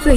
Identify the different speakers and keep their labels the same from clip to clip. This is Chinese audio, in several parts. Speaker 1: 最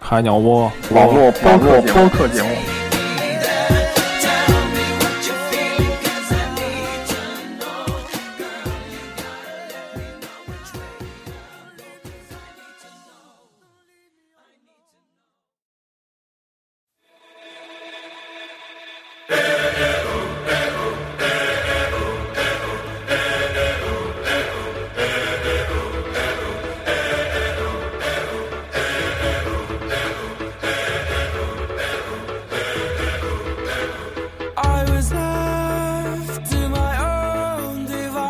Speaker 2: 海鸟窝哦
Speaker 3: 网络播客播客节目。
Speaker 4: I was left to my own devices.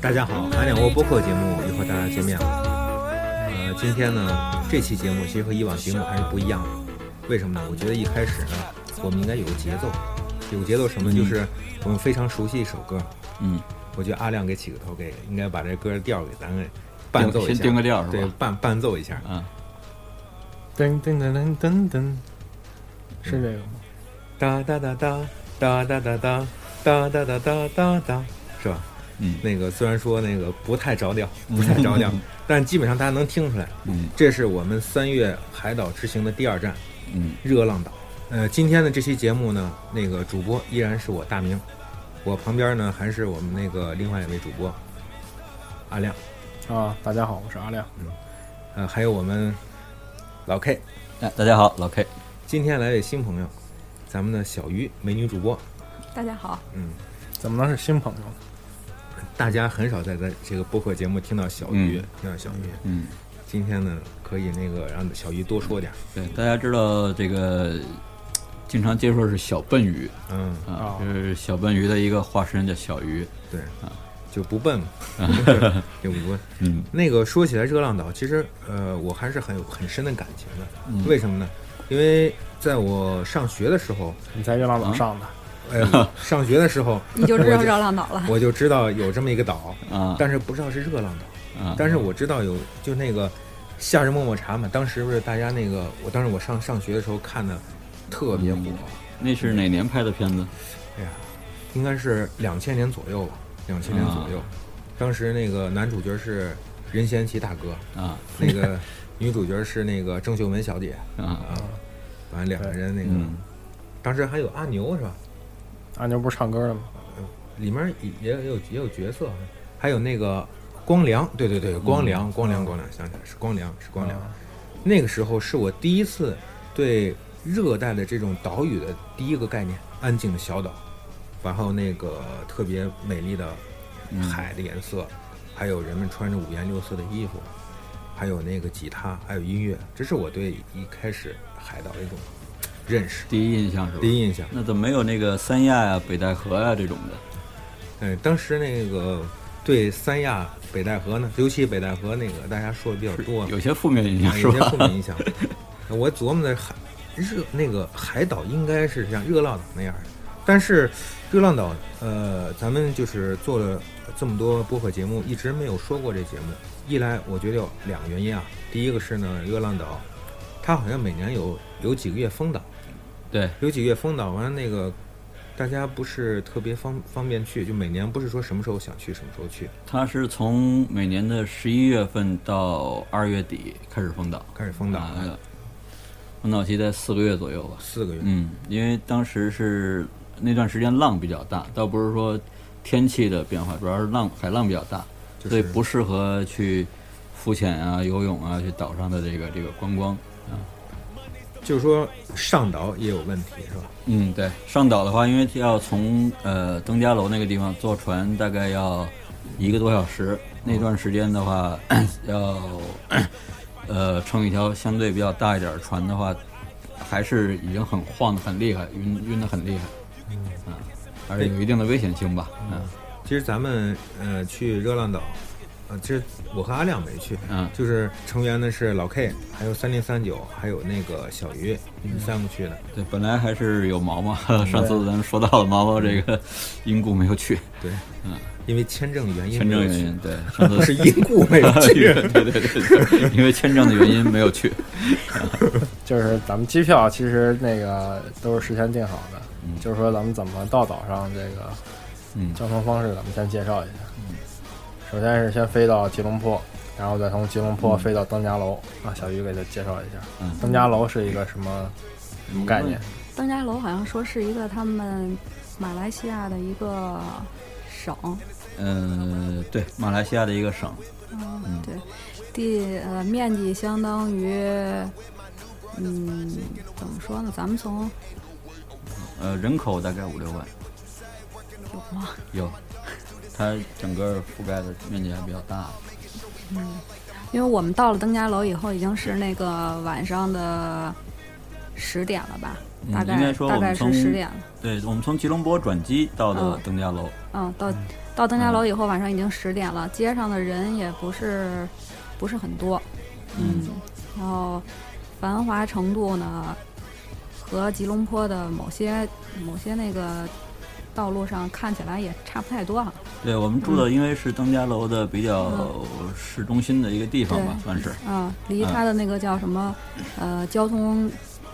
Speaker 5: 大家好，海鸟窝播客节目又和大家见面了。呃，今天呢，这期节目其实和以往节目还是不一样的。为什么呢？我觉得一开始呢，我们应该有个节奏，有节奏什么？就是我们非常熟悉一首歌。
Speaker 6: 嗯，
Speaker 5: 我觉得阿亮给起个头给，应该把这歌调给咱给伴奏一下，
Speaker 6: 先定个调是吧
Speaker 5: 对，伴伴奏一下。
Speaker 2: 噔噔噔噔噔噔，是这个吗？
Speaker 5: 哒哒哒哒哒哒哒哒哒哒哒哒哒哒，是吧？
Speaker 6: 嗯
Speaker 5: 那个虽然说那个不太着调，不太着调，但基本上大家能听出来。
Speaker 6: 嗯
Speaker 5: 这是我们三月海岛之行的第二站，
Speaker 6: 嗯
Speaker 5: 热浪岛。呃，今天的这期节目呢，那个主播依然是我大明，我旁边呢还是我们那个另外一位主播阿亮，
Speaker 2: 啊，大家好，我是阿亮。
Speaker 5: 呃，还有我们老 K。
Speaker 6: 哎，大家好，老 K，
Speaker 5: 今天来位新朋友，咱们的小鱼美女主播，
Speaker 1: 大家好，
Speaker 5: 嗯，
Speaker 2: 怎么能是新朋友呢？
Speaker 5: 大家很少在在这个播客节目听到小鱼，
Speaker 6: 嗯
Speaker 5: 听到小鱼。
Speaker 6: 嗯，
Speaker 5: 今天呢，可以那个让小鱼多说点儿，
Speaker 6: 对，大家知道这个经常接触的是小笨鱼
Speaker 5: 嗯，
Speaker 6: 啊
Speaker 2: 哦，
Speaker 6: 就是小笨鱼的一个化身叫小鱼，
Speaker 5: 对，就不笨 嘛，就不笨。
Speaker 6: 嗯
Speaker 5: 那个说起来热浪岛，其实呃，我还是很有很深的感情的。
Speaker 6: 嗯
Speaker 5: 为什么呢？因为在我上学的时候，
Speaker 2: 你在月亮岛上的？
Speaker 5: 呃，上学的时候，
Speaker 1: 你就知道
Speaker 5: 我就
Speaker 1: 热浪岛了。
Speaker 5: 我就知道有这么一个岛，
Speaker 6: 啊
Speaker 5: 但是不知道是热浪岛。
Speaker 6: 啊，
Speaker 5: 但是我知道有，就那个夏日么么茶嘛，当时不是大家那个，我当时我上上学的时候看的特别火，
Speaker 6: 那是哪年拍的片子？
Speaker 5: 哎呀，应该是两千年左右吧，两千年左右。当时那个男主角是任贤齐大哥，
Speaker 6: 啊
Speaker 5: 那个女主角是那个郑秀文小姐
Speaker 6: 啊，
Speaker 5: 啊，完了两个人那个，
Speaker 6: 嗯
Speaker 5: 当时还有阿牛是吧？
Speaker 2: 阿牛不是唱歌的吗？
Speaker 5: 里面也也有也有也有角色，啊还有那个光良，对对对，光良，光良，光良，想起来是光良，是光良。那个时候是我第一次对热带的这种岛屿的第一个概念，安静的小岛，然后那个特别美丽的
Speaker 6: 嗯
Speaker 5: 海的颜色，还有人们穿着五颜六色的衣服，还有那个吉他，还有音乐，这是我对一开始海岛的一种认识，
Speaker 6: 第一印象是吧？
Speaker 5: 第一印象。
Speaker 6: 那怎么没有那个三亚呀、北戴河呀这种的？
Speaker 5: 嗯，当时那个对三亚、北戴河呢，尤其北戴河那个，大家说的比较多，
Speaker 6: 有些负面印象
Speaker 5: 啊
Speaker 6: 是
Speaker 5: 有些
Speaker 6: 吧
Speaker 5: 负？面影响。 我琢磨的海热那个海岛应该是像热浪岛那样的，但是热浪岛，呃，咱们就是做了这么多播客节目，一直没有说过这节目。一来我觉得有两个原因啊，第一个是呢，热浪岛，它好像每年有有几个月封岛，
Speaker 6: 对，
Speaker 5: 有几个月封岛，完了那个大家不是特别方方便去，就每年不是说什么时候想去什么时候去，
Speaker 6: 它是从每年的十一月份到二月底开始封岛，
Speaker 5: 开始封岛
Speaker 6: 啊，那个封岛期在四个月左右吧。
Speaker 5: 四个月，
Speaker 6: 嗯，因为当时是那段时间浪比较大，倒不是说天气的变化，主要是浪海浪比较大，
Speaker 5: 就是
Speaker 6: 所以不适合去浮潜啊、游泳啊，去岛上的这个这个观光。
Speaker 5: 就是说上岛也有问题是吧？
Speaker 6: 嗯，对，上岛的话，因为要从呃登嘉楼那个地方坐船，大概要一个多小时。那段时间的话， 要呃乘一条相对比较大一点的船的话，呃还是已经很晃的很厉害，晕晕的很厉害，
Speaker 5: 嗯
Speaker 6: 啊，而且有一定的危险性吧，啊，
Speaker 5: 其实咱们呃去热浪岛，啊，其实我和阿亮没去，
Speaker 6: 嗯
Speaker 5: 就是成员呢是老 K，还有三零三九，还有那个小鱼，你们三个去的。
Speaker 6: 对，本来还是有毛 毛，
Speaker 5: 嗯
Speaker 6: 上次咱们说到了毛毛这个因故没有去，
Speaker 5: 对，嗯，因为签证 原因，
Speaker 6: 签证原因，，对，上次
Speaker 5: 不 是因 故没有去。
Speaker 6: 对对对对，因为签证的原因没有去。
Speaker 7: 就是咱们机票其实那个都是事先订好的，
Speaker 6: 嗯
Speaker 7: 就是说咱们怎么到岛上这个
Speaker 6: 嗯
Speaker 7: 交通方式，咱们先介绍一下。首先是先飞到吉隆坡，然后再从吉隆坡飞到登嘉楼。让小鱼给他介绍一下，
Speaker 6: 嗯
Speaker 7: 登嘉楼是一个什么概念？
Speaker 1: 登嘉楼好像说是一个他们马来西亚的一个省，
Speaker 6: 嗯、呃，对，马来西亚的一个省，
Speaker 1: 嗯，对，地呃面积相当于，嗯，怎么说呢？咱们从
Speaker 6: 呃，人口大概五六万，
Speaker 1: 有吗？
Speaker 6: 有，它整个覆盖的面积还比较大。
Speaker 1: 因为我们到了登嘉楼以后，已经是那个晚上的十点了吧？
Speaker 6: 嗯
Speaker 1: 大概
Speaker 6: 应该说
Speaker 1: 大
Speaker 6: 我
Speaker 1: 概
Speaker 6: 们
Speaker 1: 是
Speaker 6: 从
Speaker 1: 十点了。
Speaker 6: 对，我们从吉隆坡转机到的
Speaker 1: 嗯
Speaker 6: 登嘉楼，
Speaker 1: 嗯，到到登嘉楼以后，晚上已经十点了，街上的人也不是不是很多，嗯，然后繁华程度呢，和吉隆坡的某些某些那个道路上看起来也差不太多哈。
Speaker 6: 对我们住
Speaker 1: 嗯
Speaker 6: 的因为是登嘉楼的比较市中心的一个地方吧，
Speaker 1: 对
Speaker 6: 算是。
Speaker 1: 嗯，离它的那个叫什么，呃，交通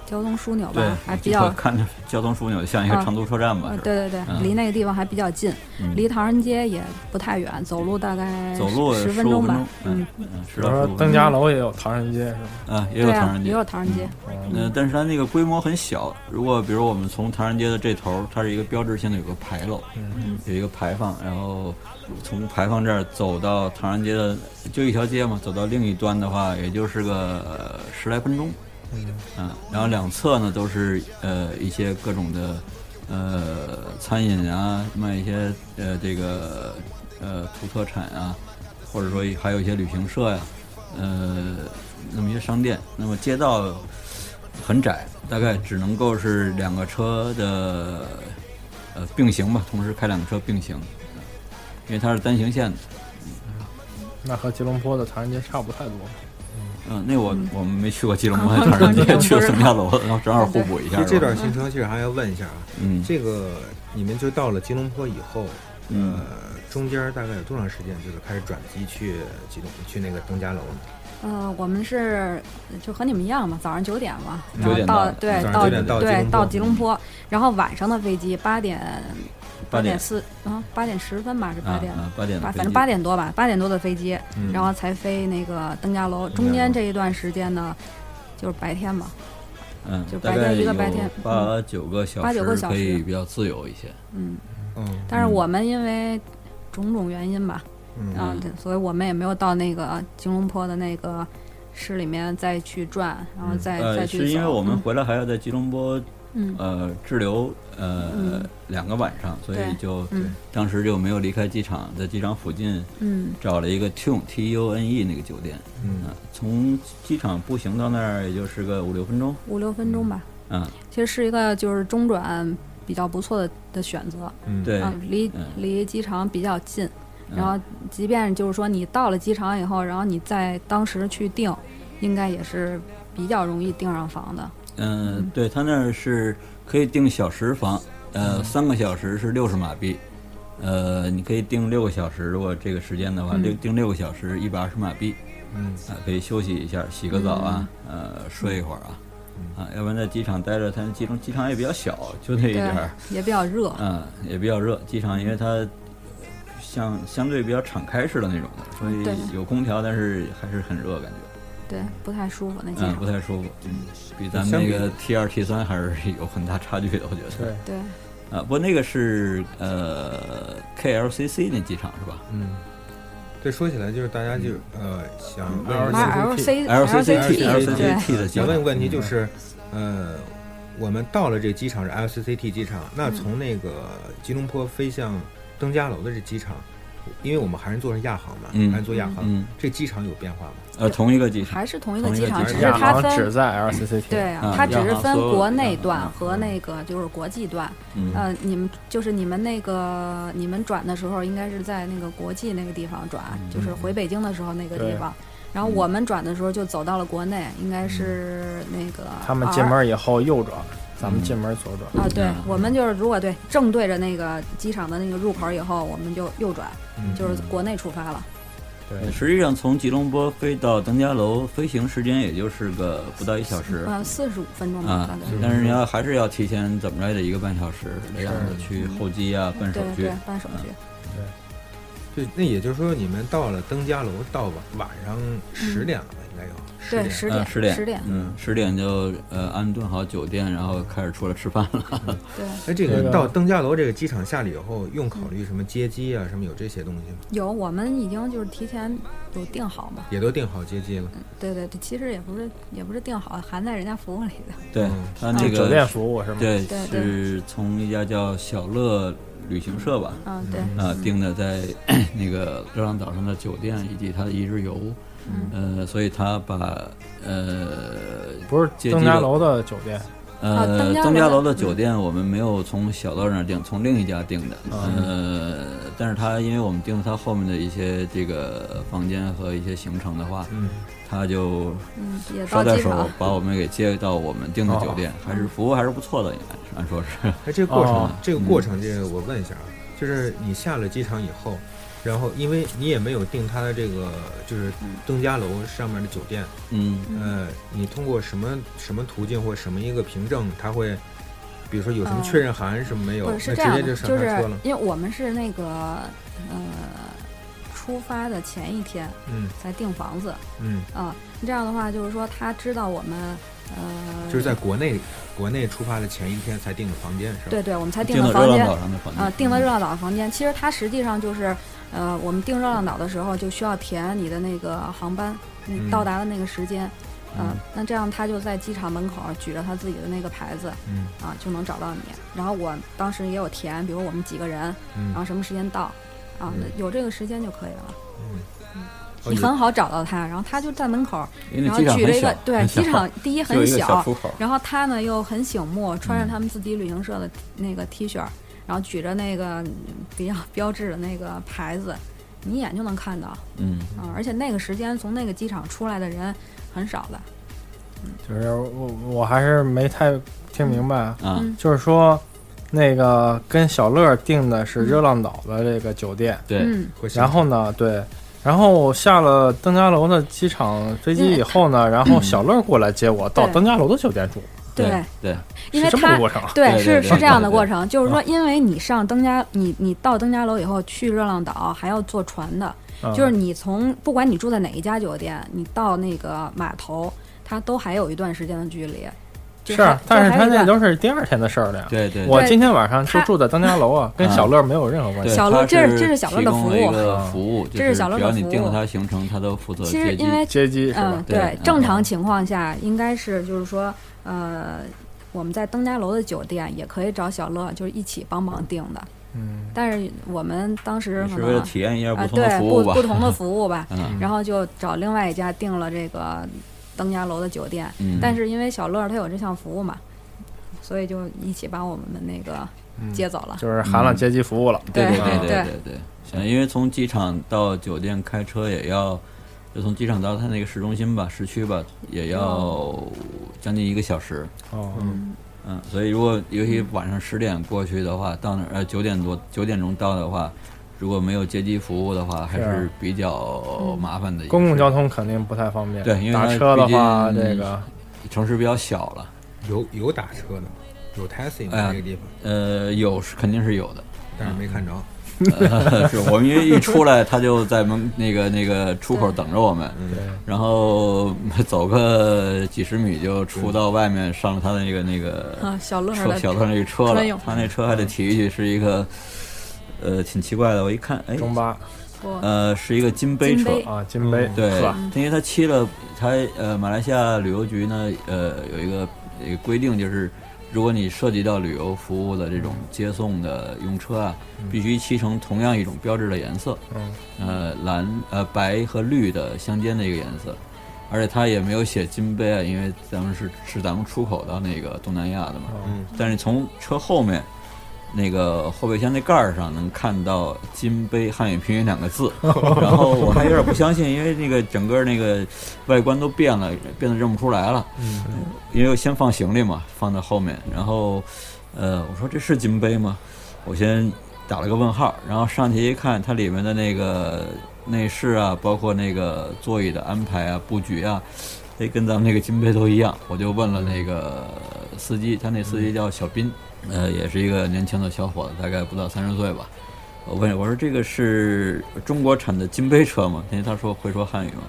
Speaker 1: 交通枢纽吧
Speaker 6: 对，
Speaker 1: 还，比
Speaker 6: 就
Speaker 1: 较
Speaker 6: 会 看着交通枢纽，像一个
Speaker 1: 啊
Speaker 6: 长途车站吧
Speaker 1: 呃，，
Speaker 6: 是吧
Speaker 1: 对对对，
Speaker 6: 嗯
Speaker 1: 离那个地方还比较近，
Speaker 6: 嗯
Speaker 1: 离唐人街也不太远，走路大概
Speaker 6: 走路
Speaker 1: 十
Speaker 6: 十
Speaker 1: 分
Speaker 6: 五
Speaker 1: 钟
Speaker 6: 分
Speaker 1: 吧
Speaker 6: 钟。，嗯，嗯，
Speaker 7: 比
Speaker 6: 十
Speaker 7: 如
Speaker 6: 到
Speaker 7: 说
Speaker 6: 十五
Speaker 7: 登
Speaker 6: 分钟。
Speaker 7: 嘉楼也有唐人街是吧？
Speaker 6: 啊，也有
Speaker 1: 对啊，
Speaker 6: 唐人街
Speaker 1: 也，有唐人街。
Speaker 7: 嗯，
Speaker 6: 呃，但是它那个规模很小。如果比如我们从唐人街的这头儿，它是一个标志性的有个牌楼，
Speaker 7: 嗯
Speaker 6: 有一个牌坊，然后从牌坊这儿走到唐人街的就一条街嘛，走到另一端的话，也就是个呃十来分钟。嗯，然后两侧呢都是呃一些各种的呃餐饮啊，卖一些呃这个呃土特产啊，或者说还有一些旅行社呀、呃那么一些商店。那么街道很窄，大概只能够是两个车的呃并行吧，同时开两个车并行，呃因为它是单行线的。
Speaker 7: 那和吉隆坡的唐人街差不太多。
Speaker 6: 嗯，那我我们没去过吉隆 坡，当然
Speaker 1: 这个
Speaker 6: 也
Speaker 1: 不
Speaker 6: 去了
Speaker 1: 知
Speaker 6: 宋家楼，然后正好互补一下
Speaker 5: 其。
Speaker 6: 是
Speaker 5: 实这
Speaker 6: 吧
Speaker 5: 段行程其实还要问一下啊，
Speaker 6: 嗯，
Speaker 5: 这个你们就到了吉隆坡以后，
Speaker 6: 嗯
Speaker 5: 呃，中间大概有多长时间就是开始转机去吉隆去那个登嘉楼呢？
Speaker 1: 呃，我们是就和你们一样嘛，早上九点嘛，然
Speaker 6: 9
Speaker 1: 后
Speaker 6: 点到
Speaker 1: 到
Speaker 6: 的
Speaker 1: 对
Speaker 5: 早上
Speaker 1: 到
Speaker 5: 9点到吉
Speaker 1: 对到吉隆
Speaker 5: 隆坡
Speaker 1: 坡，然后晚上的飞机八点
Speaker 6: 八点
Speaker 1: 四啊八点十分吧，是八
Speaker 6: 啊
Speaker 1: 点。
Speaker 6: 啊八点的
Speaker 1: 八
Speaker 6: 飞机，
Speaker 1: 反正八点多吧，八点多的飞机，
Speaker 5: 嗯
Speaker 1: 然后才飞那个登嘉楼。中间这一段时间呢，就是白天嘛，
Speaker 6: 嗯，
Speaker 1: 就
Speaker 6: 大
Speaker 1: 白天
Speaker 6: 概
Speaker 1: 一个
Speaker 6: 有
Speaker 1: 白天嗯
Speaker 6: 八九个小
Speaker 1: 八九个
Speaker 6: 时
Speaker 1: 小
Speaker 6: 可以
Speaker 1: 时
Speaker 6: 比较自由一些。
Speaker 1: 嗯。
Speaker 5: 嗯
Speaker 1: 但是我们因为种种原因吧，
Speaker 5: 嗯
Speaker 1: 啊，对，所以我们也没有到那个吉隆坡的那个市里面再去转，然后再、再
Speaker 6: 呃，
Speaker 1: 去
Speaker 6: 是因为
Speaker 1: 走
Speaker 6: 我们回来还要在吉隆坡
Speaker 1: 嗯
Speaker 6: 呃滞留呃
Speaker 1: 嗯
Speaker 6: 两个晚上，所以
Speaker 1: 对
Speaker 6: 就
Speaker 1: 嗯
Speaker 6: 当时就没有离开机场，在机场附近
Speaker 1: 嗯
Speaker 6: 找了一个 Tune T U N E 那个酒店。
Speaker 5: 嗯
Speaker 6: 啊，从机场步行到那儿也就是个五六分钟。
Speaker 1: 五六分钟吧，
Speaker 6: 嗯，
Speaker 1: 其实是一个就是中转比较不错的的选择，
Speaker 5: 嗯，
Speaker 6: 对，
Speaker 1: 啊，离
Speaker 6: 嗯
Speaker 1: 离机场比较近，
Speaker 6: 嗯
Speaker 1: 然后即便就是说你到了机场以后，然后你在当时去订，应该也是比较容易订上房的，
Speaker 6: 嗯，对他那儿是可以订小时房，呃，三个小时是六十马币，呃，你可以订六个小时，如果这个时间的话，
Speaker 1: 嗯
Speaker 6: 六订六个小时一百二十马币，
Speaker 5: 嗯
Speaker 6: 啊、可以休息一下，洗个澡啊，
Speaker 1: 嗯
Speaker 6: 呃，睡一会儿啊，啊，要不然在机场待着，它机场机场也比较小，就那
Speaker 1: 对
Speaker 6: 一点儿，，
Speaker 1: 也比较热，
Speaker 6: 嗯，也比较热。机场因为它像相对比较敞开式的那种的，所
Speaker 1: 对
Speaker 6: 以有空调，但是还是很热感觉。
Speaker 1: 对，不太舒服那机
Speaker 6: 嗯，
Speaker 1: 场，
Speaker 6: 不太舒服，嗯，比咱们
Speaker 5: 相
Speaker 6: 那
Speaker 5: 比
Speaker 6: 个 T 二 T 三还是有很大差距的，我觉得。
Speaker 7: 对，
Speaker 1: 对，
Speaker 6: 啊，不过那个是呃 KLCC 那机场是吧
Speaker 5: 嗯，对，说起来就是大家就
Speaker 6: 嗯
Speaker 5: 呃想问一
Speaker 7: 马
Speaker 5: 下
Speaker 7: 尔
Speaker 1: 玩 LC
Speaker 6: ？LCCT
Speaker 5: LCCT
Speaker 1: 对
Speaker 6: LCCT 的机
Speaker 5: 想问
Speaker 6: 场，
Speaker 5: 一个问题就是，呃，我们到了这机场
Speaker 1: 嗯
Speaker 5: 是 LCCT 机场，那从那个吉隆坡飞向登嘉楼的这机场，因为我们还是做是亚航嘛，
Speaker 6: 嗯
Speaker 5: 还是做亚航，
Speaker 6: 嗯，
Speaker 5: 这机场有变化吗？
Speaker 6: 呃，同一个机场，
Speaker 1: 还是同一个
Speaker 6: 同一
Speaker 1: 机
Speaker 6: 个
Speaker 1: 场，
Speaker 6: 机
Speaker 1: 只
Speaker 6: 场
Speaker 1: 是
Speaker 7: 亚
Speaker 1: 它
Speaker 7: 航只
Speaker 1: 分。
Speaker 7: 在 LCCT，
Speaker 1: 对啊
Speaker 6: 嗯，
Speaker 1: 它只
Speaker 6: 亚
Speaker 1: 是
Speaker 6: 航
Speaker 1: 分
Speaker 6: 所有
Speaker 1: 国
Speaker 6: 的
Speaker 1: 内
Speaker 6: 嗯
Speaker 1: 段和那个就是国际段。
Speaker 6: 嗯，
Speaker 1: 呃，你们就是你们那个你们转的时候，应该是在那个国际那个地方转，就是回北京的时候那个地
Speaker 7: 对
Speaker 1: 方。然后我们转的时候就走到了国内，应该是那个
Speaker 7: 他们
Speaker 1: R
Speaker 7: 进门以后右转，咱们进门左转。
Speaker 1: 啊，对
Speaker 6: 嗯，
Speaker 1: 我们就是如果对正对着那个机场的那个入口以后，我们就右转，
Speaker 5: 嗯
Speaker 1: 就是国内出发了。
Speaker 7: 对，
Speaker 6: 实际上从吉隆坡飞到登嘉楼，飞行时间也就是个不到一小时。
Speaker 1: 嗯，四十五分钟吧
Speaker 6: 啊，，
Speaker 1: 大概。
Speaker 6: 但是你要还是要提前怎么着也得一个半小时的样子去候机啊，办手
Speaker 1: 对
Speaker 6: 续
Speaker 1: 对，，办手续。
Speaker 5: 就那也就是说，你们到了登嘉楼到晚晚上十点了吧，应该有
Speaker 1: 嗯
Speaker 5: 十
Speaker 1: 对，
Speaker 5: 点。
Speaker 1: 十
Speaker 6: 呃，
Speaker 1: 点，
Speaker 6: 十
Speaker 1: 十
Speaker 6: 点，嗯，十点就呃安顿好酒店，然后开始出来吃饭了。
Speaker 1: 对，
Speaker 5: 哎，这
Speaker 7: 这
Speaker 6: 啊
Speaker 5: 个
Speaker 7: 个
Speaker 5: 到登嘉楼这个机场下了以后，用考
Speaker 1: 嗯
Speaker 5: 虑什么接机啊，什么有这些东西吗？
Speaker 1: 有我们已经就是提前有定好嘛。
Speaker 5: 也都定好接机了。
Speaker 1: 对对，对，其实也不是也不是定好，含在人家服务里的。
Speaker 6: 对
Speaker 5: 嗯，
Speaker 6: 他那
Speaker 7: 就酒店
Speaker 6: 个
Speaker 7: 服务是吗？
Speaker 6: 对
Speaker 1: 对对
Speaker 6: 是从一家叫小乐旅行社吧，
Speaker 1: 嗯，对，
Speaker 6: 啊订的在 那个热浪岛上的酒店以及他的一日游，
Speaker 1: 嗯
Speaker 6: 呃，所以他把呃
Speaker 7: 不是
Speaker 6: 接机
Speaker 7: 登嘉
Speaker 6: 的
Speaker 7: 楼的酒店，
Speaker 1: 啊
Speaker 6: 呃
Speaker 1: 登，嘉
Speaker 6: 登嘉
Speaker 1: 楼
Speaker 6: 楼
Speaker 1: 的
Speaker 6: 的酒店我们没有从小道那儿订，从另一家订的。
Speaker 1: 哦
Speaker 6: 呃，但是他因为我们订了他后面的一些这个房间和一些行程的话，
Speaker 5: 嗯，
Speaker 6: 他就
Speaker 1: 嗯，也
Speaker 6: 捎
Speaker 1: 到
Speaker 6: 带
Speaker 1: 机
Speaker 6: 手
Speaker 1: 场。
Speaker 6: 把我们给接到我们订的酒
Speaker 1: 哦
Speaker 6: 店，还是服务还是不错的，应该是按说是。
Speaker 5: 哎，这个过程，
Speaker 7: 哦
Speaker 5: 这个过程，这个我问一下啊，就是你下了机场以后，然后因为你也没有订它的这个就是
Speaker 1: 嗯
Speaker 5: 登嘉楼上面的酒店，
Speaker 6: 嗯，
Speaker 5: 呃，你通过什么什么途径或什么一个凭证，它会，比如说有什么
Speaker 1: 嗯
Speaker 5: 确认函什么没有，
Speaker 1: 不
Speaker 5: 那
Speaker 1: 是
Speaker 5: 直
Speaker 1: 是这样的，
Speaker 5: 接就
Speaker 1: 就
Speaker 5: 上
Speaker 1: 是
Speaker 5: 车了。
Speaker 1: 因为我们是那个呃出发的前一天
Speaker 5: 嗯
Speaker 1: 才订房子
Speaker 5: 嗯，
Speaker 1: 啊，这样的话就是说他知道我们呃
Speaker 5: 就是在国内国内出发的前一天才订的房间是吧？
Speaker 1: 对对，我们才
Speaker 6: 订
Speaker 1: 的
Speaker 6: 了
Speaker 1: 房
Speaker 6: 热
Speaker 1: 间
Speaker 6: 浪岛上的房间
Speaker 1: 啊，订了热浪岛的房间。其实它实际上就是呃，我们订热浪岛的时候就需要填你的那个航班，你
Speaker 5: 嗯
Speaker 1: 到达的那个时间。
Speaker 5: 嗯
Speaker 1: 呃那这样他就在机场门口举着他自己的那个牌子，
Speaker 5: 嗯
Speaker 1: 啊，就能找到你。然后我当时也有填，比如我们几个人，然后
Speaker 5: 嗯
Speaker 1: 什么时间到，
Speaker 6: 嗯
Speaker 1: 啊，那有这个时间就可以了，
Speaker 5: 嗯，哦
Speaker 1: 你
Speaker 5: 有
Speaker 1: 很好找到他。然后他就在门口，
Speaker 6: 因为
Speaker 1: 然
Speaker 6: 那
Speaker 1: 后
Speaker 6: 机场
Speaker 1: 举了
Speaker 6: 很
Speaker 1: 一
Speaker 6: 小
Speaker 1: 个，对
Speaker 6: 很小
Speaker 1: 机场第一
Speaker 6: 只有
Speaker 1: 很
Speaker 6: 一个小
Speaker 1: 小，
Speaker 6: 出口。
Speaker 1: 然后他呢又很醒目，穿着
Speaker 6: 嗯
Speaker 1: 他们自己旅行社的那个 T 恤，然后举着那个嗯比较标志的那个牌子，你一眼就能看到啊、
Speaker 6: 嗯，
Speaker 1: 而且那个时间从那个机场出来的人很少的，
Speaker 7: 就是我我还是没太听明白，
Speaker 6: 啊，
Speaker 1: 嗯
Speaker 7: 就是说那个跟小乐订的是热浪岛的这个酒店，
Speaker 6: 对，
Speaker 1: 嗯，
Speaker 5: 会上
Speaker 7: 然后呢，对。然后下了登嘉楼的机场飞机以后呢，然后小乐过来接我到
Speaker 1: 嗯对
Speaker 7: 登嘉楼的酒店住，
Speaker 1: 对，
Speaker 6: 对，
Speaker 1: 因为
Speaker 7: 是这么
Speaker 1: 他
Speaker 7: 个。过程。
Speaker 1: 对，
Speaker 6: 对对
Speaker 1: 是
Speaker 6: 对
Speaker 1: 是这样
Speaker 6: 对
Speaker 1: 的
Speaker 6: 对
Speaker 1: 过程，就是
Speaker 6: 嗯
Speaker 1: 说，因为你上登嘉，你你到登嘉楼以后去热浪岛还要坐船的，
Speaker 7: 嗯
Speaker 1: 就是你从不管你住在哪一家酒店，你到那个码头，它都还有一段时间的距离。就是还，
Speaker 7: 啊但是
Speaker 1: 就还
Speaker 7: 他
Speaker 1: 有一
Speaker 7: 那
Speaker 1: 段
Speaker 7: 都是第二天的事儿了呀。
Speaker 6: 对对。
Speaker 7: 我
Speaker 1: 对
Speaker 7: 今天晚上就
Speaker 1: 他
Speaker 7: 住在登嘉楼啊，跟
Speaker 6: 啊
Speaker 7: 小乐没有任何关
Speaker 6: 对
Speaker 7: 系。
Speaker 1: 小乐
Speaker 6: 它
Speaker 1: 这
Speaker 6: 是
Speaker 1: 是这是小乐的
Speaker 6: 提供了
Speaker 1: 服务
Speaker 6: 一个服务，就
Speaker 1: 这是小乐
Speaker 6: 只要
Speaker 1: 的
Speaker 6: 你
Speaker 1: 服
Speaker 6: 定了
Speaker 1: 务
Speaker 6: 他行程，他都负责
Speaker 1: 其
Speaker 6: 接
Speaker 1: 实
Speaker 6: 机。
Speaker 1: 因为
Speaker 7: 接机是吧
Speaker 1: 嗯，？
Speaker 6: 对
Speaker 1: 对
Speaker 6: 嗯，
Speaker 1: 正常情况下应该是就是说，呃，我们在登嘉楼的酒店也可以找小乐，就是一起帮忙订的。
Speaker 7: 嗯，
Speaker 1: 但是我们当时
Speaker 6: 也
Speaker 1: 可
Speaker 6: 是为了
Speaker 1: 能
Speaker 6: 体验一下
Speaker 1: 啊，
Speaker 6: 不同的
Speaker 1: 对
Speaker 6: 服务吧，
Speaker 1: 不。同的服务吧
Speaker 6: 嗯
Speaker 1: 然后就找另外一家订了这个登嘉楼的酒店。
Speaker 6: 嗯，
Speaker 1: 但是因为小乐他有这项服务嘛，所以就一起把我们那个
Speaker 6: 嗯
Speaker 1: 接走了。
Speaker 7: 就是含了接机服务了。
Speaker 6: 对对
Speaker 1: 对
Speaker 6: 对
Speaker 1: 对
Speaker 6: 对对，行，因为从机场到酒店开车也要，就从机场到他那个市中心吧，市区吧，也要
Speaker 1: 嗯
Speaker 6: 将近一个小时。
Speaker 7: 哦，
Speaker 6: 嗯，所以如果尤其晚上十点过去的话，到那儿呃九点多九点钟到的话，如果没有接机服务的话，还
Speaker 7: 是啊
Speaker 6: 是比较麻烦的一个事。
Speaker 7: 公共交通肯定不太方便。
Speaker 6: 对因为
Speaker 7: 打
Speaker 6: 它
Speaker 7: 车的
Speaker 6: 毕竟
Speaker 7: 话，这个
Speaker 6: 城市比较小了，
Speaker 5: 有有打车的，有 taxi
Speaker 6: 哎呀
Speaker 5: 吗那个地方，
Speaker 6: 呃，有是肯定是有的。
Speaker 5: 但是没看着。
Speaker 6: 是我们因为一出来，他就在门那个那个出口等着我们，然后走个几十米就出到外面，上了他的那个那个
Speaker 1: 啊，小乐
Speaker 6: 车
Speaker 1: 的
Speaker 6: 小特那个车
Speaker 1: 专用
Speaker 6: 了。他那车还得提一句是一个，呃，挺奇怪的。我一看，
Speaker 1: 嗯
Speaker 6: 哎，
Speaker 7: 中巴
Speaker 1: 服务
Speaker 6: 呃，是一个金杯
Speaker 1: 金
Speaker 6: 车。
Speaker 1: 杯
Speaker 7: 啊，金
Speaker 1: 嗯
Speaker 7: 杯
Speaker 6: 对
Speaker 7: 是吧？，
Speaker 6: 因为他漆了，他呃，马来西亚旅游局呢，呃，有一个一个规定，就是如果你涉及到旅游服务的这
Speaker 7: 嗯
Speaker 6: 种接送的用车啊，必须漆成同样一种标志的颜色，
Speaker 7: 嗯，
Speaker 6: 呃，蓝呃白和绿的相间的一个颜色，而且它也没有写金杯啊，因为咱们是是咱们出口到那个东南亚的嘛，
Speaker 7: 嗯，
Speaker 6: 但是从车后面那个后备箱那盖儿上能看到“金杯汉语拼音”两个字，然后我还有点不相信，因为那个整个那个外观都变了，变得认不出来了。
Speaker 5: 嗯，
Speaker 6: 因为我先放行李嘛，放在后面，然后呃，我说这是金杯吗？我先打了个问号，然后上去一看，它里面的那个呃内饰啊，包括那个座椅的安排啊、布局啊，哎，跟咱们那个金杯都一样。我就问了那个司机，他那司机叫小斌，呃，也是一个年轻的小伙子，大概不到三十岁吧。我问我说这个是中国产的金杯车吗？因为他说会说汉语嘛，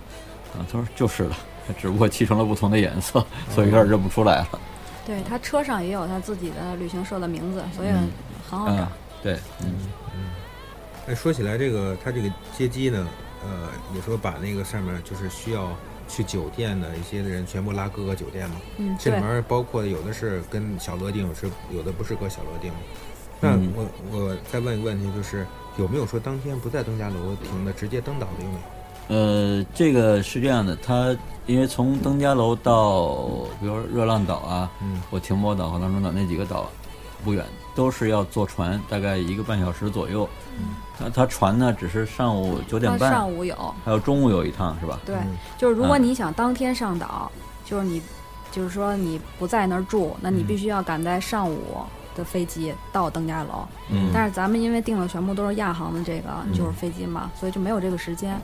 Speaker 6: 啊，他说就是的，只不过漆成了不同的颜色，所以有点认不出来了。
Speaker 1: 对他车上也有他自己的旅行社的名字，所以
Speaker 6: 嗯
Speaker 1: 很好找
Speaker 6: 嗯。，对，嗯。
Speaker 5: 那哎说起来这个，它这个接机呢，呃，你说把那个上面就是需要去酒店的一些人全部拉各个酒店嘛，
Speaker 1: 嗯，
Speaker 5: 这里
Speaker 1: 对，
Speaker 5: 面包括有的是跟小乐定，有是有的不是跟小乐定。那
Speaker 6: 嗯
Speaker 5: 我我再问一个问题，就是有没有说当天不在登嘉楼停的，直接登岛的有没有？
Speaker 6: 呃，这个是这样的，它因为从登嘉楼到，比如说热浪岛啊，
Speaker 5: 嗯，
Speaker 6: 我停泊岛和浪中岛那几个岛不远，都是要坐船，大概一个半小时左右。它它船呢，只是上午九点
Speaker 1: 他
Speaker 6: 半，
Speaker 1: 嗯哦上午有，
Speaker 6: 还有中午有一趟是吧？
Speaker 1: 对，就是如果
Speaker 6: 嗯
Speaker 1: 你想当天上岛，就是你，就是说你不在那儿住，那
Speaker 6: 嗯
Speaker 1: 你必须要赶在上午的飞机到登嘉楼。
Speaker 6: 嗯，
Speaker 1: 但是咱们因为订的全部都是亚航的这个就是飞机嘛，所以就没有这个时间，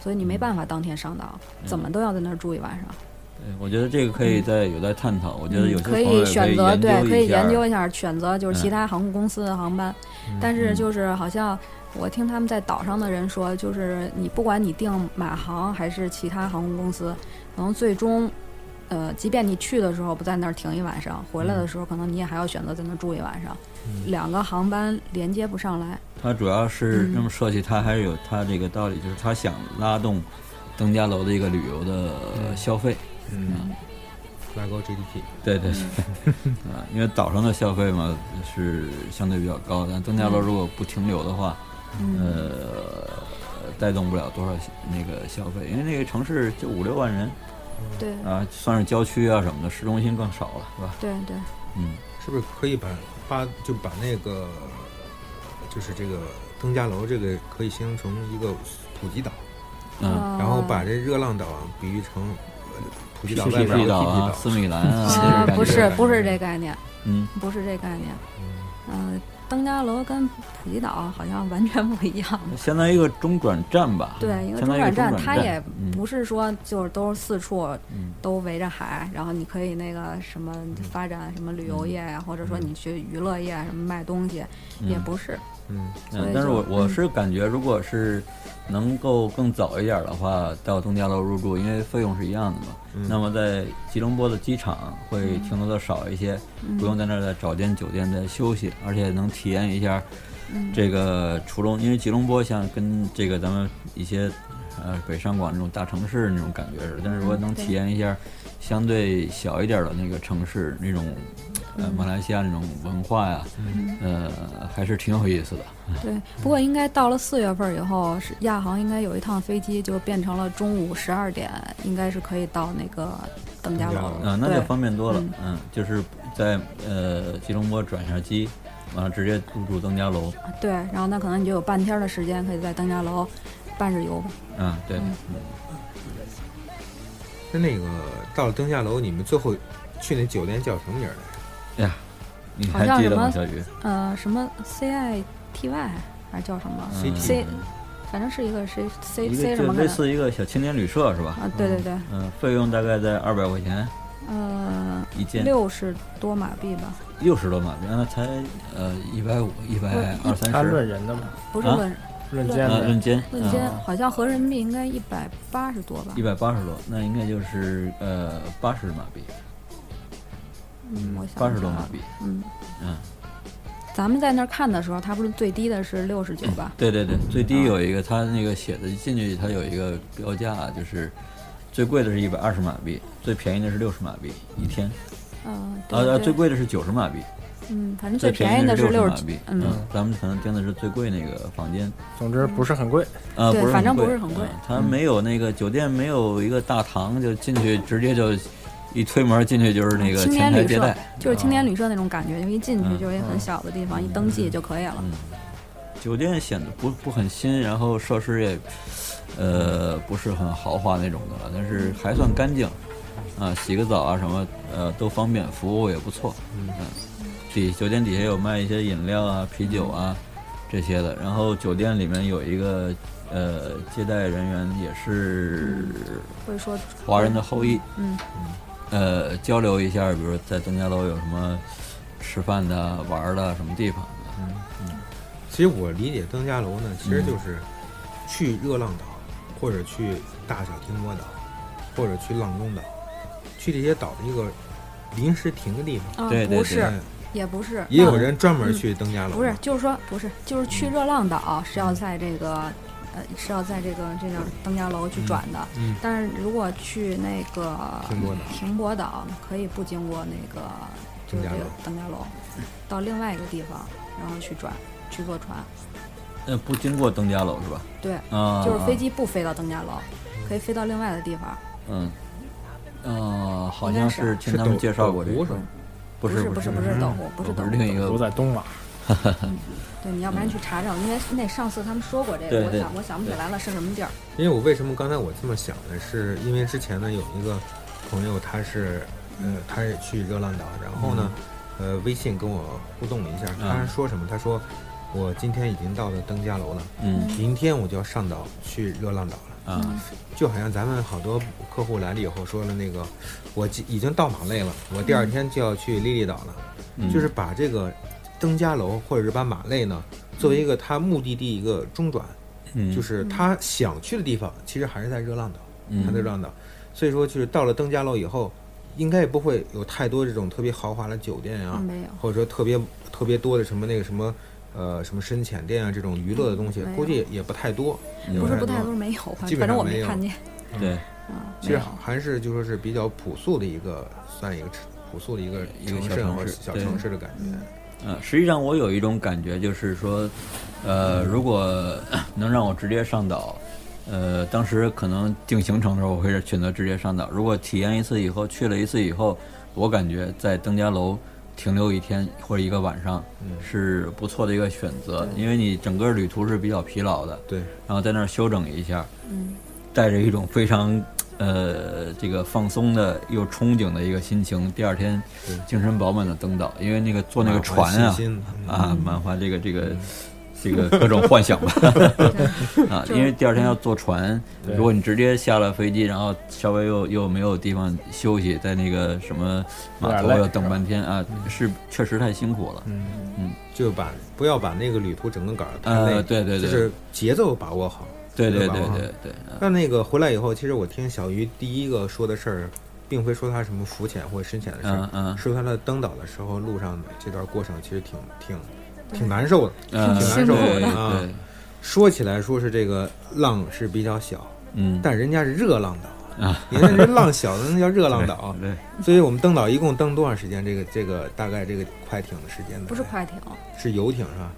Speaker 1: 所以你没
Speaker 6: 嗯
Speaker 1: 办法当天上岛，怎么都要在那儿住一晚上。
Speaker 6: 对我觉得这个可以再有待探讨。我觉得有
Speaker 1: 嗯
Speaker 6: 些
Speaker 1: 可
Speaker 6: 朋友
Speaker 1: 以
Speaker 6: 也
Speaker 1: 选择
Speaker 6: 研究
Speaker 1: 对，
Speaker 6: 一
Speaker 1: 可以研
Speaker 6: 下
Speaker 1: 究一下，选择就是其他航空公司的航班。但是
Speaker 6: 嗯
Speaker 1: 就是好像我听他们在岛上的人说，就是你不管你订马航还是其他航空公司，可能最终，呃，即便你去的时候不在那儿停一晚上，回来的
Speaker 6: 嗯
Speaker 1: 时候可能你也还要选择在那儿住一晚上，两个航班连接不上来。
Speaker 6: 它主要
Speaker 1: 嗯
Speaker 6: 是这么设计，它还是有它这个道理，就是它想拉动登嘉楼的一个旅游的消费。
Speaker 5: 嗯，拉高 GDP。
Speaker 6: 对对
Speaker 1: 嗯
Speaker 6: 对， 啊，因为岛上的消费嘛是相对比较高，但登嘉楼如果不停留的话，
Speaker 1: 嗯，
Speaker 6: 呃，带动不了多少那个消费，因为那个城市就五六万人
Speaker 1: 对
Speaker 6: 啊，算是郊区啊什么的，市中心更少了，是吧？
Speaker 1: 对对，
Speaker 6: 嗯，
Speaker 5: 是不是可以把把就把那个就是这个登嘉楼这个可以形容成一个普吉岛，
Speaker 1: 哦呃
Speaker 6: 嗯，
Speaker 5: 然后把这热浪岛啊比喻成呃普吉岛外
Speaker 6: 西
Speaker 5: 边
Speaker 6: 西
Speaker 5: 的
Speaker 6: 岛
Speaker 5: 普吉
Speaker 6: 啊、
Speaker 5: 岛。
Speaker 6: 斯米兰啊，这
Speaker 1: 啊
Speaker 6: 种感觉
Speaker 1: 不是不是这概念，
Speaker 6: 嗯，
Speaker 1: 不是这概念，嗯。登嘉楼跟普吉岛好像完全不一样，
Speaker 6: 相当于一个中转站吧？
Speaker 1: 对，一个
Speaker 6: 嗯相
Speaker 1: 中
Speaker 6: 当于一个
Speaker 1: 转
Speaker 6: 中
Speaker 1: 站，
Speaker 6: 转
Speaker 1: 它
Speaker 6: 站
Speaker 1: 也
Speaker 6: 嗯
Speaker 1: 不是说就是都是四处
Speaker 6: 嗯
Speaker 1: 都围着海，然后你可以那个什么发展什么旅游业啊呀，或者说你去娱乐业啊什么卖东西，也
Speaker 6: 嗯
Speaker 1: 不是。
Speaker 5: 嗯，
Speaker 1: 所
Speaker 6: 嗯
Speaker 1: 以，
Speaker 6: 但是
Speaker 1: 就
Speaker 6: 我我是感觉，如果是能够更早一点的话，到东家楼入住，因为费用是一样的嘛。
Speaker 1: 嗯
Speaker 6: 那么在吉隆坡的机场会停留的少一些，
Speaker 1: 嗯
Speaker 6: 不用在那儿再找间酒店再休息，而且能体验一下
Speaker 1: 嗯
Speaker 6: 这个除隆，因为吉隆坡像跟这个咱们一些呃北上广这种大城市那种感觉似的，但是如果
Speaker 1: 嗯
Speaker 6: 能体验一下相对小一点的那个城市那种。
Speaker 1: 嗯
Speaker 6: 呃，马来西亚那种文化呀，呃，还是挺有意思的。
Speaker 1: 对，不过应该到了四月份以后，是亚航应该有一趟飞机就变成了中午十二点，应该是可以到那个登嘉楼
Speaker 5: 登
Speaker 6: 啊，
Speaker 1: 了。
Speaker 6: 那就
Speaker 1: 对，
Speaker 6: 方便多了
Speaker 1: 嗯。
Speaker 6: 嗯，就是在呃吉隆坡转下机，完了直接入住登嘉楼。
Speaker 1: 对，然后那可能你就有半天的时间可以在登嘉楼半日游吧。
Speaker 6: 嗯，对，
Speaker 5: 那那个到了登嘉楼，你们最后去那酒店叫什么名儿来着？
Speaker 6: 你
Speaker 1: 好
Speaker 6: 还
Speaker 1: 像
Speaker 6: 记
Speaker 1: 什
Speaker 6: 得吗，
Speaker 1: 么
Speaker 6: 小雨？
Speaker 1: 呃，什么 CITY 还是叫什么
Speaker 5: CT
Speaker 1: C，反正是一个 C C
Speaker 6: 嗯一
Speaker 1: C
Speaker 6: 个
Speaker 1: 什
Speaker 6: 就
Speaker 1: 么可
Speaker 6: 类
Speaker 1: 能
Speaker 6: 似一个小青年旅社是吧？
Speaker 1: 啊，对对对，
Speaker 6: 嗯，费用大概在二百块钱
Speaker 1: 呃，
Speaker 6: 一间，
Speaker 1: 六十多马币吧，
Speaker 6: 六十多马币，那才呃一百五、一百二三
Speaker 7: 他论
Speaker 6: 十。
Speaker 7: 人的嘛，
Speaker 1: 不是
Speaker 6: 啊
Speaker 1: 论
Speaker 7: 论
Speaker 1: 论
Speaker 7: 件
Speaker 6: 啊，
Speaker 7: 的
Speaker 6: 论间，
Speaker 1: 论斤
Speaker 6: 嗯，
Speaker 1: 好像合人民币应该一百八十多吧
Speaker 6: 一。百八十多，那应该就是呃八十马币，
Speaker 1: 嗯，我想
Speaker 6: 八十
Speaker 1: 一
Speaker 6: 多
Speaker 1: 下
Speaker 6: 马币。
Speaker 1: 嗯
Speaker 6: 嗯，
Speaker 1: 咱们在那儿看的时候，它不是最低的是六十九吧？
Speaker 6: 对对对，最低有一个，它那个写的进去，它有一个标价，就是最贵的是一百二十马币，最便宜的是六十马币一天。
Speaker 1: 嗯，对
Speaker 6: 呃，
Speaker 1: 对
Speaker 6: 最贵的是九十马币，
Speaker 1: 嗯，反正
Speaker 6: 最
Speaker 1: 最便宜的
Speaker 6: 的
Speaker 1: 是
Speaker 6: 六
Speaker 1: 六
Speaker 6: 马
Speaker 1: 十
Speaker 6: 币。
Speaker 1: 嗯，
Speaker 6: 咱们可能订的是最贵那个房间，
Speaker 7: 总之不是很贵，
Speaker 6: 啊，
Speaker 1: 对
Speaker 6: 不是很贵，
Speaker 1: 反正不是很贵
Speaker 6: 嗯它没有那个酒店没有一个大堂，就进去直接就一推门进去就是那个
Speaker 1: 青
Speaker 6: 前
Speaker 1: 年
Speaker 6: 台
Speaker 1: 旅
Speaker 6: 接
Speaker 1: 社
Speaker 6: 待，啊
Speaker 1: 就是青年旅社那种感觉，就一进去
Speaker 6: 嗯
Speaker 1: 就是一很小的地方，一登记就可以了。
Speaker 6: 嗯，酒店显得不不很新，然后设施也呃不是很豪华那种的了，但是还算干净啊，洗个澡啊什么呃都方便，服务也不错，嗯，底酒店底下有卖一些饮料啊、啤酒啊这些的，然后酒店里面有一个呃接待人员也是
Speaker 1: 会说
Speaker 6: 华人的后裔，
Speaker 1: 嗯，
Speaker 6: 呃，交流一下，比如在登嘉楼有什么吃饭的、玩儿的什么地方的，
Speaker 5: 其实我理解登嘉楼呢，其实就是去热浪岛，或者去大小停泊岛，或者去浪中岛，去这些岛的一个临时停的地方。
Speaker 1: 啊
Speaker 6: 对，对
Speaker 1: 不
Speaker 6: 对
Speaker 1: 是，
Speaker 5: 哎
Speaker 1: 也不是，
Speaker 5: 也有
Speaker 1: 嗯
Speaker 5: 人专门去登嘉楼、
Speaker 1: 不是，，就是说不是，就是去热浪岛是要在这个，呃，是要在这个这叫登嘉楼去转的。
Speaker 5: 嗯
Speaker 1: 但是如果去那个
Speaker 5: 停泊岛
Speaker 1: 停泊岛，可以不经过那个就是这
Speaker 5: 登嘉
Speaker 1: 个
Speaker 5: 楼
Speaker 1: 登嘉楼，到另外一个地方，然后去转去坐船。
Speaker 6: 呃，不经过登嘉楼是吧？
Speaker 1: 对，
Speaker 6: 啊，
Speaker 1: 就是飞机不飞到登嘉楼，可以飞到另外的地方。
Speaker 6: 嗯，呃，好
Speaker 1: 应该
Speaker 6: 像
Speaker 1: 是
Speaker 6: 是听他们介绍过这
Speaker 5: 是
Speaker 6: 个
Speaker 5: 斗，
Speaker 6: 不
Speaker 1: 是
Speaker 6: 是
Speaker 1: 不
Speaker 6: 是
Speaker 1: 不是
Speaker 6: 是
Speaker 1: 斗湖，不是斗
Speaker 6: 不
Speaker 1: 湖
Speaker 6: 是。另一个
Speaker 7: 都在东马。
Speaker 1: 对，你要不然去查查，因为那上次他们说过这
Speaker 6: 对
Speaker 1: 个，我
Speaker 6: 对
Speaker 1: 想我想不起来了是什么地儿。
Speaker 5: 因为我为什么刚才我这么想呢？是因为之前呢有一个朋友，他是呃，他也去热浪岛，然后呢，呃，微信跟我互动了一下，他
Speaker 6: 嗯
Speaker 5: 说什么？他说我今天已经到了登嘉楼了，
Speaker 6: 嗯
Speaker 5: 明天我就要上岛去热浪岛了。
Speaker 6: 啊，
Speaker 5: 就好像咱们好多客户来了以后说了那个，我已已经到马累了，我第二天就要去莉莉岛了，
Speaker 6: 嗯
Speaker 5: 就是把这个登嘉楼或者是把马累呢作为一个他目的地一个中转，
Speaker 6: 嗯
Speaker 5: 就是他想去的地方，其实还是在热浪岛，
Speaker 6: 嗯
Speaker 5: 他在热浪岛，所以说就是到了登嘉楼以后，应该也不会有太多这种特别豪华的酒店啊，
Speaker 1: 嗯没有
Speaker 5: 或者说特别特别多的什么那个什么。呃，什么深浅店啊，这种娱乐的东西，
Speaker 1: 没有
Speaker 5: 估计也不太多。
Speaker 6: 嗯
Speaker 1: 不是不太多，没有吧，
Speaker 5: 基
Speaker 1: 反
Speaker 5: 本
Speaker 1: 正
Speaker 5: 上
Speaker 1: 我
Speaker 5: 没
Speaker 1: 没
Speaker 5: 有
Speaker 1: 看见。
Speaker 6: 对
Speaker 1: 嗯，
Speaker 5: 其
Speaker 1: 没有。
Speaker 5: 实还是就说是比较朴素的一个，算一个城朴素的一个
Speaker 6: 一个
Speaker 5: 城
Speaker 6: 小
Speaker 5: 市
Speaker 6: 城
Speaker 5: 或者
Speaker 6: 市
Speaker 5: 小
Speaker 6: 对
Speaker 5: 城市的感觉。
Speaker 6: 嗯，实际上我有一种感觉，就是说，呃，如果 能让我直接上岛，呃，当时可能定行程的时候，我会选择直接上岛。如果体验一次以后，去了一次以后，我感觉在登嘉楼停留一天或者一个晚上是不错的一个选择，因为你整个旅途是比较疲劳的，
Speaker 5: 对，
Speaker 6: 然后在那儿休整一下，
Speaker 1: 嗯，
Speaker 6: 带着一种非常呃这个放松的又憧憬的一个心情，第二天
Speaker 5: 对
Speaker 6: 精神饱满的登岛，因为那个坐那个船
Speaker 5: 满怀
Speaker 6: 啊
Speaker 5: 信心嗯
Speaker 6: 啊，满怀这个这个。这个各种幻想吧，啊，因为第二天要坐船，如果你直接下了飞机，然后稍微又又没有地方休息，在那个什么码头
Speaker 7: 有点累
Speaker 6: 要等半天啊，是确实太辛苦了。
Speaker 5: 嗯
Speaker 6: 嗯，
Speaker 5: 就把不要把那个旅途整个搞得太累，
Speaker 6: 呃，对对
Speaker 5: 就
Speaker 6: 对，
Speaker 5: 是节奏把握好。
Speaker 6: 对
Speaker 5: 节
Speaker 6: 对
Speaker 5: 奏把
Speaker 6: 对
Speaker 5: 握好
Speaker 6: 对对，啊
Speaker 5: 那那个回来以后，其实我听小鱼第一个说的事儿，并非说他什么浮潜或者深潜的事
Speaker 6: 嗯
Speaker 5: 儿，
Speaker 6: 嗯，
Speaker 5: 说他的登岛的时候路上的这段过程其实挺挺挺难受的。
Speaker 6: 呃
Speaker 5: 挺难受的
Speaker 6: 对
Speaker 5: 啊
Speaker 6: 对，
Speaker 5: 说起来说是这个浪是比较小，
Speaker 6: 嗯，
Speaker 5: 但人家是热浪岛。
Speaker 6: 啊，
Speaker 5: 人家这浪小的那叫热浪岛，
Speaker 6: 对，
Speaker 5: 所以我们登岛一共登多长时间？这个这个大概这个快艇的时间呢？
Speaker 1: 不是快艇，
Speaker 5: 是游艇是吧？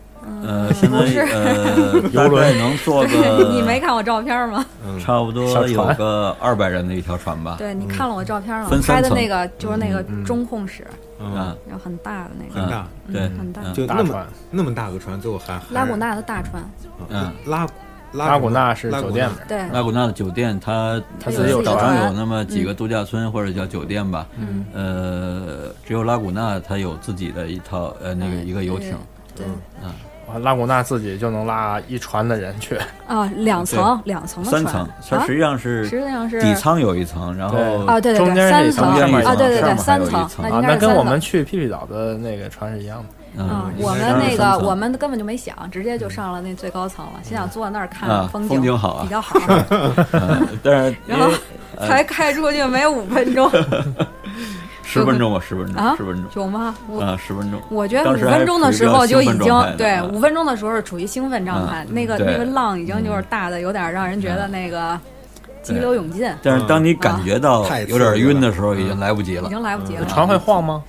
Speaker 6: 呃，现在呃，
Speaker 7: 游轮
Speaker 6: 大概能坐个，
Speaker 1: 你没看我照片吗？
Speaker 5: 嗯，
Speaker 6: 差不
Speaker 7: 小
Speaker 6: 多
Speaker 7: 船
Speaker 6: 有个二百人的一条船吧？
Speaker 1: 对，你看了我照片吗？
Speaker 6: 啊分三
Speaker 1: 拍的
Speaker 6: 层
Speaker 1: 那个就是那个中控室，
Speaker 5: 嗯
Speaker 6: 啊，
Speaker 1: 然后很大的那
Speaker 5: 很
Speaker 1: 个，
Speaker 5: 大，
Speaker 6: 对，
Speaker 1: 嗯很大
Speaker 6: 嗯
Speaker 5: 就
Speaker 7: 大
Speaker 5: 那么
Speaker 7: 船
Speaker 5: 那么大个船，最后还还
Speaker 1: 拉古纳的大船，
Speaker 5: 嗯
Speaker 6: 嗯，
Speaker 5: 拉
Speaker 7: 拉古
Speaker 5: 古
Speaker 7: 纳是
Speaker 5: 拉
Speaker 7: 酒
Speaker 5: 古
Speaker 7: 店
Speaker 5: 纳
Speaker 7: 名，
Speaker 1: 对，
Speaker 6: 拉古纳的酒店，它
Speaker 7: 它自己有
Speaker 6: 岛
Speaker 1: 船
Speaker 6: 上有那么几个度假村或者叫酒店吧，
Speaker 1: 嗯，
Speaker 6: 呃，只有拉古纳它有自己的一套呃那
Speaker 1: 哎
Speaker 6: 个一个游艇，
Speaker 1: 对，
Speaker 7: 哇拉古纳自己就能拉一船的人去，
Speaker 1: 啊，两层两层的
Speaker 6: 三
Speaker 1: 船
Speaker 6: 层，它
Speaker 1: 啊
Speaker 6: 实际上是
Speaker 1: 实际上是
Speaker 6: 底舱有一层，然后
Speaker 1: 啊，对对
Speaker 7: 中间
Speaker 1: 对，
Speaker 7: 是
Speaker 1: 三
Speaker 7: 一层
Speaker 1: 层
Speaker 6: 中间一层
Speaker 1: 啊，对对
Speaker 6: 上
Speaker 1: 对，
Speaker 6: 面还
Speaker 1: 三
Speaker 6: 有一
Speaker 1: 层，
Speaker 6: 层
Speaker 1: 那
Speaker 7: 啊，
Speaker 1: 应
Speaker 7: 那
Speaker 1: 该是
Speaker 7: 跟我
Speaker 1: 三
Speaker 7: 们
Speaker 1: 层。
Speaker 7: 去屁屁岛的那个船是一样的。
Speaker 1: 嗯，
Speaker 6: 嗯，
Speaker 1: 我们
Speaker 6: 实际上
Speaker 1: 那
Speaker 6: 是三
Speaker 1: 个
Speaker 6: 层
Speaker 1: 我们根本就没想，直接就上了那最高层了，心想坐那儿
Speaker 6: 啊
Speaker 1: 看
Speaker 6: 风景
Speaker 1: 景
Speaker 6: 好啊
Speaker 1: 比较 好，
Speaker 6: 嗯但是因
Speaker 1: 然后
Speaker 6: 为
Speaker 1: 才开出去没五分 钟
Speaker 6: 十分钟吧，十分
Speaker 1: 啊
Speaker 6: 钟，十分钟
Speaker 1: 有吗？我
Speaker 6: 啊，十分钟，
Speaker 1: 我觉得
Speaker 6: 当
Speaker 1: 五
Speaker 6: 时还
Speaker 1: 分钟的时候就已
Speaker 6: 处于比
Speaker 1: 经
Speaker 6: 较兴奋状态
Speaker 1: 对
Speaker 6: 的，啊
Speaker 1: 五分钟的时候是处于兴奋状态，
Speaker 6: 嗯
Speaker 1: 那个
Speaker 6: 对
Speaker 1: 那个浪已经就是大的有点让人觉得那个急流勇进，
Speaker 6: 但是当你感觉到
Speaker 8: 嗯太刺
Speaker 6: 有
Speaker 8: 激了嗯
Speaker 6: 点晕的时候，已经来不及
Speaker 1: 已
Speaker 6: 了。
Speaker 1: 经来不及了。
Speaker 6: 嗯
Speaker 7: 船会晃吗？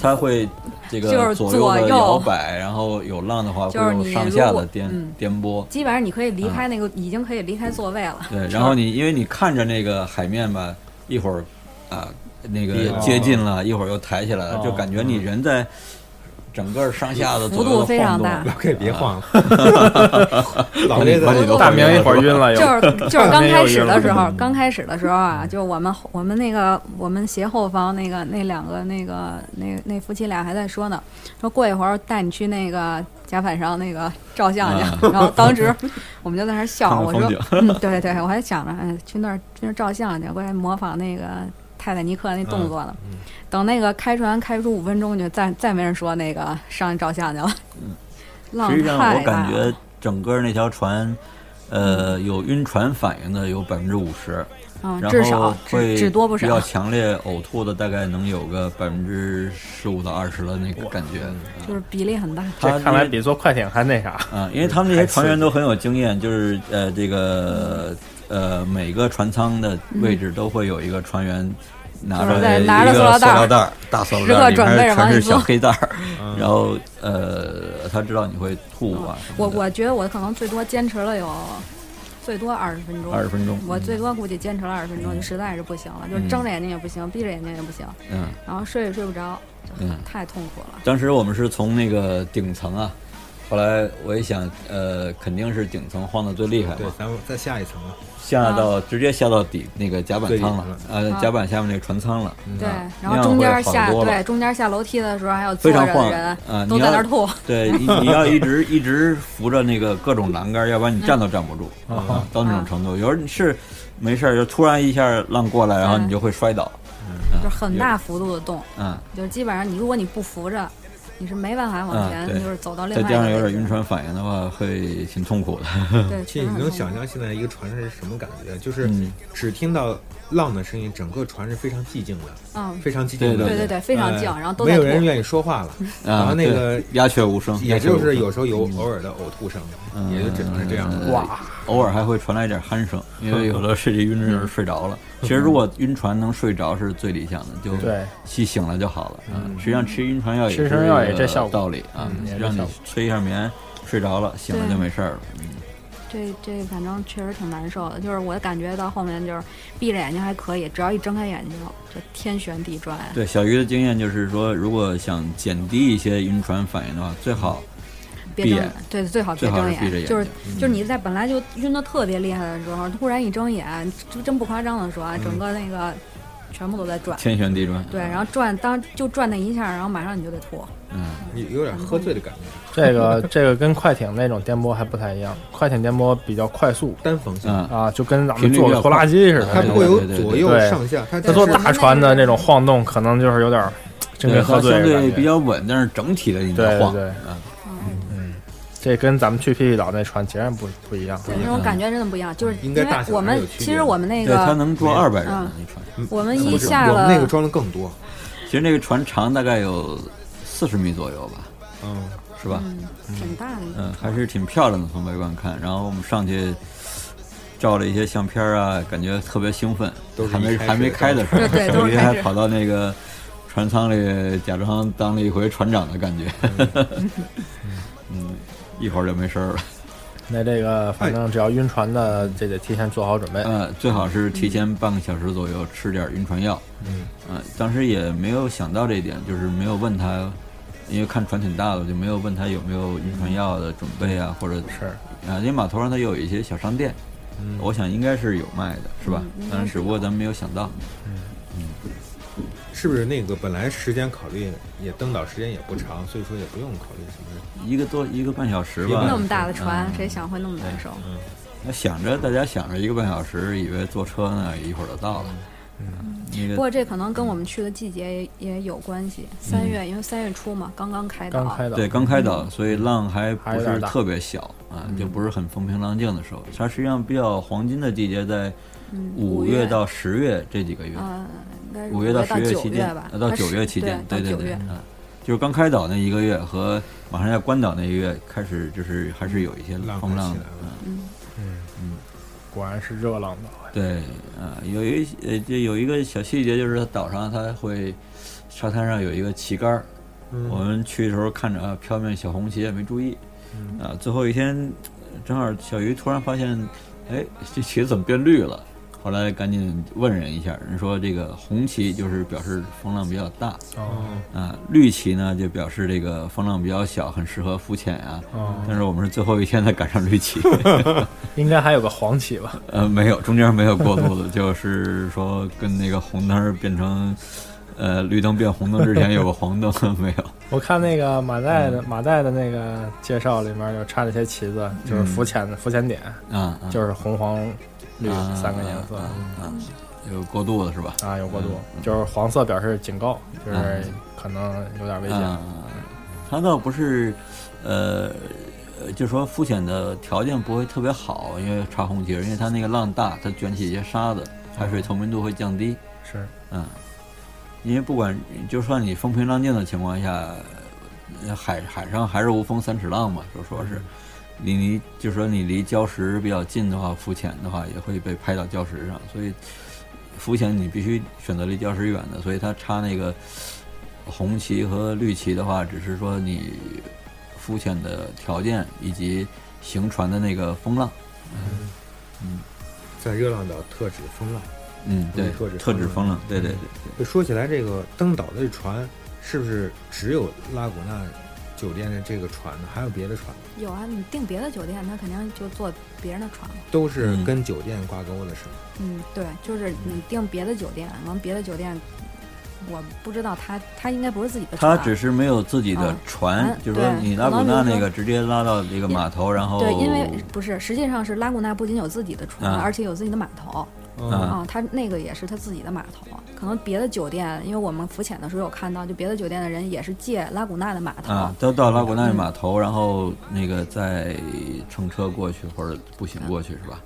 Speaker 6: 它会这
Speaker 1: 就
Speaker 6: 个
Speaker 1: 是
Speaker 6: 左
Speaker 1: 左
Speaker 6: 的
Speaker 1: 右
Speaker 6: 摇摆，然后有浪的话
Speaker 1: 就是
Speaker 6: 会有
Speaker 1: 你
Speaker 6: 上
Speaker 1: 如
Speaker 6: 下
Speaker 1: 果
Speaker 6: 的颠
Speaker 1: 嗯
Speaker 6: 颠簸。
Speaker 1: 基本上你可以离
Speaker 6: 嗯
Speaker 1: 开那个，已经可以离开座位了。
Speaker 6: 对，然后你因为你看着那个海面吧，一会儿啊那个接近了，一会儿又抬起来了，
Speaker 7: 哦
Speaker 6: 就感觉你人在整个上下的
Speaker 1: 幅
Speaker 6: 左
Speaker 1: 度
Speaker 6: 右的
Speaker 1: 非常
Speaker 6: 晃动
Speaker 1: 大
Speaker 5: 老 K
Speaker 7: 啊
Speaker 5: 别晃 了，老 K
Speaker 6: 把你
Speaker 1: 都
Speaker 7: 大明一会儿晕了
Speaker 1: 就
Speaker 7: 又，
Speaker 1: 是 就是刚开始的时
Speaker 7: 没有
Speaker 1: 候，刚开始的时候啊，就我们后我们那个我们斜后方那个那两个那个那那夫妻俩还在说呢，说过一会儿带你去那个甲板上那个照相去。然后当时我们就在那儿笑，
Speaker 6: 啊看看
Speaker 1: 我
Speaker 6: 风
Speaker 1: 说
Speaker 6: 景，
Speaker 1: 嗯，对对，我还想着，哎，去那儿去那儿照相去，我还模仿那个泰坦尼克那动作呢。
Speaker 6: 嗯
Speaker 1: 等那个开船开出五分钟去，再再没人说那个上去照相去了。浪
Speaker 6: 嗯实际上我
Speaker 1: 太大
Speaker 6: 感
Speaker 1: 了，
Speaker 6: 觉整个那条船，呃，有晕船反应的有百分之五十，
Speaker 1: 嗯，至
Speaker 6: 然
Speaker 1: 少
Speaker 6: 后
Speaker 1: 只
Speaker 6: 会
Speaker 1: 只多不
Speaker 6: 比较
Speaker 1: 少。
Speaker 6: 强烈呕吐的大概能有个百分之十五到二十的那个感觉。嗯
Speaker 1: 就是比例很大，
Speaker 6: 他
Speaker 7: 嗯这看来比坐快艇还那啥。
Speaker 6: 啊，因为他们这些船员都很有经验，就是呃，这个呃，每个船舱的位置都会有一个船员拿
Speaker 1: 嗯就是
Speaker 6: 着
Speaker 1: 在
Speaker 6: 一
Speaker 1: 拿着
Speaker 6: 个
Speaker 1: 塑料袋儿
Speaker 6: 塑料袋儿，大塑料
Speaker 1: 时
Speaker 6: 袋儿，
Speaker 1: 刻
Speaker 6: 里
Speaker 1: 准
Speaker 6: 面
Speaker 1: 备着往
Speaker 6: 全
Speaker 1: 里
Speaker 6: 是小
Speaker 1: 坐
Speaker 6: 黑袋儿，
Speaker 7: 嗯
Speaker 6: 然后呃，他知道你会吐啊什
Speaker 1: 我
Speaker 6: 么的，
Speaker 1: 我觉得我可能最多坚持了有最多二十分钟，
Speaker 6: 二十分嗯钟，
Speaker 1: 我最多估计坚持了二十分钟，就实在是不行了，就是睁着眼睛也不行，闭着眼睛也不行，
Speaker 6: 嗯。
Speaker 1: 然后睡也睡不着，就很
Speaker 6: 嗯
Speaker 1: 太痛苦了。
Speaker 6: 当时我们是从那个顶层啊，后来我一想，呃，肯定是顶层晃的最厉害
Speaker 5: 对
Speaker 6: 嘛，，
Speaker 5: 咱们再下一层了，
Speaker 6: 下到、直接下到底那个甲板舱了，
Speaker 5: 最
Speaker 6: 呃，
Speaker 1: 啊
Speaker 6: 甲板下面那个船舱了，
Speaker 1: 对
Speaker 5: 嗯
Speaker 6: 啊，
Speaker 1: 然
Speaker 6: 那
Speaker 1: 后
Speaker 6: 样
Speaker 1: 中
Speaker 6: 会
Speaker 1: 间
Speaker 6: 好
Speaker 1: 下
Speaker 6: 多了
Speaker 1: 对中间下楼梯的时候，还有坐
Speaker 6: 非
Speaker 1: 着
Speaker 6: 常晃
Speaker 1: 的人
Speaker 6: 啊！
Speaker 1: 都
Speaker 6: 你
Speaker 1: 在那
Speaker 6: 要
Speaker 1: 儿吐，
Speaker 6: 对，你你要一直 一直扶着那个各种栏杆，要不然你站都站不住
Speaker 5: 嗯
Speaker 6: 啊，到那种程度。有时候你是没事儿，就突然一下浪过来，然后你就会摔倒，
Speaker 1: 嗯
Speaker 5: 嗯
Speaker 6: 啊
Speaker 1: 就是很大幅度的动，
Speaker 6: 嗯，
Speaker 1: 就是基本上你如果你不扶着，你是没办法往
Speaker 6: 嗯
Speaker 1: 前，
Speaker 6: 对
Speaker 1: 就是走到另
Speaker 6: 再
Speaker 1: 外
Speaker 6: 加上
Speaker 1: 一
Speaker 6: 有
Speaker 1: 个位
Speaker 6: 点
Speaker 1: 置
Speaker 6: 晕，船反应的话，会挺痛苦的。啊
Speaker 1: 对，
Speaker 5: 其
Speaker 1: 确实
Speaker 5: 实你
Speaker 1: 很
Speaker 5: 能
Speaker 1: 痛
Speaker 5: 想
Speaker 1: 苦
Speaker 5: 象现在一个船上是什么感觉？就是
Speaker 6: 嗯
Speaker 5: 只听到浪的声音，整个船是非常寂静的，
Speaker 1: 嗯，
Speaker 5: 非常寂静的，
Speaker 6: 对
Speaker 1: 对对对，非常静，
Speaker 5: 呃
Speaker 1: 然后都
Speaker 5: 没
Speaker 1: 在
Speaker 5: 有人
Speaker 1: 吐，
Speaker 5: 愿意说话了，
Speaker 7: 嗯
Speaker 5: 然
Speaker 6: 啊，
Speaker 5: 后那
Speaker 6: 对
Speaker 5: 个
Speaker 6: 鸦雀无声，
Speaker 5: 也就是有
Speaker 6: 时
Speaker 5: 时候有偶尔的呕吐声，也就只能是这样了。
Speaker 7: 嗯哇，
Speaker 6: 偶尔还会传来一点鼾声，因
Speaker 7: 嗯
Speaker 6: 为有的睡着晕着人睡着了。其实如果晕船能睡着是最理想的，就
Speaker 7: 对，
Speaker 6: 吸醒了就好了。啊
Speaker 5: 嗯
Speaker 6: 实际上吃晕船药也
Speaker 7: 吃
Speaker 6: 是
Speaker 7: 晕船药也
Speaker 6: 个
Speaker 7: 这效果
Speaker 6: 道理啊
Speaker 7: 嗯也，是
Speaker 6: 让
Speaker 7: 效
Speaker 6: 你
Speaker 7: 果
Speaker 6: 催一下眠，睡着了醒了
Speaker 1: 对
Speaker 6: 就没事儿了。嗯
Speaker 1: 这这反正确实挺难受的，就是我感觉到后面就是闭着眼睛还可以，只要一睁开眼睛就天旋地转。
Speaker 6: 对小鱼的经验就是说，如果想减低一些晕船反应的话，最好
Speaker 1: 别
Speaker 6: 闭
Speaker 1: 睁
Speaker 6: 眼
Speaker 1: 对，最好别
Speaker 6: 最好
Speaker 1: 睁
Speaker 6: 是闭着眼
Speaker 1: 就是
Speaker 6: 睛嗯
Speaker 1: 就是你在本来就晕的特别厉害的时候，突然一睁眼，就真不夸张的说啊，
Speaker 6: 嗯
Speaker 1: 整个那个全部都在转。
Speaker 6: 天旋地转。
Speaker 1: 对，然后转当就转那一下，然后马上你就得吐。
Speaker 6: 嗯，
Speaker 5: 有有点喝醉的感觉，
Speaker 7: 这个这个跟快艇那种颠簸还不太一样，快艇颠簸比较快速
Speaker 5: 单方向，
Speaker 6: 啊，
Speaker 7: 啊，就跟咱
Speaker 6: 频
Speaker 7: 们
Speaker 6: 率
Speaker 7: 坐
Speaker 6: 比
Speaker 7: 个
Speaker 6: 较
Speaker 7: 拖拉
Speaker 6: 快
Speaker 7: 机似的。
Speaker 5: 它不会有左右
Speaker 7: 对对
Speaker 5: 上下，它
Speaker 7: 他
Speaker 5: 只
Speaker 7: 坐
Speaker 5: 是
Speaker 7: 大船的那种晃动，可能就是有点儿真
Speaker 6: 对
Speaker 7: 跟喝
Speaker 6: 它
Speaker 7: 醉
Speaker 6: 相
Speaker 7: 似的
Speaker 6: 对
Speaker 7: 感
Speaker 6: 比
Speaker 7: 觉。
Speaker 6: 较稳，但是整体的你在
Speaker 7: 对
Speaker 6: 晃。
Speaker 7: 对
Speaker 6: 啊，
Speaker 7: 这跟咱们去霹雳岛那船截然不不一样。
Speaker 1: 对，那种
Speaker 6: 嗯
Speaker 1: 感觉真的不一样，就是
Speaker 5: 应
Speaker 1: 因
Speaker 5: 该
Speaker 1: 为
Speaker 5: 大小
Speaker 1: 我
Speaker 5: 还是
Speaker 1: 们
Speaker 5: 有区别
Speaker 1: 其实我们那
Speaker 6: 对，它
Speaker 1: 个
Speaker 6: 能坐二百人
Speaker 1: 嗯
Speaker 6: 一船。
Speaker 1: 我们
Speaker 5: 不
Speaker 1: 一
Speaker 5: 是
Speaker 1: 下
Speaker 5: 我
Speaker 1: 了
Speaker 5: 们那个装的更多，
Speaker 6: 其实那个船长大概有四十米左右吧，
Speaker 5: 嗯，
Speaker 6: 是吧？
Speaker 1: 嗯挺大的一个
Speaker 6: 嗯，还是挺漂亮的，从外观看。然后我们上去照了一些相片啊，感觉特别兴奋，
Speaker 5: 都是
Speaker 6: 还没
Speaker 5: 一开始
Speaker 6: 还没开的时候，
Speaker 1: 对对
Speaker 6: 小
Speaker 1: 都是
Speaker 6: 驴
Speaker 1: 开
Speaker 6: 还
Speaker 1: 始
Speaker 6: 跑到那个船舱里假装当了一回船长的感觉。 嗯，一会儿就没事儿了。
Speaker 7: 那这个反正只要晕船的，这得提前做好准备。
Speaker 6: 呃，最好是提前半个小时左右吃点晕船药。
Speaker 5: 嗯，
Speaker 6: 呃，当时也没有想到这一点，就是没有问他，因为看船挺大的，我就没有问他有没有晕船药的准备啊，或者
Speaker 7: 是
Speaker 6: 啊，因为码头上它有一些小商店，
Speaker 5: 嗯
Speaker 6: 我想应该是有卖的，是吧？
Speaker 1: 嗯应该
Speaker 6: 但
Speaker 1: 是
Speaker 6: 只不过咱们没有想到，
Speaker 5: 是不是那个本来时间考虑也登岛时间也不
Speaker 6: 嗯
Speaker 5: 长，所以说也不用考虑什么。
Speaker 6: 一个多一个半小时
Speaker 5: 一个
Speaker 6: 吧
Speaker 1: 那。么大的船，
Speaker 6: 嗯
Speaker 1: 谁想会那么难受？
Speaker 6: 那想着大家想着一个半小时，以为坐车呢一会儿就到了。嗯，那
Speaker 1: 不
Speaker 6: 个
Speaker 1: 过这可能跟我们去的季节也也有关系。三月，因为三月初嘛，刚刚开
Speaker 7: 嗯刚
Speaker 1: 岛，
Speaker 7: 开岛，
Speaker 6: 对刚开岛，所
Speaker 1: 嗯
Speaker 6: 以浪还
Speaker 7: 还
Speaker 6: 不
Speaker 7: 有点
Speaker 6: 是
Speaker 7: 大嗯
Speaker 6: 特别小啊，就不是很风平浪静的时候。它实际上比较黄金的季节在
Speaker 1: 嗯，
Speaker 6: 五
Speaker 1: 月
Speaker 6: 月到十月这几个月，
Speaker 1: 呃，应该是
Speaker 6: 五
Speaker 1: 月
Speaker 6: 到
Speaker 1: 到
Speaker 6: 十月
Speaker 1: 九
Speaker 6: 期间
Speaker 1: 吧，
Speaker 6: 呃到
Speaker 1: 它
Speaker 6: 九
Speaker 1: 是
Speaker 6: 月期间，
Speaker 1: 对
Speaker 6: 对
Speaker 1: 到九
Speaker 6: 对对，
Speaker 1: 月。
Speaker 6: 啊，就是刚开岛那一个月和马上要关岛那一个月开始，就是还是有一些
Speaker 5: 浪
Speaker 6: 风嗯
Speaker 5: 起来
Speaker 6: 浪的
Speaker 5: 了，
Speaker 6: 嗯
Speaker 7: 果然是热浪岛。
Speaker 6: 对，呃，有一呃，就有一个小细节，就是它岛上它会沙滩上有一个旗杆儿，我们去的时候看着啊，飘面小红旗也没注意，啊、最后一天呃正好小鱼突然发现，哎，这旗子怎么变绿了？后来赶紧问人一下，人说这个红旗就是表示风浪比较大，
Speaker 7: 哦
Speaker 6: 啊、绿旗呢就表示这个风浪比较小，很适合浮潜啊。
Speaker 7: 哦，
Speaker 6: 但是我们是最后一天才赶上绿旗，
Speaker 7: 应该还有个黄旗吧？
Speaker 6: 呃，没有，中间没有过渡的， 就是说跟那个红灯儿变成，呃，绿灯变红灯之前有个黄灯， 没有。
Speaker 7: 我看那个马代
Speaker 6: 嗯
Speaker 7: 的马代的那个介绍里面有插这些旗子，
Speaker 6: 嗯
Speaker 7: 就是浮潜的浮潜点，
Speaker 6: 啊，啊
Speaker 7: 就是红黄绿
Speaker 6: 啊
Speaker 7: 三个颜色嗯
Speaker 6: 啊啊啊有过渡了是吧？
Speaker 7: 啊，有过渡
Speaker 6: 嗯，
Speaker 7: 就是黄色表示警告，就是
Speaker 6: 嗯
Speaker 7: 可能有点危险
Speaker 6: 啊，它倒不是，呃，呃就说浮潜的条件不会特别好，因为插红旗，因为它那个浪大，它卷起一些沙子，海水透明度会降低。
Speaker 7: 是
Speaker 6: 嗯，因为不管就算你风平浪静的情况下，呃海海上还是无风三尺浪嘛，就说
Speaker 5: 嗯
Speaker 6: 是你离就说你离礁石比较近的话，浮潜的话也会被拍到礁石上，所以浮潜你必须选择离礁石远的，所以它插那个红旗和绿旗的话，只是说你浮潜的条件以及行船的那个风浪。
Speaker 5: 在热浪岛特指风浪。
Speaker 6: 嗯，对，
Speaker 5: 特指
Speaker 6: 特指
Speaker 5: 风
Speaker 6: 风
Speaker 5: 浪嗯
Speaker 6: 浪，对对对
Speaker 5: 就说起来，这个登岛的船是不是只有拉古纳酒店的这个船呢？还有别的船吗？
Speaker 1: 有啊，你订别的酒店，他肯定就坐别人的船了。
Speaker 5: 都是
Speaker 6: 嗯
Speaker 5: 跟酒店挂钩的是吗？
Speaker 1: 嗯，对，就是你订别的酒店，完别的酒店，我不知道他他应该不是自己的
Speaker 6: 他
Speaker 1: 船。
Speaker 6: 只是没有自己的
Speaker 1: 嗯
Speaker 6: 船，
Speaker 1: 嗯
Speaker 6: 就是说
Speaker 1: 对
Speaker 6: 你
Speaker 1: 可
Speaker 6: 拉古
Speaker 1: 能
Speaker 6: 纳
Speaker 1: 就是
Speaker 6: 那
Speaker 1: 说
Speaker 6: 个直接拉到这个
Speaker 1: 也
Speaker 6: 码头，然后
Speaker 1: 对，因为不是，实际上是拉古纳不仅有自己的船，
Speaker 6: 哦啊
Speaker 1: 而且有自己的码头
Speaker 6: 啊
Speaker 1: 啊，他那个也是他自己的码头。啊可能别的酒店，因为我们浮潜的时候有看到，就别的酒店的人也是借拉古纳的码头。
Speaker 6: 啊，都到拉古纳
Speaker 1: 嗯
Speaker 6: 码头，然后那个再乘车过去或者步行过去是吧？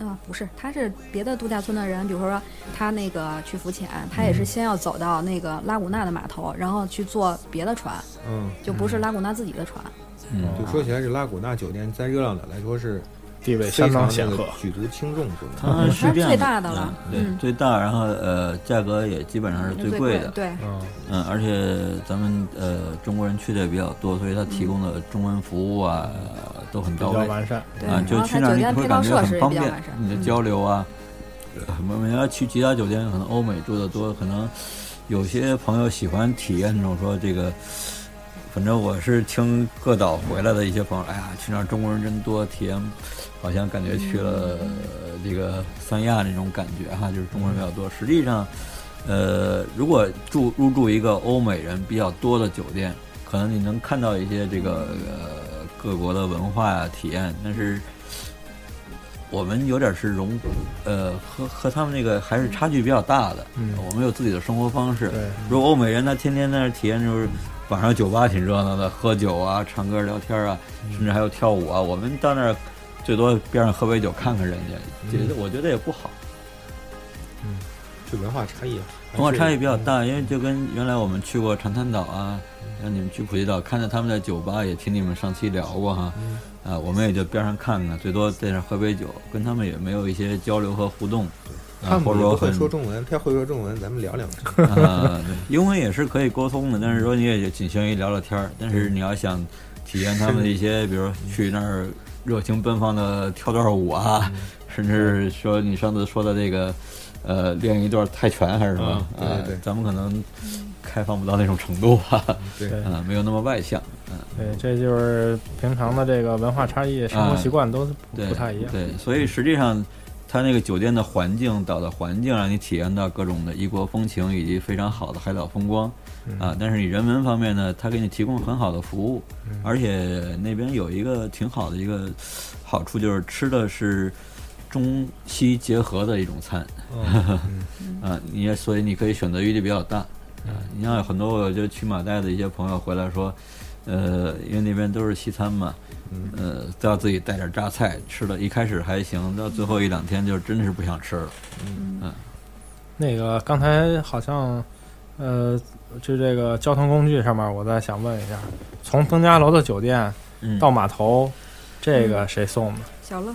Speaker 1: 啊，不是，他是别的度假村的人，比如说他那个去浮潜，他也是
Speaker 6: 嗯
Speaker 1: 先要走到那个拉古纳的码头，然后去坐别的船，
Speaker 5: 嗯，
Speaker 1: 就不是拉古纳自己的船。
Speaker 6: 嗯，
Speaker 5: 就说起来，这拉古纳酒店在热浪岛来说是
Speaker 7: 地位
Speaker 5: 非
Speaker 7: 相
Speaker 5: 常
Speaker 7: 当
Speaker 5: 那
Speaker 7: 显
Speaker 5: 个
Speaker 7: 赫。
Speaker 5: 举足轻重，不能。
Speaker 6: 它是这样
Speaker 1: 嗯最大的了
Speaker 6: 嗯对，
Speaker 1: 嗯
Speaker 6: 最大，然后呃，价格也基本上是最
Speaker 1: 最
Speaker 6: 贵
Speaker 1: 的，
Speaker 6: 的，
Speaker 1: 对，
Speaker 7: 嗯，
Speaker 6: 嗯，而且咱们呃中国人去的也比较多，所以它提供的中文服务啊呃都很
Speaker 7: 比
Speaker 6: 到
Speaker 7: 较
Speaker 6: 位，
Speaker 7: 完善。
Speaker 1: 对
Speaker 6: 啊，就
Speaker 1: 然后
Speaker 6: 去
Speaker 1: 它
Speaker 6: 那儿
Speaker 1: 酒
Speaker 6: 你
Speaker 1: 店
Speaker 6: 会
Speaker 1: 配
Speaker 6: 感
Speaker 1: 套
Speaker 6: 觉
Speaker 1: 设
Speaker 6: 很
Speaker 1: 施也
Speaker 6: 方
Speaker 1: 比较
Speaker 6: 便
Speaker 1: 完善，，
Speaker 6: 你的
Speaker 1: 嗯
Speaker 6: 交流啊，呃我们要去其他酒店，可能欧美住的多，可能有些朋友喜欢体验那种说这个，反正我是听各岛回来的一些朋友，哎呀，去那儿中国人真多，体验好像感觉去了
Speaker 1: 嗯
Speaker 6: 呃这个三亚那种感觉哈，就是中国人比较多。实际上，呃，如果住入住一个欧美人比较多的酒店，可能你能看到一些这个呃各国的文化呀、体验，但是我们有点是融，呃，和和他们那个还是差距比较大的。
Speaker 7: 嗯
Speaker 6: 我们有自己的生活方式。
Speaker 7: 对，
Speaker 6: 如果欧美人他天天在那儿体验，就是晚上酒吧挺热闹的，喝酒啊、唱歌、聊天啊，
Speaker 7: 嗯
Speaker 6: 甚至还有跳舞啊。我们到那儿最多边上喝杯酒，看看人
Speaker 7: 嗯
Speaker 6: 家，觉得我觉得也不好。
Speaker 5: 就文化差异，啊
Speaker 6: 文化差异比较。大，因为就跟原来我们去过长滩岛啊，让你们去普吉岛，看到他们在酒吧，也听你们上期聊过哈，
Speaker 5: 嗯
Speaker 6: 啊，我们也就边上看看，最多在那喝杯酒，跟他们也没有一些交流和互动，
Speaker 5: 他
Speaker 6: 啊，或
Speaker 5: 们
Speaker 6: 者
Speaker 5: 也
Speaker 6: 说
Speaker 5: 不会
Speaker 6: 很
Speaker 5: 说中文，他会说中文，咱们 聊两句。
Speaker 6: 啊，对英文也是可以沟通的，但是说你也就仅限于聊聊天儿。但是你要想体验他们的一些，比如说去那儿热情奔放的跳段舞啊，
Speaker 5: 嗯
Speaker 6: 甚至说你上次说的这个，呃，练一段泰拳还是什么
Speaker 5: 啊，对对
Speaker 6: 啊
Speaker 5: 对
Speaker 6: 咱们可能开放不到那种程度吧，
Speaker 5: 对
Speaker 7: 对
Speaker 6: 啊，没有那么外向，嗯、
Speaker 7: 对，这就是平常的这个文化差异、生活习惯都不
Speaker 6: 啊对，
Speaker 7: 不太一样。
Speaker 6: 对，所以实际上，它那个酒店的环境、岛的环境，让你体验到各种的异国风情以及非常好的海岛风光
Speaker 7: 嗯
Speaker 6: 啊。但是你人文方面呢，它给你提供很好的服务，
Speaker 7: 嗯
Speaker 6: 而且那边有一个挺好的一个好处，就是吃的是中西结合的一种餐。
Speaker 5: 嗯
Speaker 6: 啊，你也所以你可以选择余地比较大啊。你像有很多我就去马代的一些朋友回来说，呃，因为那边都是西餐嘛，呃，都要自己带点榨菜吃的。一开始还行，到最后一两天就真是不想吃了。
Speaker 7: 那个刚才好像，呃，就这个交通工具上面，我再想问一下，从登嘉楼的酒店
Speaker 6: 嗯，
Speaker 7: 到码头，这个谁送的？
Speaker 1: 小乐，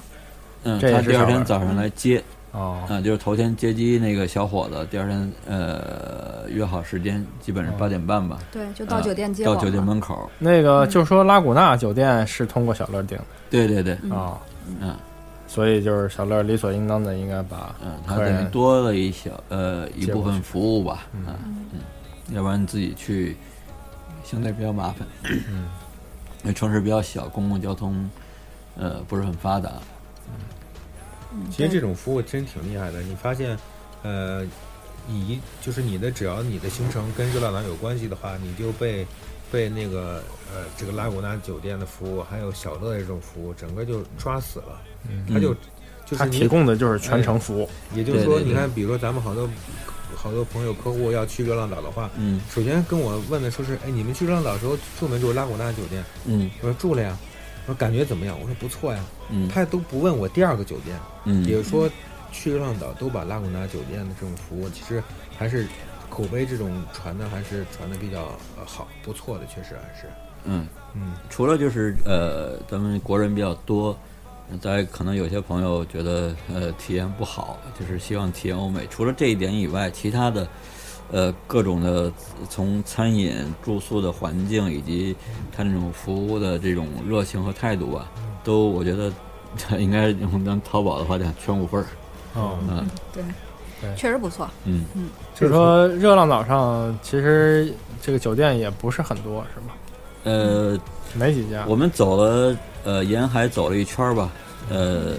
Speaker 6: 嗯，
Speaker 7: 这也
Speaker 6: 他
Speaker 7: 是
Speaker 6: 第二
Speaker 7: 上
Speaker 6: 天
Speaker 7: 班
Speaker 6: 早上来接，
Speaker 7: 哦，
Speaker 6: 啊，就是头天接机那个小伙子，第二天呃约好时间，基本上八点半吧，
Speaker 1: 对，就到
Speaker 6: 啊
Speaker 1: 酒店接我
Speaker 6: 到
Speaker 1: 们
Speaker 6: 酒店门口。
Speaker 7: 那个就说拉古纳酒店是通过小乐订的
Speaker 6: 对对对，
Speaker 1: 嗯
Speaker 7: 啊，
Speaker 6: 嗯
Speaker 7: 所以就是小乐理所应当的应该把
Speaker 6: 嗯，他
Speaker 7: 客人
Speaker 6: 等于多了一小呃一
Speaker 7: 接过
Speaker 6: 部分
Speaker 7: 去
Speaker 6: 服务吧，
Speaker 7: 嗯
Speaker 6: 啊嗯，要不然你自己去相对比较麻烦，嗯，因为城市比较小，公共交通呃不是很发达，
Speaker 5: 其实这种服务真挺厉害的。你发现，呃，你一就是你的，只要你的行程跟热浪岛有关系的话，你就被被那个呃这个拉古纳酒店的服务，还有小乐的这种服务，整个就抓死了。
Speaker 6: 嗯
Speaker 5: 他就就是
Speaker 7: 他
Speaker 5: 你
Speaker 7: 提供的就是全程服务，
Speaker 5: 也就是说，
Speaker 6: 对对
Speaker 5: 你看，比如说咱们好多好多朋友客户要去热浪岛的话，
Speaker 6: 嗯
Speaker 5: 首先跟我问的说是，哎，你们去热浪岛的时候住没住拉古纳酒店？
Speaker 6: 嗯
Speaker 5: 我说住了呀。我说感觉怎么样？我说不错呀。
Speaker 6: 嗯
Speaker 5: 他都不问我第二个酒店，也
Speaker 6: 嗯
Speaker 5: 就是说，去热浪岛都把拉古纳酒店的这种服务，其实还是口碑这种传的还是传的比较呃好，不错的，确实还是，
Speaker 6: 嗯，
Speaker 5: 嗯
Speaker 6: 除了就是呃咱们国人比较多。在可能有些朋友觉得呃体验不好，就是希望体验欧美。除了这一点以外，其他的呃各种的从餐饮、住宿的环境以及他那种服务的这种热情和态度啊，都我觉得 应该用咱淘宝的话讲全五分儿。
Speaker 7: 哦，
Speaker 6: 嗯
Speaker 1: 对
Speaker 7: 对，
Speaker 1: 确实不错。
Speaker 6: 嗯，
Speaker 7: 就是说热浪岛上其实这个酒店也不是很多，是吧？
Speaker 6: 呃，
Speaker 7: 没几家，
Speaker 6: 我们走了呃沿海走了一圈儿吧，呃，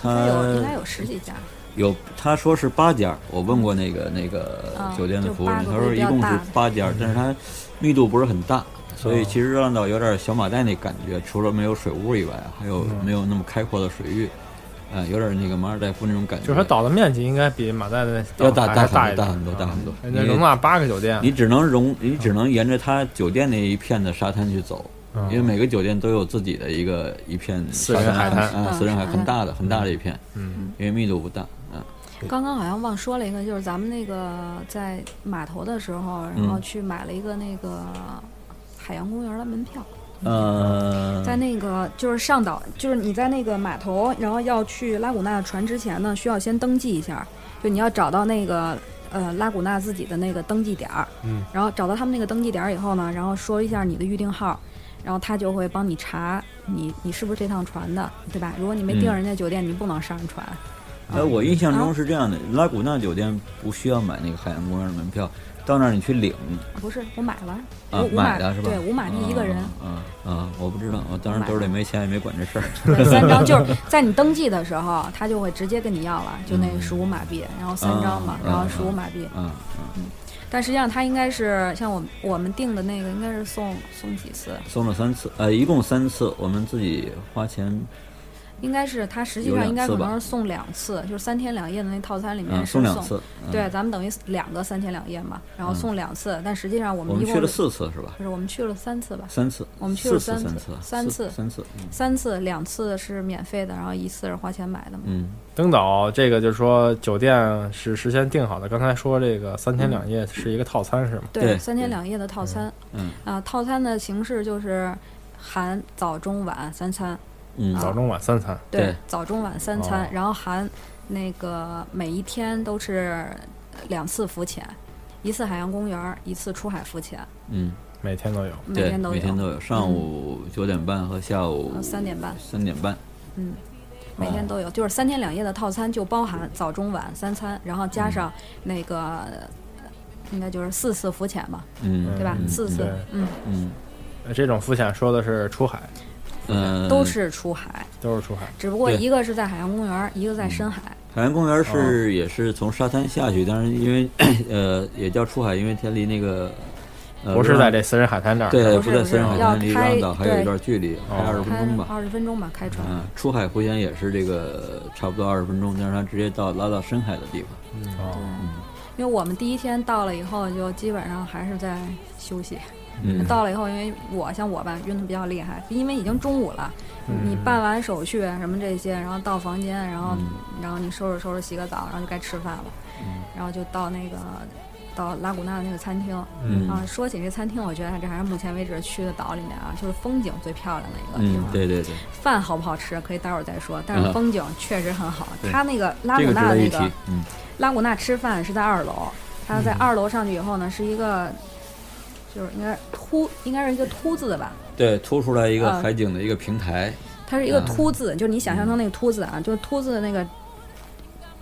Speaker 1: 它
Speaker 6: 他
Speaker 1: 有应该有十几家，
Speaker 6: 有他说是八家，我问过那个那个
Speaker 1: 啊
Speaker 6: 酒店的
Speaker 1: 就
Speaker 6: 服务
Speaker 1: 八
Speaker 6: 人，
Speaker 1: 个
Speaker 6: 他说
Speaker 1: 比
Speaker 6: 一
Speaker 1: 较
Speaker 6: 共
Speaker 1: 大
Speaker 6: 是
Speaker 1: 的
Speaker 6: 八家，但是它密度不是很大，所
Speaker 7: 哦
Speaker 6: 以其实热浪岛有点小马代那感觉，除了没有水屋以外，啊还有
Speaker 7: 嗯
Speaker 6: 没有那么开阔的水域，呃，有点那个马尔代夫那种感觉。
Speaker 7: 就是说岛的面积应该比马代的
Speaker 6: 要
Speaker 7: 岛
Speaker 6: 大
Speaker 7: 还
Speaker 6: 大
Speaker 7: 还大
Speaker 6: 很
Speaker 7: 一
Speaker 6: 多
Speaker 7: 点
Speaker 6: 大很多
Speaker 7: 啊
Speaker 6: 大很多
Speaker 7: 人家
Speaker 6: 因为
Speaker 7: 容纳八个酒店，
Speaker 6: 你只能容，你只能沿着它酒店那一片的沙滩去走，
Speaker 7: 嗯
Speaker 6: 因为每个酒店都有自己的一个一片
Speaker 7: 私
Speaker 6: 沙
Speaker 7: 人海滩
Speaker 6: 啊，
Speaker 1: 嗯
Speaker 6: 私人海
Speaker 1: 嗯
Speaker 6: 很大的很大的一片，
Speaker 7: 嗯，
Speaker 6: 因为密度不大啊，
Speaker 1: 刚刚好像忘说了一个，就是咱们那个在码头的时候，然后
Speaker 6: 嗯
Speaker 1: 去买了一个那个海洋公园的门票。
Speaker 6: 呃，
Speaker 1: 嗯在那个就是上岛，就是你在那个码头，然后要去拉古纳船之前呢，需要先登记一下，就你要找到那个呃拉古纳自己的那个登记点儿，
Speaker 5: 嗯，
Speaker 1: 然后找到他们那个登记点儿以后呢，然后说一下你的预定号，然后他就会帮你查你你是不是这趟船的，对吧？如果你没订
Speaker 6: 嗯
Speaker 1: 人家酒店，你不能上人船。啊
Speaker 6: 呃，我印象中是这样的，拉古纳酒店不需要买那个海洋公园的门票，到那儿你去领
Speaker 1: 不是，我买了，
Speaker 6: 啊
Speaker 1: 我，五
Speaker 6: 买
Speaker 1: 马
Speaker 6: 的是吧？
Speaker 1: 对，五马币一个人，
Speaker 6: 啊啊啊！我不知道，我当时兜里没钱，也没管这事儿。
Speaker 1: 对，三张就是在你登记的时候，他就会直接跟你要了，就那十五马币，然后三张嘛，
Speaker 6: 嗯
Speaker 1: 然后
Speaker 6: 嗯
Speaker 1: 十五马币。
Speaker 6: 嗯
Speaker 1: 但实际上他应该是像我们我们订的那个，应该是送送几次，
Speaker 6: 嗯，送了三次，呃，一共三次，我们自己花钱，
Speaker 1: 应该是他实际
Speaker 6: 有
Speaker 1: 上
Speaker 6: 两
Speaker 1: 应该
Speaker 6: 次
Speaker 1: 可能
Speaker 6: 吧
Speaker 1: 是送两次，就是三天两夜的那套餐里面
Speaker 6: 嗯，
Speaker 1: 是
Speaker 6: 送两次。嗯
Speaker 1: 对，，咱们等于两个三天两夜嘛，然后
Speaker 6: 嗯
Speaker 1: 送两次，但实际上我
Speaker 6: 我
Speaker 1: 们
Speaker 6: 们
Speaker 1: 一
Speaker 6: 去
Speaker 1: 共
Speaker 6: 了四次是吧？
Speaker 1: 不是我们去了三次吧，
Speaker 6: 三次，
Speaker 1: 我们去
Speaker 6: 四
Speaker 1: 了
Speaker 6: 次，
Speaker 1: 三
Speaker 6: 三
Speaker 1: 次三
Speaker 6: 次，
Speaker 1: 次
Speaker 6: 三次，
Speaker 1: 三次两次是免费的，然后一次是花钱买的嘛。
Speaker 6: 嗯
Speaker 7: 登岛这个就是说酒店是事先定好的，刚才说这个三天
Speaker 6: 嗯
Speaker 7: 两夜是一个套餐是吗？
Speaker 1: 对，
Speaker 6: 对
Speaker 1: 三天两夜的套餐。
Speaker 6: 嗯
Speaker 1: 啊，套餐的形式就是含早中晚三餐。啊
Speaker 6: 嗯
Speaker 7: 早
Speaker 6: 嗯，
Speaker 7: 中晚三餐，
Speaker 6: 对
Speaker 1: 早中晚三餐，
Speaker 7: 哦
Speaker 1: 然后含那个每一天都是两次浮潜，一次海洋公园，一次出海浮潜，
Speaker 6: 嗯，
Speaker 7: 每天都有。
Speaker 1: 每
Speaker 6: 对，
Speaker 1: 天都
Speaker 6: 每天
Speaker 1: 有，
Speaker 6: 都有，上午九点半和下午
Speaker 1: 呃三点半，
Speaker 6: 三点半。
Speaker 1: 每
Speaker 6: 哦
Speaker 1: 天都有，就是三天两夜的套餐就包含早中晚三餐，然后
Speaker 6: 嗯
Speaker 1: 加上那个。呃应该就是四次浮潜嘛，
Speaker 6: 嗯，
Speaker 1: 对吧？
Speaker 6: 嗯
Speaker 1: 四次
Speaker 7: 对，
Speaker 1: 嗯，
Speaker 6: 嗯，
Speaker 7: 呃这种浮潜说的是出海，
Speaker 6: 呃，
Speaker 1: 都是出海，
Speaker 7: 都是出海。
Speaker 1: 只不过
Speaker 6: 对
Speaker 1: 一个是在海洋公园，一个在深海。
Speaker 6: 海洋公园是、也是从沙滩下去，但是因为 呃也叫出海，因为它离那个呃
Speaker 7: 不是在这私人海滩这儿，
Speaker 6: 对
Speaker 1: 不是
Speaker 6: 在
Speaker 1: 不是
Speaker 6: 私人海
Speaker 1: 要
Speaker 6: 滩，离热浪岛
Speaker 1: 开
Speaker 6: 还有一
Speaker 1: 对
Speaker 6: 段距离，还
Speaker 7: 哦
Speaker 6: 二十分钟吧。
Speaker 1: 二十分钟吧，开船。
Speaker 6: 嗯、出海浮潜也是这个差不多二十分钟，但是它直接到拉到深海的地方。嗯
Speaker 7: 哦，
Speaker 1: 因为我们第一天到了以后，就基本上还是在休息。
Speaker 6: 嗯，
Speaker 1: 到了以后，因为我像我吧，晕的比较厉害，因为已经中午了，
Speaker 6: 嗯
Speaker 1: 你办完手续什么这些，然后到房
Speaker 6: 嗯
Speaker 1: 间，然后、然后你收拾收拾洗个澡，然后就该吃饭了，然后就到那个到拉古纳的那个餐厅。
Speaker 6: 嗯
Speaker 1: 啊，说起这餐厅，我觉得这还是目前为止去的岛里面啊，就是风景最漂亮的一个地
Speaker 6: 嗯，
Speaker 1: 方。
Speaker 6: 对对对，
Speaker 1: 饭好不好吃可以待会儿再说，但
Speaker 6: 嗯
Speaker 1: 是风景确实很好。
Speaker 6: 对
Speaker 1: 它那个拉
Speaker 6: 这
Speaker 1: 古
Speaker 6: 个值
Speaker 1: 纳
Speaker 6: 得
Speaker 1: 那
Speaker 6: 一提
Speaker 1: 个。。
Speaker 6: 嗯，
Speaker 1: 拉古纳吃饭是在二楼，他在二楼上去以后呢，是一个，就是应该凸，应该是一个凸字吧，
Speaker 6: 对，凸出来一个
Speaker 1: 啊
Speaker 6: 海景的一个平台。
Speaker 1: 它是一个
Speaker 6: 啊
Speaker 1: 凸字，就是你想象中那个凸字啊，就是凸字的那个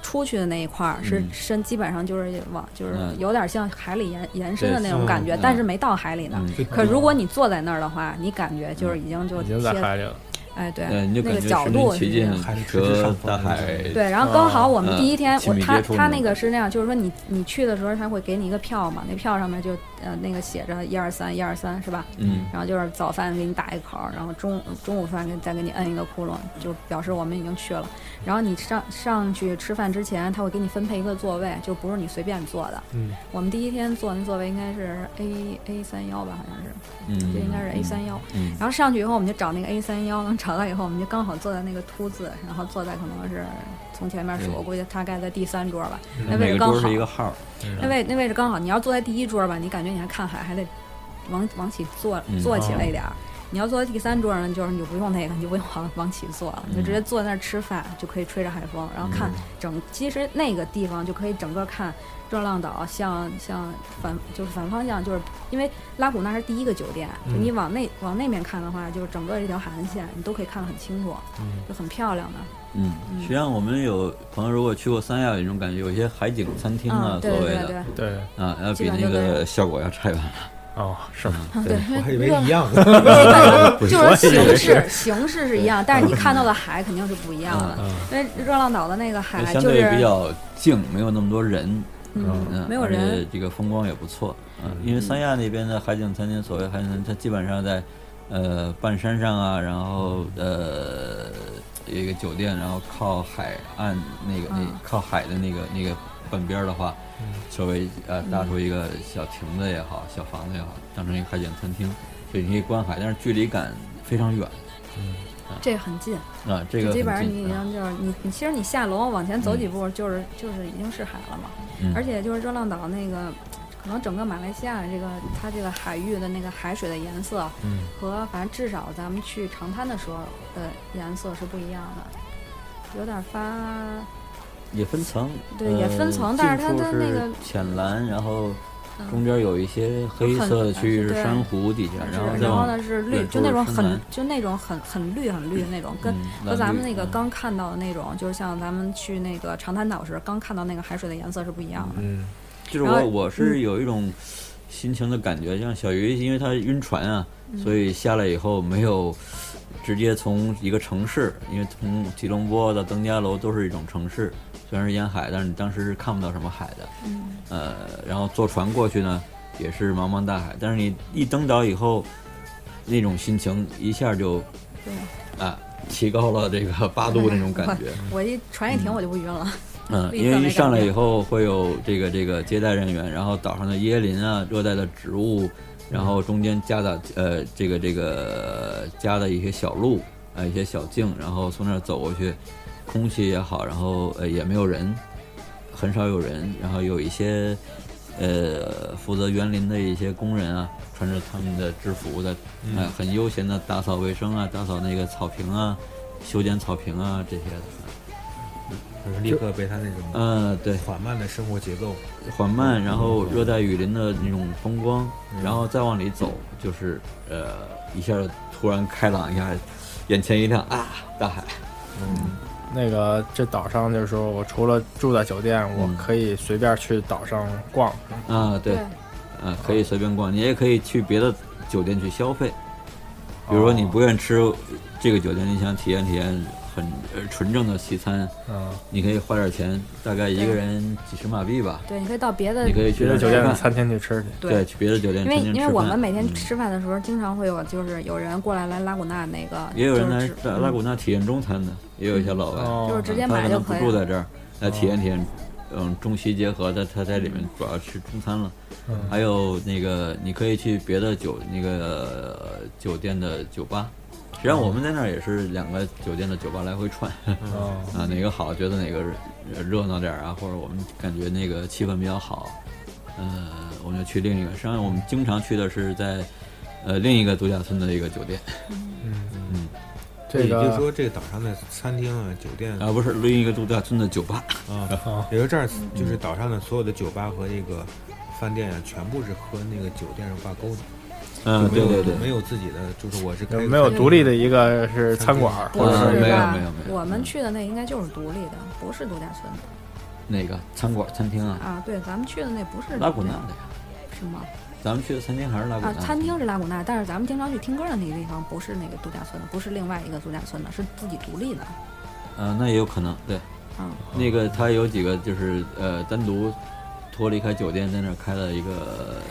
Speaker 1: 出去的那一块儿是
Speaker 6: 嗯
Speaker 1: 伸，基本上就是往就是
Speaker 6: 嗯
Speaker 1: 有点像海里延延伸的
Speaker 6: 对
Speaker 1: 那种感觉
Speaker 6: 嗯，
Speaker 1: 但是没到海里呢。
Speaker 6: 嗯，
Speaker 5: 就
Speaker 1: 可如果你坐在那儿的话，你感觉就是已经就
Speaker 7: 已经在
Speaker 1: 贴
Speaker 7: 海里了。
Speaker 1: 哎对
Speaker 6: 呃对，，你就
Speaker 1: 那
Speaker 6: 感
Speaker 1: 个
Speaker 6: 觉
Speaker 1: 角
Speaker 6: 身临
Speaker 1: 度是
Speaker 6: 其
Speaker 1: 一样
Speaker 6: 境
Speaker 1: 的
Speaker 2: 海里直直
Speaker 6: 和
Speaker 2: 上浮
Speaker 6: 大
Speaker 2: 的那
Speaker 6: 海
Speaker 2: 种。
Speaker 1: 对，然后刚好我们第一天，我
Speaker 6: 嗯啊亲密
Speaker 1: 他
Speaker 6: 接触
Speaker 1: 他
Speaker 6: 那
Speaker 1: 那
Speaker 6: 种
Speaker 1: 个是那样，就是说你你去的时候，他会给你一个票嘛，那票上面就呃那个写着一二三一二三是吧？
Speaker 6: 嗯，
Speaker 1: 然后就是早饭给你打一口儿，然后中中午饭给再给你摁一个窟窿，就表示我们已经去了。然后你上上去吃饭之前，他会给你分配一个座位，就不是你随便坐的。
Speaker 5: 嗯，
Speaker 1: 我们第一天坐那座位应该是 A A 三幺吧，好像是，
Speaker 6: 嗯，
Speaker 1: 这应该是 A 三幺。
Speaker 6: 嗯。
Speaker 1: 然后上去以后，我们就找那个 A 三幺，能找到以后，我们就刚好坐在那个凸字，然后坐在可能是从前面数，
Speaker 6: 对
Speaker 1: 我估计大概在第三桌吧。那位
Speaker 6: 嗯，每
Speaker 1: 置
Speaker 6: 个
Speaker 1: 刚
Speaker 6: 桌
Speaker 1: 好
Speaker 6: 是一，个号儿。
Speaker 7: 嗯
Speaker 1: 那位那位置刚好。你要坐在第一桌吧，你感觉你还看海，还得往往起坐
Speaker 6: 嗯
Speaker 1: 坐起来一点儿。你要坐在第三桌呢，就是你就不用那个，你就不用往往起坐了，你就直
Speaker 6: 嗯
Speaker 1: 接坐在那儿吃饭，就可以吹着海风，然后看整。其实那个地方就可以整个看热浪岛向向反就是反方向，就是因为拉古那是第一个酒店，就
Speaker 6: 嗯
Speaker 1: 你往那往那边看的话，就是整个一条海岸线，你都可以看得很清楚，就很漂亮的。
Speaker 6: 嗯，实际上我们有朋友如果去过三亚，有一种感觉，有一些海景餐厅啊，
Speaker 1: 嗯，
Speaker 6: 所
Speaker 1: 对对
Speaker 6: 谓
Speaker 1: 对
Speaker 6: 的
Speaker 1: 对
Speaker 7: 对，
Speaker 6: 啊，要
Speaker 1: 基
Speaker 6: 比
Speaker 1: 本
Speaker 6: 那
Speaker 1: 就
Speaker 6: 个
Speaker 1: 跟
Speaker 6: 效果要差一万。
Speaker 7: 哦，是吗？
Speaker 1: 对，
Speaker 5: 我还以
Speaker 1: 因为
Speaker 5: 为
Speaker 1: 热
Speaker 5: 一样，
Speaker 1: 就是形式形式是一样，但是你看到的海肯定是不一样的，因为热浪岛的那个海
Speaker 6: 嗯相
Speaker 1: 就
Speaker 6: 对比
Speaker 1: 是
Speaker 6: 较静，没有那么多人，
Speaker 1: 嗯
Speaker 6: 嗯，
Speaker 1: 没有
Speaker 6: 而且
Speaker 1: 人，
Speaker 6: 这个风光也不错，嗯，因为三亚那边的海景餐厅，所谓海景餐厅，它基本上在呃半山上啊，然后呃有一个酒店，然后靠海岸那个那
Speaker 1: 嗯
Speaker 6: 靠海的那个那个半边儿的话，稍微呃
Speaker 1: 嗯
Speaker 6: 搭出一个小亭子也好，小房子也好，当成一个海景餐厅，所以你可以观海，但是距离感非常远
Speaker 1: 这很近，
Speaker 6: 啊，这
Speaker 1: 就
Speaker 6: 个
Speaker 1: 基本上
Speaker 6: 很
Speaker 1: 你已
Speaker 6: 近啊
Speaker 1: 经就是你你其实你下楼往前走几步就是就是已经是海了嘛，
Speaker 6: 嗯
Speaker 1: 而且就是热浪岛那个。可能整个马来西亚这个它这个海域的那个海水的颜色，
Speaker 6: 嗯
Speaker 1: 和反正至少咱们去长滩的时候的颜色是不一样的，有点发
Speaker 6: 也分层，
Speaker 1: 对
Speaker 6: 呃
Speaker 1: 也分层但是它
Speaker 6: 近处
Speaker 1: 它那个
Speaker 6: 浅蓝，然后
Speaker 1: 嗯
Speaker 6: 中间有一些黑色的区域是
Speaker 1: 对
Speaker 6: 珊瑚底下，然
Speaker 1: 是，
Speaker 6: 后再
Speaker 1: 然后
Speaker 6: 往
Speaker 1: 呢是绿，
Speaker 6: 远
Speaker 1: 就
Speaker 6: 处
Speaker 1: 那
Speaker 6: 是
Speaker 1: 种
Speaker 6: 深
Speaker 1: 很
Speaker 6: 蓝
Speaker 1: 就那种很很绿很绿的那种，跟
Speaker 6: 嗯
Speaker 1: 和
Speaker 6: 蓝
Speaker 1: 咱们
Speaker 6: 绿
Speaker 1: 那个
Speaker 6: 嗯
Speaker 1: 刚看到的那种，就是像咱们去那个长滩岛时刚看到那个海水的颜色是不一样的。
Speaker 7: 嗯，
Speaker 6: 就是
Speaker 1: 然
Speaker 6: 我
Speaker 1: 后嗯
Speaker 6: 我是有一种心情的感觉，像小鱼，因为他晕船啊，
Speaker 1: 嗯
Speaker 6: 所以下来以后没有直接从一个城市，因为从吉隆坡到登嘉楼都是一种城市，虽然是沿海，但是你当时是看不到什么海的。
Speaker 1: 嗯，
Speaker 6: 呃，然后坐船过去呢，也是茫茫大海，但是你一登岛以后，那种心情一下就
Speaker 1: 对，
Speaker 6: 啊提高了这个八度那种感 觉。
Speaker 1: 我一船一停我就不晕了。
Speaker 6: 嗯，
Speaker 1: 立
Speaker 6: 因
Speaker 1: 刻
Speaker 6: 为
Speaker 1: 没
Speaker 6: 一上
Speaker 1: 感
Speaker 6: 来
Speaker 1: 觉
Speaker 6: 以后会有这个这个接待人员，然后岛上的椰林啊、热带的植物，然
Speaker 1: 嗯
Speaker 6: 后中间夹的呃这个这个夹的一些小路啊、一些小径，然后从那儿走过去，空气也好，然后呃也没有人，很少有人，然后有一些呃负责园林的一些工人啊，穿着他们的制服的，
Speaker 1: 嗯
Speaker 6: 呃很悠闲的打扫卫生啊，打扫那个草坪啊，修剪草坪啊这些的。
Speaker 5: 立刻被他那种
Speaker 6: 嗯、对。
Speaker 5: 缓慢的生活节奏，
Speaker 6: 缓
Speaker 7: 嗯
Speaker 6: 慢，然后热带雨林的那种风光，然后再往里走，就是呃，一下突然开朗一下，眼前一亮啊，大海，
Speaker 7: 那个这岛上就是说我除了住在酒店，我
Speaker 6: 嗯
Speaker 7: 可以随便去岛上逛，嗯
Speaker 6: 啊，对，啊，可以随便逛，你也可以去别的酒店去消费，比
Speaker 7: 哦
Speaker 6: 如说你不愿吃这个酒店，你想体验体验很呃纯正的西餐，
Speaker 7: 嗯，
Speaker 6: 你可以花点钱，大概一个人几十马币吧，
Speaker 1: 对，你可以到别的
Speaker 6: 你可以去
Speaker 7: 别的酒店
Speaker 6: 那
Speaker 7: 的
Speaker 6: 儿吃饭，
Speaker 7: 餐厅去吃去。
Speaker 6: 对，，去别的酒店
Speaker 1: 嗯因
Speaker 6: 餐
Speaker 1: 为
Speaker 6: 厅吃
Speaker 1: 因
Speaker 6: 饭，
Speaker 1: 为我们每天
Speaker 6: 嗯
Speaker 1: 吃饭的时候，经常会有就是有人过来来拉古纳那个，
Speaker 6: 也有人
Speaker 1: 就
Speaker 6: 来
Speaker 1: 是嗯指
Speaker 6: 拉拉古纳体验中餐的，也有一些老外，
Speaker 7: 哦
Speaker 1: 就是直接买
Speaker 6: 嗯他
Speaker 1: 就
Speaker 6: 可能不
Speaker 1: 可以
Speaker 6: 住
Speaker 1: 了。
Speaker 6: 在这儿，来体验体验，嗯，中西结合，他他在里
Speaker 1: 嗯
Speaker 6: 面主要吃中餐了。还有那个，你可以去别的酒那个呃酒店的酒吧，实际上我们在那儿也是两个酒店的酒吧来回串
Speaker 7: 嗯，
Speaker 6: 啊，哪个好觉得哪个热闹点儿啊，或者我们感觉那个气氛比较好，啊，呃，我们就去另一个。实际上我们经常去的是在呃另一个度假村的一个酒店
Speaker 7: 这
Speaker 5: 也就是
Speaker 7: 个
Speaker 5: 说，这个岛上的餐厅啊、酒店
Speaker 6: 啊，不是另一个度假村的酒吧。
Speaker 5: 啊，也就是这儿就是岛上的所有的酒吧和这个饭店啊，全部是和那个酒店上挂钩的，
Speaker 6: 嗯，
Speaker 5: 就没
Speaker 6: 对
Speaker 5: 有
Speaker 6: 对对，
Speaker 5: 没有自己的，就是我是
Speaker 7: 就
Speaker 5: 开
Speaker 7: 没有
Speaker 5: 个
Speaker 7: 独立的一个是餐馆儿，
Speaker 1: 不
Speaker 7: 或者
Speaker 1: 是吧？
Speaker 6: 嗯没有没有没有嗯
Speaker 1: 我们去的那应该就是独立的，不是度假村的
Speaker 6: 那个餐馆餐厅啊，
Speaker 1: 啊。对，咱们去的那不是
Speaker 6: 拉古纳的呀，
Speaker 1: 是吗？
Speaker 6: 咱们去的餐厅还是拉古
Speaker 1: 啊，
Speaker 6: 纳。
Speaker 1: 餐厅是拉古纳，但是咱们经常去听歌的那个地方不是那个度假村的，不是另外一个度假村的，是自己独立的。
Speaker 6: 呃，那也有可能，对，
Speaker 1: 嗯，
Speaker 6: 那个他有几个就是呃单独脱离开酒店，在那儿开了一个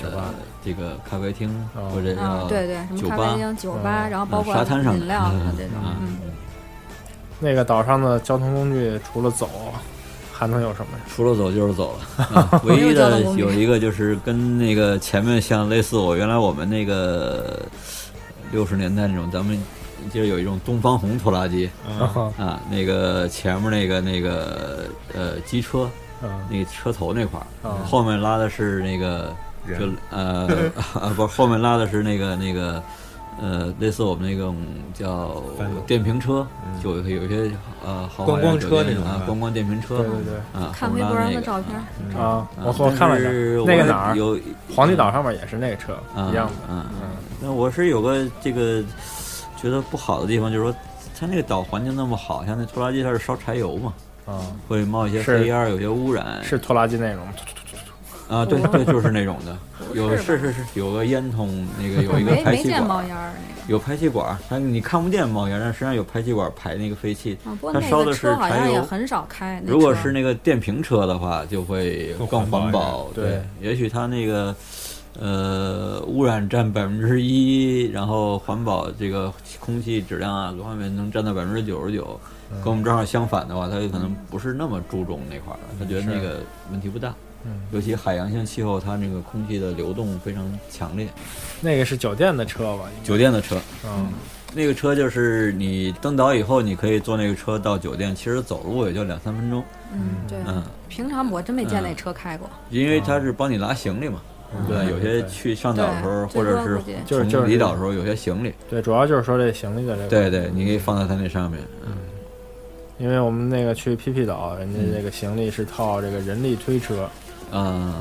Speaker 7: 酒吧
Speaker 6: 呃这个咖啡厅
Speaker 7: 哦
Speaker 6: 或者
Speaker 1: 啊
Speaker 6: 叫，
Speaker 1: 对对，什么
Speaker 6: 酒
Speaker 1: 咖
Speaker 6: 吧
Speaker 1: 啡厅、酒吧，
Speaker 7: 嗯
Speaker 1: 然后包括
Speaker 6: 嗯沙滩上的
Speaker 1: 饮料什么这种，
Speaker 6: 嗯
Speaker 1: 嗯，
Speaker 7: 那个岛上的交通工具除了走，还能有什么呀？
Speaker 6: 除了走就是走了， 啊唯一的有一个就是跟那个前面像类似我原来我们那个呃六十年代那种，咱们就是有一种东方红拖拉机
Speaker 7: 嗯
Speaker 6: 啊，那个前面那个那个呃机车
Speaker 7: 嗯
Speaker 6: 那个车头那块儿，
Speaker 7: 啊
Speaker 6: 后面拉的是那个就
Speaker 5: 人
Speaker 6: 呃啊不是后面拉的是那个那个。呃，类似我们那种叫
Speaker 5: 翻斗
Speaker 6: 电瓶车，
Speaker 5: 嗯
Speaker 6: 就有有一些呃豪华
Speaker 5: 观光
Speaker 6: 酒
Speaker 5: 车
Speaker 6: 店
Speaker 5: 那种
Speaker 6: 啊
Speaker 5: 啊，
Speaker 6: 观光电瓶车，
Speaker 7: 对对对
Speaker 6: 啊，
Speaker 1: 看
Speaker 6: 后
Speaker 1: 微
Speaker 6: 面
Speaker 1: 博
Speaker 6: 拉
Speaker 1: 上
Speaker 6: 那
Speaker 1: 的
Speaker 6: 个
Speaker 1: 照片儿，
Speaker 5: 嗯
Speaker 7: 啊，我
Speaker 6: 后
Speaker 7: 我看了一眼，那个哪儿
Speaker 6: 有
Speaker 7: 皇帝岛上面也是那个车
Speaker 6: 啊
Speaker 7: 一样的，
Speaker 6: 啊。
Speaker 7: 嗯，
Speaker 6: 那我是有个这个觉得不好的地方，就是说它那个岛环境那么好，像那拖拉机它是烧柴油嘛，
Speaker 7: 啊，
Speaker 6: 会冒一些
Speaker 7: 是
Speaker 6: 黑烟儿，有些污染。
Speaker 7: 是拖拉机那种，
Speaker 6: 啊，对对，就是那种的，
Speaker 1: 不
Speaker 6: 有
Speaker 1: 是
Speaker 6: 是
Speaker 1: 吧
Speaker 6: 是是有个烟囱，那个有一个
Speaker 1: 没
Speaker 6: 排
Speaker 1: 没
Speaker 6: 气
Speaker 1: 见冒
Speaker 6: 管。
Speaker 1: 烟儿那
Speaker 6: 有排气管，但你看不见冒烟，但实际上有排气管排那个废气。
Speaker 1: 个啊，不过
Speaker 6: 它烧
Speaker 1: 那
Speaker 6: 的
Speaker 1: 个
Speaker 6: 是
Speaker 1: 车好
Speaker 6: 柴
Speaker 1: 像也
Speaker 6: 油
Speaker 1: 很少开。那
Speaker 6: 如果
Speaker 1: 车嗯
Speaker 6: 是那个电瓶车的话，就会
Speaker 5: 更
Speaker 6: 更
Speaker 5: 环保
Speaker 6: 环
Speaker 5: 一点
Speaker 6: 保。
Speaker 7: 对
Speaker 6: 对，也许它那个呃污染占百分之一，然后环保这个空气质量啊各方面能占到百分之九十九。
Speaker 5: 嗯
Speaker 6: 跟我们正好相反的话，它有可能不是那么注重那块儿了，他觉得那个问题不大。
Speaker 7: 嗯，
Speaker 6: 尤其海洋性气候，它那个空气的流动非常强烈。
Speaker 7: 那个是酒店的车吧？应该
Speaker 6: 酒店的车，
Speaker 7: 嗯，
Speaker 6: 那个车就是你登岛以后，你可以坐那个车到酒店，其实走路也就两三分钟。
Speaker 1: 嗯，对，
Speaker 6: 嗯。
Speaker 1: 平常我真没见
Speaker 6: 嗯
Speaker 1: 那车开过。
Speaker 6: 因为他是帮你拉行李嘛，
Speaker 7: 嗯
Speaker 6: 对，有些去上岛的时候，
Speaker 1: 对
Speaker 6: 或者是
Speaker 1: 最多估计
Speaker 7: 就是就是
Speaker 6: 从离岛的时候，有些行李，
Speaker 7: 对，主要就是说这行李的这个，
Speaker 6: 对对，你可以放在他那上面，
Speaker 7: 因为我们那个去 PP 岛，人家这个行李是套这个人力推车，
Speaker 6: 啊
Speaker 7: 嗯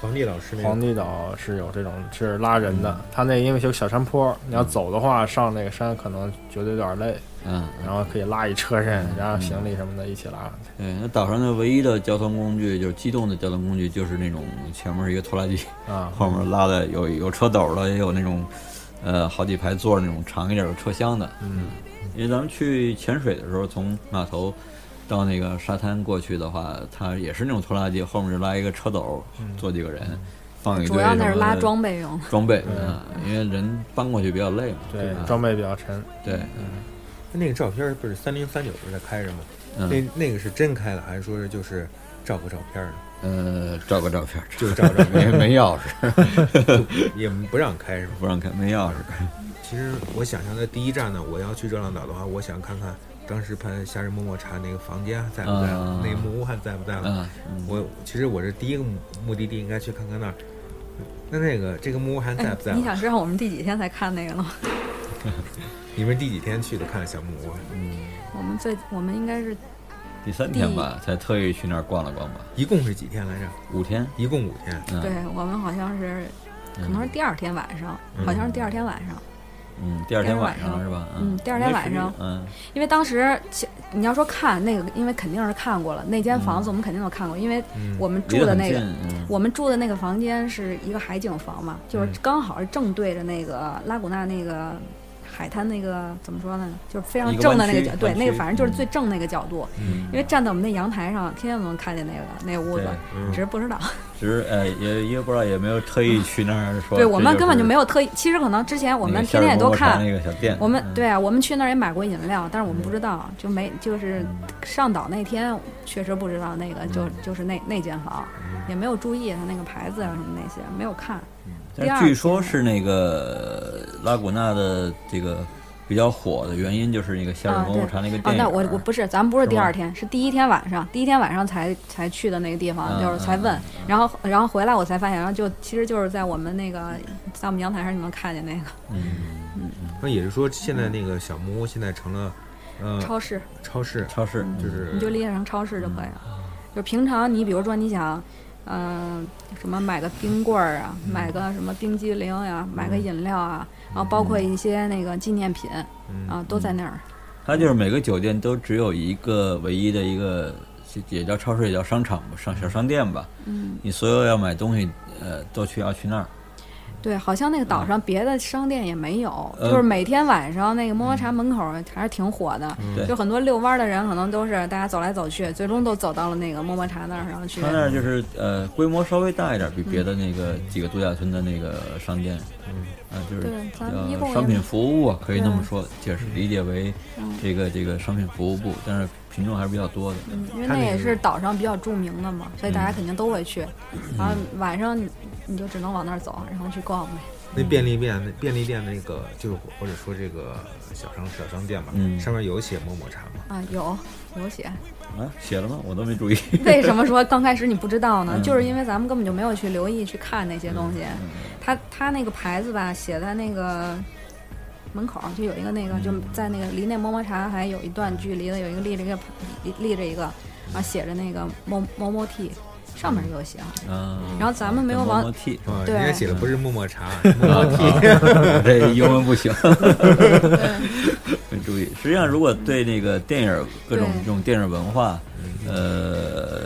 Speaker 5: 皇帝老师那
Speaker 7: 皇
Speaker 5: 个
Speaker 7: 帝岛是有这种是拉人的，它那因为有小山坡，你要走的话上那个山可能觉得有点累，
Speaker 6: 嗯，
Speaker 7: 然后可以拉一车人，然后行李什么的一起拉上去。
Speaker 6: 对，那岛上的唯一的交通工具就是机动的交通工具，就是那种前面是一个拖拉机，
Speaker 7: 啊，
Speaker 6: 后面拉的有有车斗的，也有那种呃好几排座儿那种长一点的车厢的，
Speaker 7: 嗯，
Speaker 6: 因为咱们去潜水的时候，从码头到那个沙滩过去的话，它也是那种拖拉机，后面就拉一个车斗，
Speaker 7: 嗯
Speaker 6: 坐几个人，放一堆
Speaker 1: 主要那是
Speaker 6: 什么
Speaker 1: 拉装备 用的，
Speaker 6: 装备啊，因为人搬过去比较累嘛。
Speaker 7: 嗯对
Speaker 6: 啊，
Speaker 7: 装备比较沉，
Speaker 6: 对，
Speaker 5: 那个照片不是三零三九不是在开着吗？那
Speaker 6: 嗯
Speaker 5: 那个是真开的，还是说是就是照个照片呢？
Speaker 6: 呃，照个照 片，照
Speaker 5: 就照照
Speaker 6: 没没钥匙，
Speaker 5: 片，也不让开是吧？
Speaker 6: 不让开，没钥匙。
Speaker 5: 其实我想象的第一站呢，我要去热浪岛的话，我想看看当时拍《夏日默默茶》那个房间还在不在了，
Speaker 6: 啊
Speaker 5: 那木屋还在不在了。
Speaker 6: 嗯嗯
Speaker 5: 我其实我这第一个目目的地应该去看看那儿，那那个这个木屋还在
Speaker 1: 哎
Speaker 5: 不在，啊
Speaker 1: 你
Speaker 5: 了？
Speaker 1: 想知道我们第几天才看那个了吗？
Speaker 5: 你们第几天去的看小木屋？
Speaker 1: 我们最我们应该是
Speaker 6: 第三天吧，才特意去那儿逛了逛吧，
Speaker 5: 一共是几天来着？
Speaker 6: 五天。
Speaker 5: 一共五天。
Speaker 6: 嗯
Speaker 1: 对，我们好像是可能是第二天晚上，好像是第二天晚上，
Speaker 6: 嗯，第二天晚上
Speaker 1: 第二天晚上
Speaker 6: 是吧？
Speaker 1: 嗯，第二天晚上，
Speaker 6: 嗯
Speaker 1: 因为当时其你要说看那个，因为肯定是看过了，那间房子我们肯定都看过，因为
Speaker 5: 嗯
Speaker 1: 我们
Speaker 6: 离
Speaker 1: 住
Speaker 6: 得
Speaker 1: 的那
Speaker 6: 很近，
Speaker 1: 个。
Speaker 6: 嗯
Speaker 1: 我们住的那个房间是一个海景房嘛，就是刚好是正对着那个拉古纳那个海滩那个怎么说呢，就是非常
Speaker 6: 一个
Speaker 1: 正的
Speaker 6: 湾
Speaker 1: 那个
Speaker 6: 区
Speaker 1: 角，对，
Speaker 6: 湾
Speaker 1: 那个
Speaker 6: 区
Speaker 1: 反正就是
Speaker 6: 嗯
Speaker 1: 最正那个角度，
Speaker 5: 嗯
Speaker 1: 因为站在我们那阳台上，天天都能看见那个那个屋子
Speaker 6: 对，
Speaker 5: 嗯
Speaker 1: 只是不知道。
Speaker 6: 只是呃也也不知道也没有特意去那儿
Speaker 1: 啊
Speaker 6: 说。
Speaker 1: 对我们根本就没
Speaker 6: 有，
Speaker 1: 有特意，其实可能之前我们天天也都看
Speaker 6: 那，个小店，嗯
Speaker 1: 我们对啊，我们去那儿也买过饮料，但是我们不知道，就没就是上岛那天确实不知道那个就
Speaker 6: 嗯
Speaker 1: 就是那那间房，也没有注意它那个牌子啊什么那些，没有看。啊
Speaker 6: 但
Speaker 1: 第二
Speaker 6: 据说是那个拉古纳的这个比较火的原因，就是那个《夏日
Speaker 1: 啊
Speaker 6: 魔
Speaker 1: 对
Speaker 6: 物茶》那个
Speaker 1: 啊，
Speaker 6: 电影
Speaker 1: 那
Speaker 6: 儿。
Speaker 1: 我我不是，咱们不是
Speaker 6: 是
Speaker 1: 第
Speaker 6: 吧
Speaker 1: 二天，是第一天晚上，第一天晚上才才去的那个地方，
Speaker 6: 嗯
Speaker 1: 就是才问，然后然后回来我才发现，然后就其实就是在我们那个在我们阳台上你能看见那个
Speaker 5: 那也是说，现在那个小木屋现在成了，
Speaker 6: 嗯
Speaker 5: 呃，
Speaker 1: 超市，
Speaker 5: 超市，
Speaker 6: 超市，
Speaker 1: 嗯
Speaker 5: 就是
Speaker 1: 你就理解成超市就可以了。就平常你比如说你想，嗯、什么买个冰棍儿啊，买个什么冰激凌呀、买个饮料啊，然后包括一些那个纪念品啊，都在那儿。
Speaker 6: 它就是每个酒店都只有一个唯一的一个，也叫超市，也叫商场吧，上小商店吧。嗯，你所有要买东西，呃，都去要去那儿。
Speaker 1: 对，好像那个岛上别的商店也没有，
Speaker 6: 呃
Speaker 1: 就是每天晚上那个摸摸茶门口儿还是挺火的，
Speaker 6: 对
Speaker 1: 就很多遛弯儿的人可能都是大家走来走去，最终都走到了那个摸摸茶那儿，然后去
Speaker 6: 它。那儿就是呃规模稍微大一点，比别的那个几个度假村的那个商店，嗯，啊就是
Speaker 1: 对咱们一共
Speaker 6: 呃
Speaker 1: 也
Speaker 6: 商品服务啊，可以那么说，解释理解为这个这个商品服务部，但是品种还是比较多的。
Speaker 1: 嗯，因为
Speaker 5: 它
Speaker 1: 那
Speaker 5: 那
Speaker 1: 也
Speaker 5: 个
Speaker 1: 是岛上比较著名的嘛，所以大家肯定都会去。然后晚上你你就只能往那儿走，然后去逛呗。
Speaker 5: 那便利店，那便利店那个就是或者说这个小商小商店吧，
Speaker 6: 嗯
Speaker 5: 上面有写抹抹茶嘛，
Speaker 1: 啊，有有写，
Speaker 6: 啊，写了吗？我都没注意。
Speaker 1: 为什么说刚开始你不知道呢？
Speaker 6: 嗯
Speaker 1: 就是因为咱们根本就没有去留意去看那些东西。他他那个牌子吧，写在那个门口儿就有一个那个，就在那个离那摸摸茶还有一段距离的，有一个立着一个牌立立着一个，啊，写着那个某某某 T，上面也有写啊。
Speaker 6: 嗯，
Speaker 1: 然后咱们没有
Speaker 6: 摸
Speaker 1: 往
Speaker 6: 摸剃，
Speaker 5: 啊，
Speaker 1: 对
Speaker 5: 人家写的不是抹抹茶，啊是抹抹 T，
Speaker 6: 我这英文不行，没注意。实际上，如果对那个电影儿各种
Speaker 1: 对
Speaker 6: 这种电影文化，呃，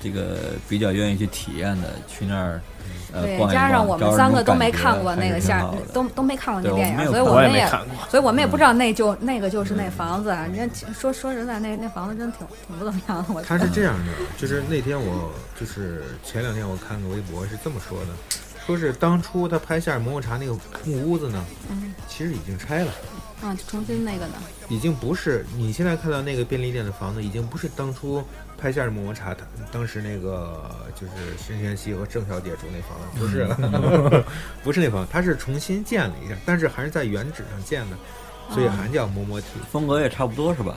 Speaker 6: 这个比较愿意去体验的，去那儿呃
Speaker 1: 对
Speaker 6: 逛，一
Speaker 1: 加上我
Speaker 6: 逛找
Speaker 1: 们
Speaker 6: 找
Speaker 1: 三
Speaker 6: 那
Speaker 1: 个
Speaker 6: 种
Speaker 1: 都没
Speaker 6: 感觉
Speaker 1: 看过
Speaker 6: 还
Speaker 1: 那
Speaker 6: 是
Speaker 1: 个
Speaker 6: 挺
Speaker 1: 下
Speaker 6: 好的，
Speaker 1: 都都没看过那
Speaker 6: 对
Speaker 1: 电影儿，
Speaker 6: 我们嗯
Speaker 1: 所以
Speaker 6: 没有
Speaker 1: 我
Speaker 6: 看
Speaker 7: 我也
Speaker 1: 们
Speaker 7: 没
Speaker 1: 也
Speaker 7: 看过。
Speaker 1: 所以我们也不知道那就那个就是那房子啊。人家说说实在，那那房子真挺挺不怎么样的，我觉
Speaker 5: 他
Speaker 1: 得。
Speaker 5: 是这样的，就是那天我就是前两天我看个微博是这么说的，说是当初他拍下抹抹茶那个木屋子呢，其实已经拆了。
Speaker 1: 啊，重新那个呢，
Speaker 5: 已经不是你现在看到那个便利店的房子，已经不是当初拍《夏日摩摩茶》当时那个就是任贤齐和郑小姐住那房子，不是了， 不是那房，它是重新建了一下，但是还是在原址上建的，所以还叫摩摩梯。
Speaker 6: 风格也差不多是吧？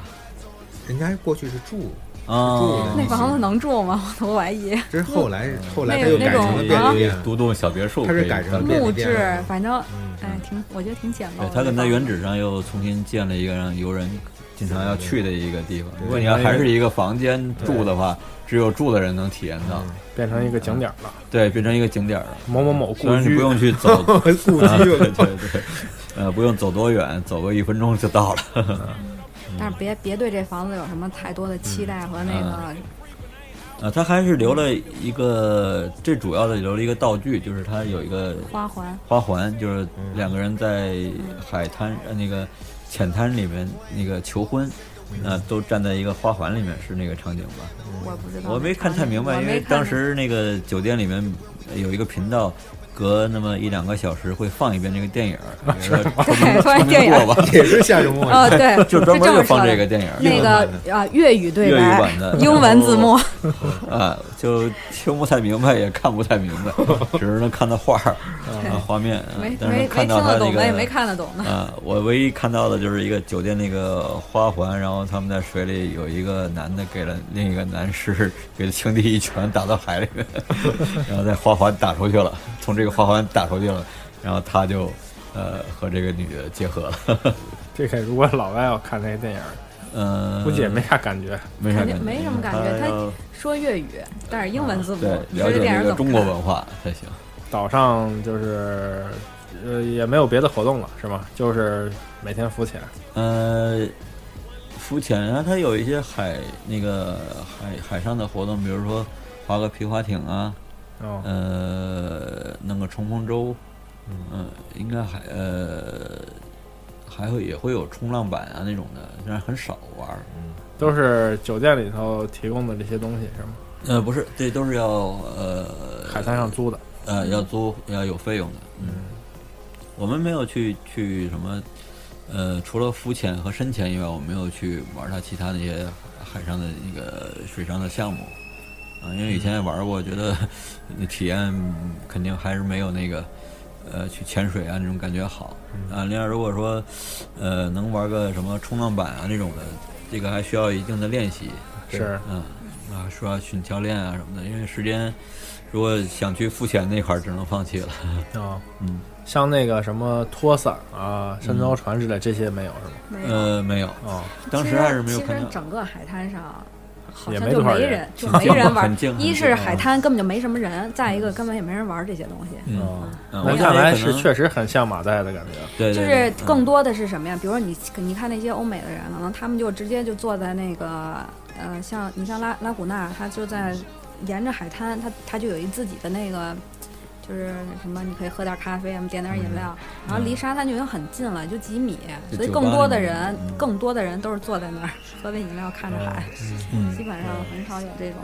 Speaker 5: 人家过去是住，
Speaker 6: 啊，
Speaker 1: 那房子能住吗？我都怀疑。
Speaker 5: 这是后来后来
Speaker 1: 那
Speaker 5: 它又
Speaker 1: 嗯那
Speaker 5: 改
Speaker 1: 种
Speaker 5: 成了便利店，
Speaker 6: 独栋小别墅
Speaker 5: 它
Speaker 6: 可
Speaker 5: 是
Speaker 6: 以看，
Speaker 5: 改成了便利
Speaker 1: 木
Speaker 5: 店
Speaker 1: 质
Speaker 5: 了，
Speaker 1: 反正
Speaker 5: 嗯
Speaker 1: 哎，挺我觉得挺简陋
Speaker 6: 对
Speaker 1: 的。，
Speaker 6: 它可能在原址上又重新建了一个让游人经常要去的一个地方。如果你要还是一个房间住的话，只有住的人能体验到，
Speaker 7: 变成一个景点了，
Speaker 6: 对，变成一个景点儿了。
Speaker 7: 某某某
Speaker 6: 虽
Speaker 7: 故
Speaker 6: 然你
Speaker 7: 居
Speaker 6: 不。用去走，啊
Speaker 5: 故居
Speaker 6: 对对
Speaker 5: 我操
Speaker 6: 对，呃，不用走多远，走个一分钟就到了。 嗯
Speaker 1: 但是别别对这房子有什么太多的期待和那个
Speaker 6: 呃，它还是留了一个最主要的留了一个道具，就是它有一个
Speaker 1: 花环。
Speaker 6: 花环，就是两个人在海滩呃那个浅滩里面那个求婚，呃，都站在一个花环里面，是那个场景吧？
Speaker 1: 我不知道，
Speaker 6: 嗯我没看太明白，
Speaker 1: 我
Speaker 6: 因
Speaker 1: 啊没
Speaker 6: 为
Speaker 1: 看
Speaker 6: 当时那个酒店里面有一个频道，隔那么一两个小时会放一遍这个电影儿，说
Speaker 1: 对，突然电影
Speaker 6: 过吧，
Speaker 5: 也是夏日摩摩
Speaker 1: 哦，
Speaker 5: 茶。
Speaker 1: 对，
Speaker 6: 就 专门
Speaker 1: 是
Speaker 6: 就
Speaker 1: 么
Speaker 6: 放
Speaker 1: 说
Speaker 6: 这
Speaker 1: 的
Speaker 6: 个电影儿。
Speaker 1: 那个啊粤语对
Speaker 6: 粤语
Speaker 1: 白
Speaker 6: 版的，哦
Speaker 1: 英文字幕，
Speaker 6: 啊，就听不太明白，也看不太明白，只是能看到画儿、啊、画面，啊
Speaker 1: 没
Speaker 6: 但是
Speaker 1: 没
Speaker 6: 能看
Speaker 1: 没听
Speaker 6: 到它
Speaker 1: 得
Speaker 6: 那
Speaker 1: 懂
Speaker 6: 个
Speaker 1: 的，也没看得懂的。
Speaker 6: 啊，我唯一看到的就是一个酒店那个花环，然后他们在水里有一个男的给了另一个男士给了情敌一拳打到海里 面，然后在花环打出去了，从这个花环打出去了，然后他就呃和这个女的结合了，
Speaker 7: 这个如果老外要看这个电影，
Speaker 6: 嗯、
Speaker 7: 估计也没啥感觉。
Speaker 6: 没啥
Speaker 1: 肯
Speaker 6: 感
Speaker 1: 定
Speaker 6: 觉，
Speaker 1: 没什么感觉
Speaker 6: 因为
Speaker 1: 他
Speaker 6: 要
Speaker 1: 说粤语，但是英文字幕，
Speaker 6: 对
Speaker 1: 你说
Speaker 6: 了
Speaker 1: 这电
Speaker 6: 解
Speaker 1: 影
Speaker 6: 这个
Speaker 1: 怎
Speaker 6: 中
Speaker 1: 么
Speaker 6: 国
Speaker 1: 看？
Speaker 6: 文化才行。
Speaker 7: 岛上就是呃也没有别的活动了，是吗？就是每天浮潜。
Speaker 6: 呃，浮潜啊，它有一些海那个海海上的活动，比如说划个皮划艇啊，
Speaker 7: 哦，
Speaker 6: 呃，弄个冲锋舟，嗯、应该还呃还会也会有冲浪板啊那种的，但是很少玩儿。
Speaker 7: 都是酒店里头提供的这些东西是吗？
Speaker 6: 呃，不是，这都是要呃
Speaker 7: 海滩上租的。
Speaker 6: 呃要租要有费用的。嗯，我们没有去去什么。呃，除了浮潜和深潜以外，我没有去玩它其他那些海上的那个水上的项目啊，因为以前也玩过，觉得体验肯定还是没有那个呃去潜水啊那种感觉好啊。另外，如果说呃能玩个什么冲浪板啊那种的，这个还需要一定的练习，
Speaker 7: 是
Speaker 6: 嗯啊，说要请教练啊什么的，因为时间如果想去浮潜那块儿，只能放弃了。
Speaker 7: 啊，
Speaker 6: 嗯，
Speaker 7: 像那个什么拖伞啊、山高船之类这些没有是吗？
Speaker 1: 没有。
Speaker 6: 呃，没有，
Speaker 7: 啊，
Speaker 6: 当时还是没有看
Speaker 1: 其实
Speaker 6: 到。
Speaker 1: 整个海滩上好
Speaker 7: 也
Speaker 1: 像
Speaker 7: 没
Speaker 1: 就
Speaker 7: 多少
Speaker 1: 没
Speaker 7: 人
Speaker 1: 人，就
Speaker 6: 很
Speaker 1: 没
Speaker 6: 静
Speaker 1: 人玩
Speaker 6: 很静很。
Speaker 1: 一
Speaker 6: 静
Speaker 1: 是海滩根本就没什么人，再一个根本也没人玩这些东西。
Speaker 6: 嗯，
Speaker 7: 啊
Speaker 6: 嗯
Speaker 7: 那
Speaker 6: 我
Speaker 7: 看
Speaker 6: 感觉
Speaker 7: 来
Speaker 6: 可
Speaker 7: 是
Speaker 6: 能
Speaker 7: 确实很像马代的感觉。
Speaker 6: 对
Speaker 1: 就
Speaker 6: 对
Speaker 1: 是
Speaker 6: 对，
Speaker 1: 更
Speaker 6: 嗯
Speaker 1: 多的是什么呀？比如说你你看那些欧美的人，可能他们就直接就坐在那个呃，像你像拉拉古纳，他就在沿着海滩，他他就有一自己的那个。就是什么，你可以喝点咖啡，什么点点饮料，然后离沙滩就已经很近了，就几米，
Speaker 6: 嗯就
Speaker 1: 所以
Speaker 6: 酒
Speaker 1: 更
Speaker 6: 吧
Speaker 1: 多
Speaker 6: 里
Speaker 1: 的
Speaker 6: 面
Speaker 1: 人，
Speaker 6: 嗯
Speaker 1: 更多的人都是坐在那儿喝杯饮料，看着海，
Speaker 6: 嗯
Speaker 1: 基本上很少有这种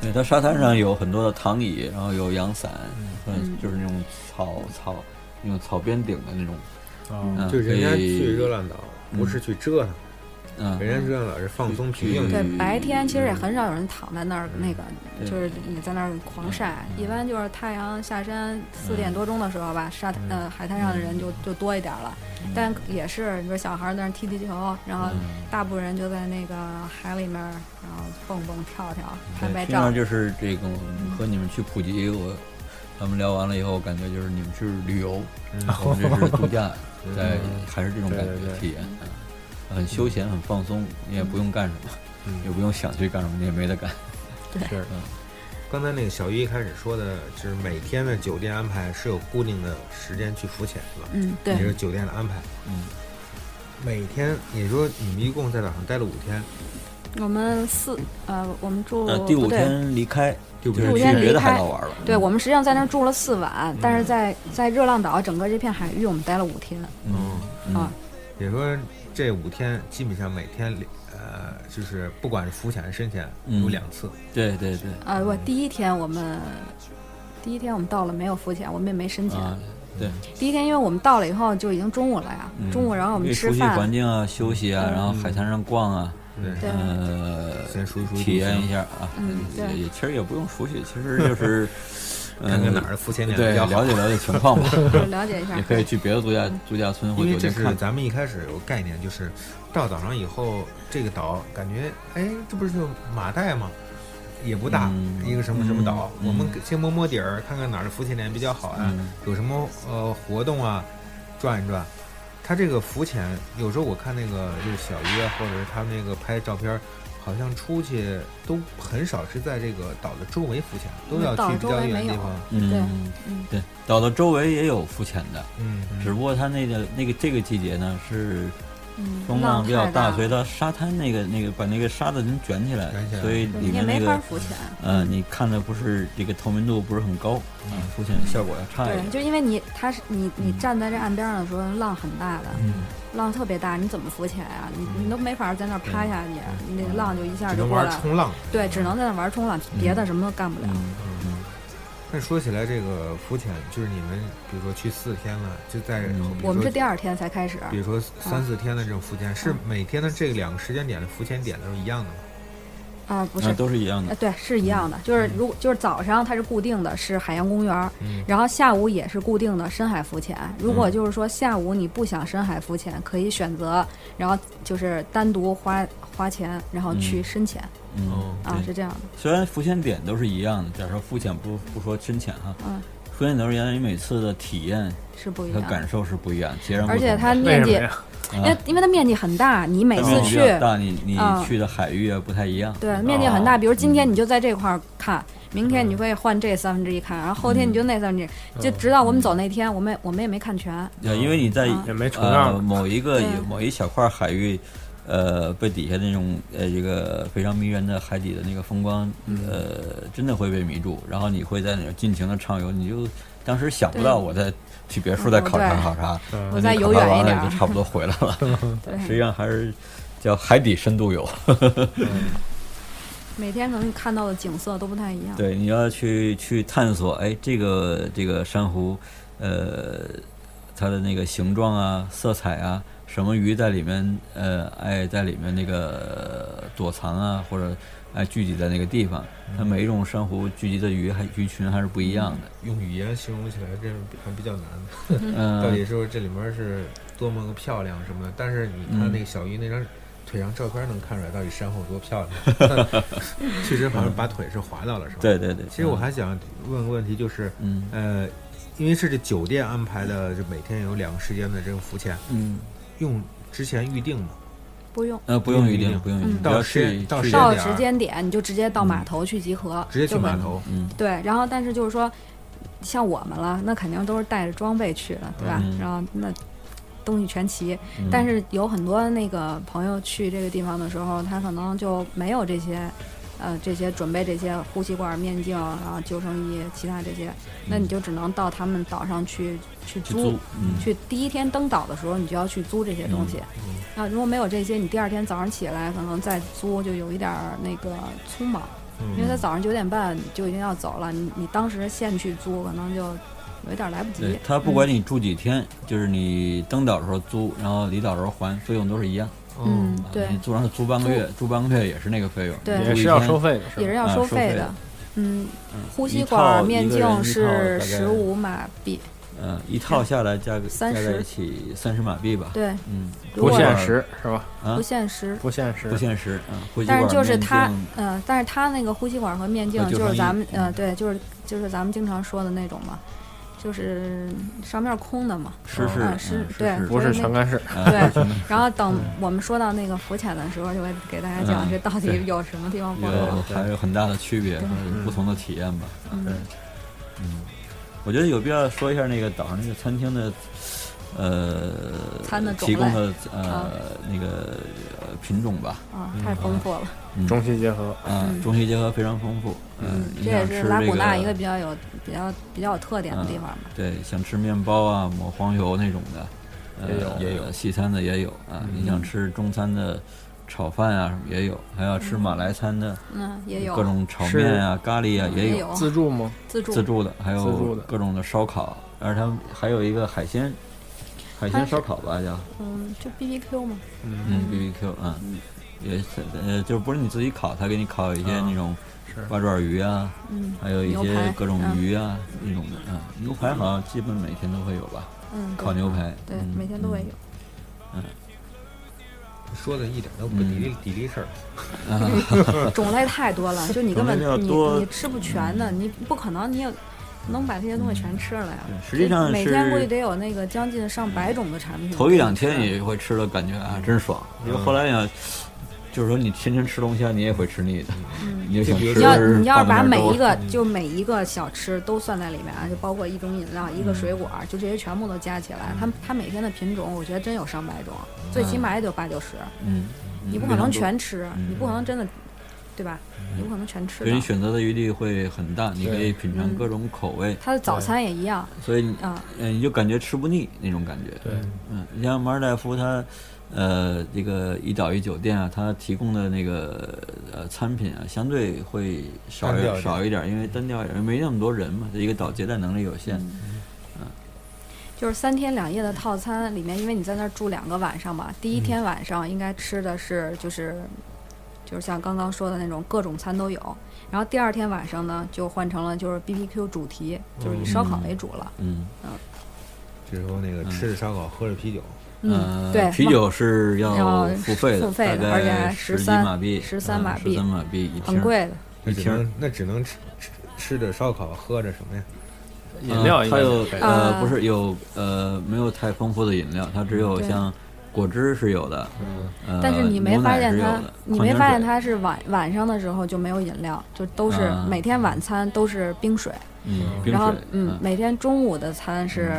Speaker 6: 对，它沙滩上有很多的躺椅，然后有阳伞，嗯
Speaker 1: 嗯，
Speaker 6: 就是那种草草那种草编顶的那种，
Speaker 7: 啊，
Speaker 6: 嗯，
Speaker 5: 就人家
Speaker 6: 可以
Speaker 5: 去热，浪岛不是去折腾，
Speaker 6: 嗯，
Speaker 5: 人家热浪岛是放松
Speaker 6: 去
Speaker 5: 平静
Speaker 6: 去
Speaker 5: 的。
Speaker 1: 对，白天其实也很少有人躺在那儿，那个
Speaker 6: 嗯对嗯
Speaker 1: 就是你在那儿狂晒，一般就是太阳下山四点多钟的时候吧，沙
Speaker 6: 嗯
Speaker 1: 滩呃海滩上的人就就多一点了，但也是你说小孩儿在那儿踢踢
Speaker 6: 嗯
Speaker 1: 球，然后大部分人就在那个海里面，然后蹦蹦跳跳拍
Speaker 6: 对
Speaker 1: 拍
Speaker 6: 实际上
Speaker 1: 照，
Speaker 6: 就是这个和你们去普及，我咱们聊完了以后，我感觉就是你们去旅游，我们这是度 假，在还是这种感
Speaker 7: 嗯对对
Speaker 6: 觉
Speaker 7: 对
Speaker 6: 体验，嗯很休闲，很放松，你也不用干什么
Speaker 7: 嗯，
Speaker 6: 也不用想去干什么，你也没得干，
Speaker 5: 刚才那个小玉一开始说的，就是每天的酒店安排是有固定的时间去浮潜的吧？
Speaker 1: 嗯，
Speaker 5: 也
Speaker 1: 对，
Speaker 5: 是酒店的安排。
Speaker 6: 嗯，
Speaker 5: 每天也说你们一共在岛上待了五天，
Speaker 1: 我们四呃我们住
Speaker 6: 呃，第
Speaker 1: 不
Speaker 6: 五
Speaker 1: 对
Speaker 6: 天离开，
Speaker 5: 第五
Speaker 6: 就是
Speaker 1: 第五
Speaker 6: 去
Speaker 1: 天离
Speaker 6: 别的海
Speaker 1: 开
Speaker 6: 岛玩了，
Speaker 1: 对，我们实际上在那儿住了四晚，但是在在热浪岛整个这片海域，我们待了五天
Speaker 6: 嗯
Speaker 1: 啊
Speaker 6: 嗯，
Speaker 5: 也说这五天基本上每天呃，就是不管是浮潜还是深潜，
Speaker 6: 嗯
Speaker 5: 有两次。
Speaker 6: 对对对，
Speaker 1: 啊，我第一天我们第一天我们到了没有浮潜，我们也没深潜。
Speaker 6: 啊，对。
Speaker 1: 第一天因为我们到了以后就已经中午了呀，
Speaker 6: 嗯
Speaker 1: 中午然后我
Speaker 6: 可
Speaker 1: 们
Speaker 6: 以
Speaker 1: 吃
Speaker 6: 熟悉环
Speaker 1: 饭，嗯
Speaker 6: 境啊，休息啊，然后海滩上逛啊，
Speaker 5: 对，
Speaker 1: 对，
Speaker 6: 呃，
Speaker 5: 先说一说
Speaker 6: 体验一下啊，
Speaker 1: 嗯对
Speaker 6: 也也其实也不用熟悉， 其实就是
Speaker 5: 看看
Speaker 6: 嗯
Speaker 5: 哪，儿的浮潜点
Speaker 6: 对，
Speaker 5: 比较好
Speaker 6: 了。解了解情 况吧，
Speaker 1: 就了解一下
Speaker 6: 也。可以去别的度假度假村或
Speaker 5: 因
Speaker 6: 酒
Speaker 5: 为这
Speaker 6: 店
Speaker 5: 是
Speaker 6: 看。
Speaker 5: 咱们一开始有个概念，就是到岛上以后，这个岛感觉，哎，这不是就马代吗？也不大，
Speaker 6: 嗯
Speaker 5: 一个什么什么岛，
Speaker 6: 嗯
Speaker 5: 我们先摸摸底儿，看看哪儿的浮潜点比较好啊，
Speaker 6: 嗯
Speaker 5: 有什么呃活动啊，转一转。它这个浮潜，有时候我看那个就是小鱼啊，或者是他那个拍照片儿，好像出去都很少是在这个岛的周围浮潜，都要
Speaker 1: 岛
Speaker 5: 去比
Speaker 1: 周
Speaker 5: 较
Speaker 1: 围
Speaker 5: 远
Speaker 1: 没
Speaker 5: 的地
Speaker 1: 有
Speaker 5: 方。
Speaker 1: 对
Speaker 6: 嗯，
Speaker 1: 嗯，
Speaker 6: 对，岛的周围也有浮潜的，
Speaker 5: 嗯，
Speaker 6: 只不过它那个那个这个季节呢是
Speaker 1: 嗯
Speaker 6: 风浪比较
Speaker 1: 太
Speaker 6: 大，
Speaker 1: 了
Speaker 6: 所以它沙滩那个那个把那个沙子能卷起来
Speaker 5: 卷起，来
Speaker 6: 所以
Speaker 1: 对你
Speaker 6: 里
Speaker 1: 也
Speaker 6: 面那
Speaker 1: 没法
Speaker 6: 个
Speaker 1: 浮潜。
Speaker 6: 呃，你看的不是这个透明度不是很高，啊，浮潜效果要差一
Speaker 1: 对，
Speaker 6: 点。
Speaker 1: 就因为你它是你你站在这岸边上的时候，浪很大的，
Speaker 6: 嗯
Speaker 1: 浪特别大，你怎么浮潜呀？你你都没法在那儿趴下去，
Speaker 6: 嗯
Speaker 1: 你那浪就一下
Speaker 5: 只
Speaker 1: 就
Speaker 5: 能
Speaker 1: 过
Speaker 5: 玩
Speaker 1: 来。
Speaker 5: 冲浪。
Speaker 1: 对，只能在那儿玩冲浪，别的什么都干不了。
Speaker 6: 嗯
Speaker 5: 那说起来，这个浮潜就是你们，比如说去四天了，就在、
Speaker 6: 嗯
Speaker 5: 比
Speaker 1: 我们
Speaker 5: 如
Speaker 1: 是
Speaker 5: 说
Speaker 1: 第二天才啊嗯开始，
Speaker 5: 比如说三四天的这种浮潜，是每天的这两个时间点的浮潜点都是一样的吗？
Speaker 1: 啊，不
Speaker 6: 那
Speaker 1: 是，
Speaker 6: 都是一样的
Speaker 1: 呃，。对，是一样的，就是
Speaker 6: 嗯
Speaker 1: 如果就是早上它是固定的，是海洋公园儿，
Speaker 5: 嗯
Speaker 1: 然后下午也是固定的深海浮潜。如
Speaker 6: 嗯
Speaker 1: 果就是说下午你不想深海浮潜，可以选择，然后就是单独花花钱，然后去深潜、
Speaker 6: 嗯，
Speaker 1: 啊，
Speaker 6: 对
Speaker 1: 是这样的。
Speaker 6: 虽然浮潜点都是一样的，假如说浮潜不不说深潜哈，
Speaker 1: 嗯，
Speaker 6: 浮潜都是一样的，你每次的体验
Speaker 1: 是不一
Speaker 6: 和
Speaker 1: 样的。
Speaker 6: 感受是不一样，截然不
Speaker 1: 而
Speaker 6: 同的。啊
Speaker 1: 且它
Speaker 7: 为
Speaker 1: 面
Speaker 7: 什么
Speaker 1: 积，
Speaker 7: 呀？
Speaker 1: 因为因为它面积很大，你每
Speaker 6: 它
Speaker 1: 次
Speaker 6: 面啊积比
Speaker 1: 去，
Speaker 6: 较大，啊你你
Speaker 1: 嗯
Speaker 6: 去的海域啊不太一样。
Speaker 1: 对，面积很大。比如今
Speaker 6: 嗯
Speaker 1: 天你就在这块儿看，明天你会换这三分之一看，然后后天
Speaker 6: 嗯
Speaker 1: 你就那三分之一，就直到我们走那天，我们我们也没看全。
Speaker 6: 对，因为你在
Speaker 1: 嗯
Speaker 7: 也没重样
Speaker 6: 呃
Speaker 7: 的
Speaker 6: 某一个
Speaker 1: 对
Speaker 6: 某一小块海域，呃，被底下那种呃这个非常迷人的海底的那个风光，
Speaker 7: 嗯
Speaker 6: 呃，真的会被迷住。然后你会在那儿尽情的畅游，你就当时想不到
Speaker 1: 对
Speaker 6: 我在去别处再考察
Speaker 1: 嗯对
Speaker 6: 考察，
Speaker 7: 嗯
Speaker 1: 我再
Speaker 6: 那
Speaker 1: 游
Speaker 6: 考察
Speaker 1: 远一
Speaker 6: 完了
Speaker 1: 点
Speaker 6: 也
Speaker 1: 儿
Speaker 6: 就差不多回来 了。
Speaker 1: 对
Speaker 6: 实际上还是叫海底深度游。
Speaker 1: 每天可能你看到的景色都不太一样。
Speaker 6: 对，你要去去探索，哎，这个这个珊瑚，呃，它的那个形状啊、色彩啊，什么鱼在里面，呃，爱在里面那个躲藏啊，或者哎聚集在那个地方。它每一种珊瑚聚集的鱼还鱼群还是不一样的。
Speaker 5: 用语言形容起来这是比还比较难的，
Speaker 6: 嗯，
Speaker 5: 到底是不是这里面是多么个漂亮什么的？但是你
Speaker 6: 嗯
Speaker 5: 看那个小鱼那张腿上照片能看出来到底山后有多 漂亮，确实好像把腿是划到了是
Speaker 6: 嗯
Speaker 5: 吧？
Speaker 6: 对嗯对对。
Speaker 5: 其实我还想问个问题，就是
Speaker 6: 嗯
Speaker 5: 呃，因为是这酒店安排的，就每天有两个时间的这个浮潜，
Speaker 6: 嗯
Speaker 5: 用之前预定吗？
Speaker 1: 不用。
Speaker 6: 呃不用预定
Speaker 5: 嗯
Speaker 6: 不用预定，
Speaker 1: 嗯
Speaker 6: 只要
Speaker 5: 到时
Speaker 6: 去
Speaker 5: 到
Speaker 6: 去
Speaker 5: 时
Speaker 1: 到
Speaker 5: 点儿
Speaker 1: 时间点你就直接到码头去集合，
Speaker 5: 直接去
Speaker 1: 就很
Speaker 5: 码头，
Speaker 6: 嗯
Speaker 1: 对，然后但是就是说，像我们了，那肯定都是带着装备去的，对吧？
Speaker 6: 嗯
Speaker 1: 然后那东西全齐，
Speaker 6: 嗯
Speaker 1: 但是有很多那个朋友去这个地方的时候，他可能就没有这些，呃，这些准备这些呼吸管、面镜，然后救生衣，其他这些，那你就只能到他们岛上去去
Speaker 6: 去
Speaker 1: 租
Speaker 6: 租。嗯
Speaker 1: 去第一天登岛的时候，你就要去租这些东西。
Speaker 6: 嗯
Speaker 1: 啊，如果没有这些，你第二天早上起来可能再租就有一点儿那个匆忙。
Speaker 6: 嗯
Speaker 1: 因为他早上九点半就已经要走了，你你当时现去租，可能就有一点来不及
Speaker 6: 对。它不管你住几天，就是你登岛的时候租，然后离岛的时候还，费用都是一样。
Speaker 1: 嗯，
Speaker 6: 啊
Speaker 1: 对
Speaker 6: 你，租上租半个月，住半个月也是那个费用。
Speaker 1: 对
Speaker 6: 你住
Speaker 7: 也
Speaker 6: 一
Speaker 7: 是要
Speaker 6: 天
Speaker 7: 收费的，是
Speaker 1: 也是
Speaker 7: 吧？
Speaker 1: 要
Speaker 6: 啊
Speaker 1: 收
Speaker 6: 收
Speaker 1: 费
Speaker 6: 费
Speaker 1: 的
Speaker 6: 的。
Speaker 1: 嗯，
Speaker 6: 嗯
Speaker 1: 呼
Speaker 6: 一
Speaker 1: 吸
Speaker 6: 套
Speaker 1: 管、
Speaker 6: 一
Speaker 1: 面
Speaker 6: 个人一套
Speaker 1: 镜是
Speaker 6: 大概
Speaker 1: 十五马币。
Speaker 6: 嗯，一套下来加个加
Speaker 1: 三十
Speaker 6: 在一起三十马币吧。
Speaker 1: 对，
Speaker 6: 嗯，
Speaker 1: 如
Speaker 7: 不
Speaker 1: 果
Speaker 7: 限时是吧？
Speaker 6: 啊
Speaker 1: 不限时。
Speaker 7: 不限时，
Speaker 6: 不限时啊，呼吸
Speaker 1: 但是
Speaker 6: 管
Speaker 1: 就是
Speaker 6: 面嗯
Speaker 1: 它
Speaker 6: 镜，
Speaker 1: 呃，但是它那个呼吸管和面镜
Speaker 6: 呃救
Speaker 1: 就
Speaker 6: 生
Speaker 1: 是
Speaker 6: 衣
Speaker 1: 咱们，呃，
Speaker 6: 嗯
Speaker 1: 对，就是就是咱们经常说的那种嘛，就是上面空的嘛，
Speaker 6: 湿式
Speaker 1: 嗯
Speaker 6: 的，
Speaker 1: 湿
Speaker 6: 嗯湿
Speaker 1: 对
Speaker 6: 式
Speaker 7: 不是全干式。
Speaker 6: 啊
Speaker 1: 对，然后等我们说到那个浮潜的时候，就会给大家讲这到底有什么地方不同。
Speaker 6: 嗯有还有很大的区别，
Speaker 1: 嗯
Speaker 6: 和不同的体验吧。对，嗯，我觉得有必要说一下那个岛上那个餐厅的，呃，
Speaker 1: 餐的种
Speaker 6: 提供
Speaker 1: 类
Speaker 6: 的
Speaker 1: 啊
Speaker 6: 呃那个呃品种吧，
Speaker 1: 啊，太丰富了。
Speaker 6: 嗯
Speaker 7: 中西结合，
Speaker 6: 啊，
Speaker 1: 嗯
Speaker 6: 中西结合非常丰富。嗯，你
Speaker 1: 这也
Speaker 6: 想
Speaker 1: 是
Speaker 6: 吃
Speaker 1: 拉
Speaker 6: 这
Speaker 1: 古纳一个比较有比较比较有特点的地方吧。
Speaker 6: 对，想吃面包啊，抹黄油那种的，呃、
Speaker 5: 也有也有
Speaker 6: 西餐的也有
Speaker 1: 嗯
Speaker 6: 啊。你想吃中餐的炒饭啊，什么也有，还要吃马来餐的，
Speaker 1: 嗯，也有嗯
Speaker 6: 各种炒面啊、咖喱啊也
Speaker 1: 也
Speaker 6: 有，
Speaker 7: 自助吗？
Speaker 1: 自助
Speaker 6: 自助的，还
Speaker 7: 自助
Speaker 6: 有
Speaker 7: 的
Speaker 6: 各种的烧烤，而他们还有一个海鲜。海
Speaker 1: 它
Speaker 6: 鲜
Speaker 1: 是
Speaker 6: 烧烤吧，叫
Speaker 1: 嗯，就 B B Q 嘛。
Speaker 6: 嗯 B B Q 啊，也是呃，就是不是你自己烤，他给你烤一些那种
Speaker 7: 是
Speaker 6: 八爪鱼啊，
Speaker 1: 嗯
Speaker 6: 还有一
Speaker 1: 牛
Speaker 6: 些
Speaker 1: 排
Speaker 6: 各种
Speaker 1: 嗯
Speaker 6: 鱼啊那种的啊，牛排好像基本每天都会有吧，
Speaker 1: 嗯，
Speaker 6: 烤牛排，
Speaker 1: 对，
Speaker 6: 嗯
Speaker 1: 每天都会有。
Speaker 5: 说的一点都
Speaker 6: 嗯
Speaker 5: 不抵抵力事儿，
Speaker 1: 种类太多 了，就你根本
Speaker 6: 种类比
Speaker 1: 你
Speaker 6: 较多
Speaker 1: 你吃不全的，你不可能你也能把这些东西全吃了呀
Speaker 6: 对。嗯实际上是
Speaker 1: 每天估计得有那个将近上百种的产品。
Speaker 6: 头一两
Speaker 1: 嗯
Speaker 6: 天也会吃的感觉啊，真爽。因为后来想，就是说你天天吃龙虾，你也会吃腻的，你就想
Speaker 1: 嗯
Speaker 6: 吃。
Speaker 1: 你要你要是把每一
Speaker 6: 放在那儿嗯
Speaker 1: 个就每一个小吃都算在里面啊，就包括一种饮料、
Speaker 6: 嗯
Speaker 1: 一个水果，就这些全部都加起来，它它每天的品种，我觉得真有上百种，最起码也得有八九十，
Speaker 6: 多，嗯，
Speaker 1: 你不可能全吃，你不可能真的，对吧？你不可能全吃
Speaker 6: 给你
Speaker 1: 的。
Speaker 6: 选择的余地会很大，你可以品尝各种口味，
Speaker 1: 它的早餐也一样
Speaker 6: 所以你
Speaker 1: 啊，
Speaker 6: 呃你就感觉吃不腻那种感觉。对，嗯，你像马尔代夫它。呃，这个一岛一酒店啊，它提供的那个呃餐品啊，相对会少
Speaker 5: 单调
Speaker 6: 一
Speaker 5: 一点
Speaker 6: 少一点，因为单调一点，没那么多人嘛，这一个岛接待能力有限。
Speaker 1: 就是三天两夜的套餐里面，因为你在那儿住两个晚上嘛，第一天晚上应该吃的是就是。就是像刚刚说的那种各种餐都有，然后第二天晚上呢，就换成了就是 B B Q 主题，就是以烧烤为主了。
Speaker 6: 嗯，
Speaker 5: 就是说那个吃着烧烤，喝着啤酒，
Speaker 1: 嗯，
Speaker 6: 呃
Speaker 1: 对，
Speaker 6: 啤酒是要
Speaker 1: 要
Speaker 6: 付费的，
Speaker 1: 付费的
Speaker 6: 大概
Speaker 1: 而且还
Speaker 6: 十几
Speaker 1: 13
Speaker 6: 马币，嗯
Speaker 1: 13马币
Speaker 6: 十三马币一瓶，
Speaker 1: 很贵的。
Speaker 5: 那
Speaker 6: 一
Speaker 5: 只
Speaker 6: 瓶儿
Speaker 5: 能那只能吃吃吃着烧烤，喝着什么呀？
Speaker 6: 呃。
Speaker 7: 饮料应
Speaker 6: 它
Speaker 7: 该
Speaker 6: 有
Speaker 7: 免费的，
Speaker 6: 呃
Speaker 1: 啊
Speaker 6: 不是有呃没有太丰富的饮料，它只有
Speaker 1: 对
Speaker 6: 像果汁是有的，
Speaker 7: 嗯
Speaker 6: 呃
Speaker 1: 但是你没发现
Speaker 6: 牛
Speaker 1: 它
Speaker 6: 奶是有的，
Speaker 1: 你
Speaker 6: 矿
Speaker 1: 没
Speaker 6: 泉
Speaker 1: 发现
Speaker 6: 水
Speaker 1: 它是晚晚上的时候就没有饮料，就都是
Speaker 6: 啊
Speaker 1: 每天晚餐都是冰水，
Speaker 6: 嗯冰
Speaker 1: 然后
Speaker 6: 水
Speaker 1: 嗯，每天中午的餐是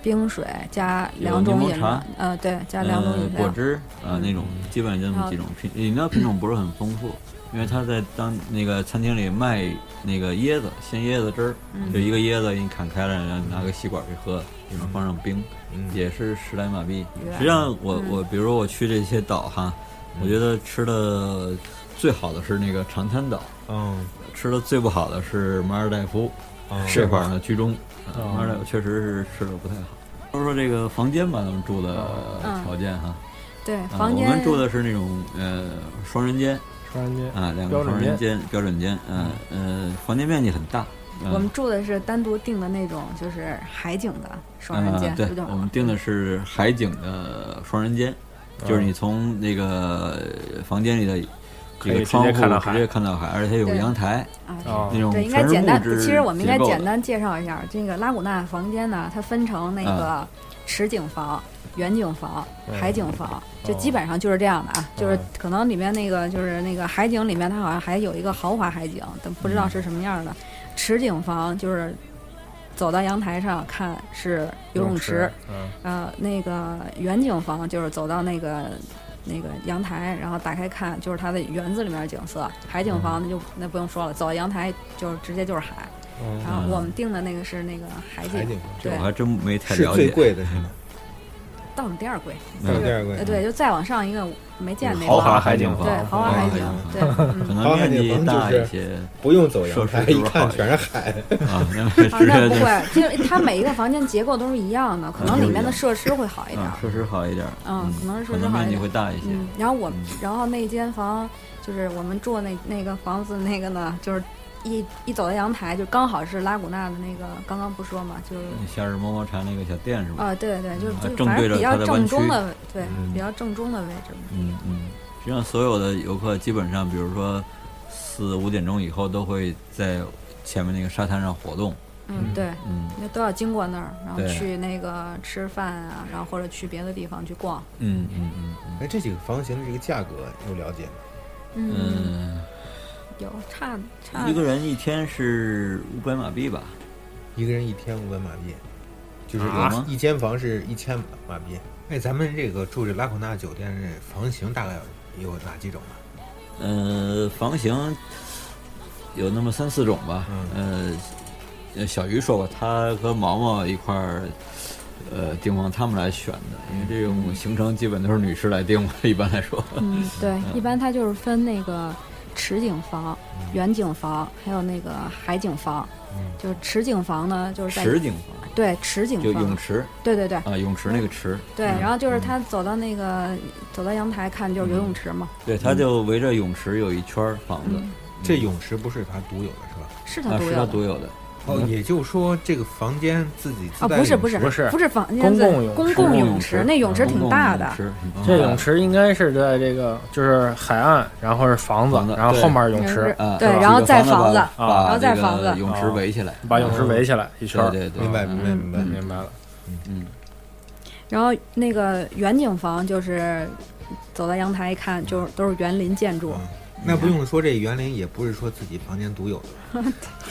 Speaker 1: 冰水加两种
Speaker 6: 有柠檬
Speaker 1: 饮料
Speaker 6: 茶，
Speaker 1: 呃，对，加两种
Speaker 6: 呃
Speaker 1: 饮
Speaker 6: 果
Speaker 1: 料，
Speaker 6: 汁
Speaker 1: 嗯
Speaker 6: 啊那种，基本就这么几种品饮料品种不是很丰富。因为它在当那个餐厅里卖那个椰子鲜椰子汁儿，
Speaker 1: 嗯
Speaker 6: 就一个椰子给你砍开了，然后拿个吸管去喝，里面放上冰，
Speaker 5: 嗯
Speaker 6: 也是十来马币。
Speaker 1: 对嗯
Speaker 6: 实际上我，我比如说我去这些岛哈，
Speaker 7: 嗯
Speaker 6: 我觉得吃的最好的是那个长滩岛，
Speaker 5: 嗯，
Speaker 6: 吃的最不好的是马尔代夫，
Speaker 7: 嗯
Speaker 6: 这块儿呢居中，呃
Speaker 7: 哦
Speaker 6: 马尔代夫确实是吃的不太好。说说这个房间吧，咱们住的
Speaker 7: 哦
Speaker 6: 条件哈，
Speaker 1: 对，
Speaker 6: 啊
Speaker 1: 嗯房
Speaker 6: 我
Speaker 1: 间
Speaker 6: 们住的是那种呃双人间，
Speaker 7: 双人间，
Speaker 6: 啊，两
Speaker 7: 标
Speaker 6: 个
Speaker 7: 准
Speaker 6: 双人间，标准间，嗯呃，房间面积很大。嗯
Speaker 1: 我们住的是单独订的那种，就是海景的双人间，
Speaker 6: 啊、对
Speaker 1: 不就，
Speaker 6: 我
Speaker 1: 完
Speaker 6: 们
Speaker 1: 了？
Speaker 6: 订的是海景的双人间，就是你从那个房间里的
Speaker 7: 可
Speaker 6: 这
Speaker 7: 以
Speaker 6: 个
Speaker 7: 直接
Speaker 6: 窗户
Speaker 7: 看到海
Speaker 6: 直接看到海，而且它有
Speaker 1: 对
Speaker 6: 阳台，
Speaker 1: 啊，
Speaker 7: 啊
Speaker 6: 那种
Speaker 1: 对，应该
Speaker 6: 全是
Speaker 1: 简单。
Speaker 6: 木质
Speaker 1: 其实我们应该
Speaker 6: 结构的
Speaker 1: 简单介绍一下，这个拉古纳房间呢，它分成那
Speaker 6: 啊
Speaker 1: 个实景房、远景房、
Speaker 7: 嗯
Speaker 1: 海景房，就基本上就是这样的啊。就是可能里面那个就是那个海景里面，它好像还有一个豪华海景，但不知
Speaker 6: 嗯
Speaker 1: 道是什么样的。实景房就是走到阳台上看是游泳池，，
Speaker 7: 嗯，
Speaker 1: 呃，那个远景房就是走到那个那个阳台，然后打开看就是它的园子里面的景色。海景房那就、那不用说了，走到阳台就是直接就是海。
Speaker 5: 嗯
Speaker 1: 然后我们订的那个是那个海景，
Speaker 5: 海景
Speaker 6: 这
Speaker 1: 对
Speaker 6: 我，还真没太
Speaker 5: 是
Speaker 6: 了
Speaker 5: 最
Speaker 6: 解。
Speaker 5: 贵的是吗？
Speaker 1: 倒数第二贵，
Speaker 6: 嗯
Speaker 5: 是第二贵
Speaker 1: 呃，，对，就再往上一个没见那
Speaker 6: 豪华
Speaker 1: 个，
Speaker 6: 海景房，
Speaker 1: 对，豪华海
Speaker 5: 海景
Speaker 1: 景
Speaker 6: 房，
Speaker 1: 对，
Speaker 6: 可
Speaker 1: 嗯，
Speaker 6: 能面积大一些
Speaker 5: 不用走阳台，
Speaker 6: 设施
Speaker 5: 一
Speaker 6: 就是好
Speaker 5: 看全是海。
Speaker 6: 啊，那直
Speaker 1: 啊，那不
Speaker 6: 接
Speaker 1: 会，就是它每一个房间结构都是一样的，可能里面的设施会 好一点
Speaker 6: 啊，，设施好一点，
Speaker 1: 嗯，可能是
Speaker 6: 可
Speaker 1: 设施
Speaker 6: 能
Speaker 1: 好一
Speaker 6: 面积
Speaker 1: 点
Speaker 6: 会。大一些。
Speaker 1: 嗯，然后我，然后那间房就是我们住那那个房子那个呢，就是一一走到阳台，就刚好是拉古纳的那个，刚刚不说嘛，就是
Speaker 6: 那夏日摸摸茶那个小店是吧？
Speaker 1: 啊，对对，就是
Speaker 6: 嗯
Speaker 1: 就是
Speaker 6: 正
Speaker 1: 反正
Speaker 6: 对着
Speaker 1: 比
Speaker 6: 它
Speaker 1: 较
Speaker 6: 的
Speaker 1: 正
Speaker 6: 湾
Speaker 1: 中
Speaker 6: 区
Speaker 1: 的，对
Speaker 6: 嗯，
Speaker 1: 比较正中的位置嘛。
Speaker 6: 嗯嗯，实际上所有的游客基本上，比如说四五点钟以后，都会在前面那个沙滩上活动。
Speaker 1: 嗯，对，
Speaker 6: 嗯
Speaker 1: 那都要经过那儿，然后
Speaker 6: 对
Speaker 1: 去那个吃饭啊，然后或者去别的地方去逛。
Speaker 6: 嗯嗯嗯
Speaker 5: 哎，这几个房型的这个价格有了解吗？
Speaker 1: 嗯，
Speaker 6: 嗯，
Speaker 1: 有差差
Speaker 6: 一个人一天是五百马币吧？
Speaker 5: 一个人一天五百马币，就是
Speaker 6: 啊
Speaker 5: 有一间房是一千马币。哎，咱们这个住这拉孔纳酒店这房型大概有有哪几种啊？
Speaker 6: 呃，房型有那么三四种吧。呃，呃，小鱼说过，他和毛毛一块儿。呃，订房他们来选的，因为这种行程基本都是女士来订嘛，一般来说。
Speaker 1: 嗯，对，一般它就是分那个池景房、
Speaker 6: 嗯
Speaker 1: 远景房，还有那个海景房。就是池景房呢，就是在嗯
Speaker 6: 池景房
Speaker 1: 对池景
Speaker 6: 就泳
Speaker 1: 房，
Speaker 6: 池嗯
Speaker 1: 对对对
Speaker 6: 啊，泳池那个池，
Speaker 1: 对。然后就是他走到那个走到阳台看，
Speaker 6: 嗯
Speaker 1: 就是游泳池嘛，
Speaker 6: 对，它就围着泳池有一圈儿房子，
Speaker 5: 这泳池不是它独有的是吧？
Speaker 1: 是他
Speaker 6: 嗯啊，
Speaker 1: 独
Speaker 6: 是
Speaker 1: 嗯有
Speaker 6: 它
Speaker 1: 的
Speaker 6: 独有的。
Speaker 5: 哦，也就是说这个房间自己自
Speaker 1: 啊，
Speaker 5: 带
Speaker 1: 不是
Speaker 5: 泳
Speaker 1: 不
Speaker 5: 池
Speaker 1: 是
Speaker 7: 不是
Speaker 1: 不是房间
Speaker 7: 公
Speaker 1: 子
Speaker 7: 共泳池
Speaker 1: 公
Speaker 6: 公
Speaker 1: 共
Speaker 6: 共
Speaker 1: 泳
Speaker 6: 池啊
Speaker 1: 池，那泳池挺大的
Speaker 6: 公。共泳池嗯挺大的
Speaker 7: 这泳池应该是在这个就是海岸，然后是房子
Speaker 6: 房子，
Speaker 7: 然后
Speaker 6: 对
Speaker 7: 后面是泳
Speaker 1: 泳
Speaker 7: 池，
Speaker 6: 啊，
Speaker 1: 对
Speaker 6: 是吧
Speaker 1: 然后
Speaker 6: 这个
Speaker 1: 再
Speaker 6: 房
Speaker 1: 房子
Speaker 6: 把
Speaker 7: 啊
Speaker 6: 把
Speaker 1: 然后再
Speaker 6: 这个
Speaker 1: 房子
Speaker 6: 泳池围起来，
Speaker 7: 把泳池围起来一圈儿。
Speaker 6: 对对对，
Speaker 5: 明白
Speaker 6: 嗯
Speaker 5: 明白明白。
Speaker 7: 明白了，
Speaker 6: 嗯，
Speaker 1: 然后那个远景房就是走到阳台一看，就是都是园林建筑。
Speaker 5: 嗯那不用说，这园林也不是说自己房间独有的，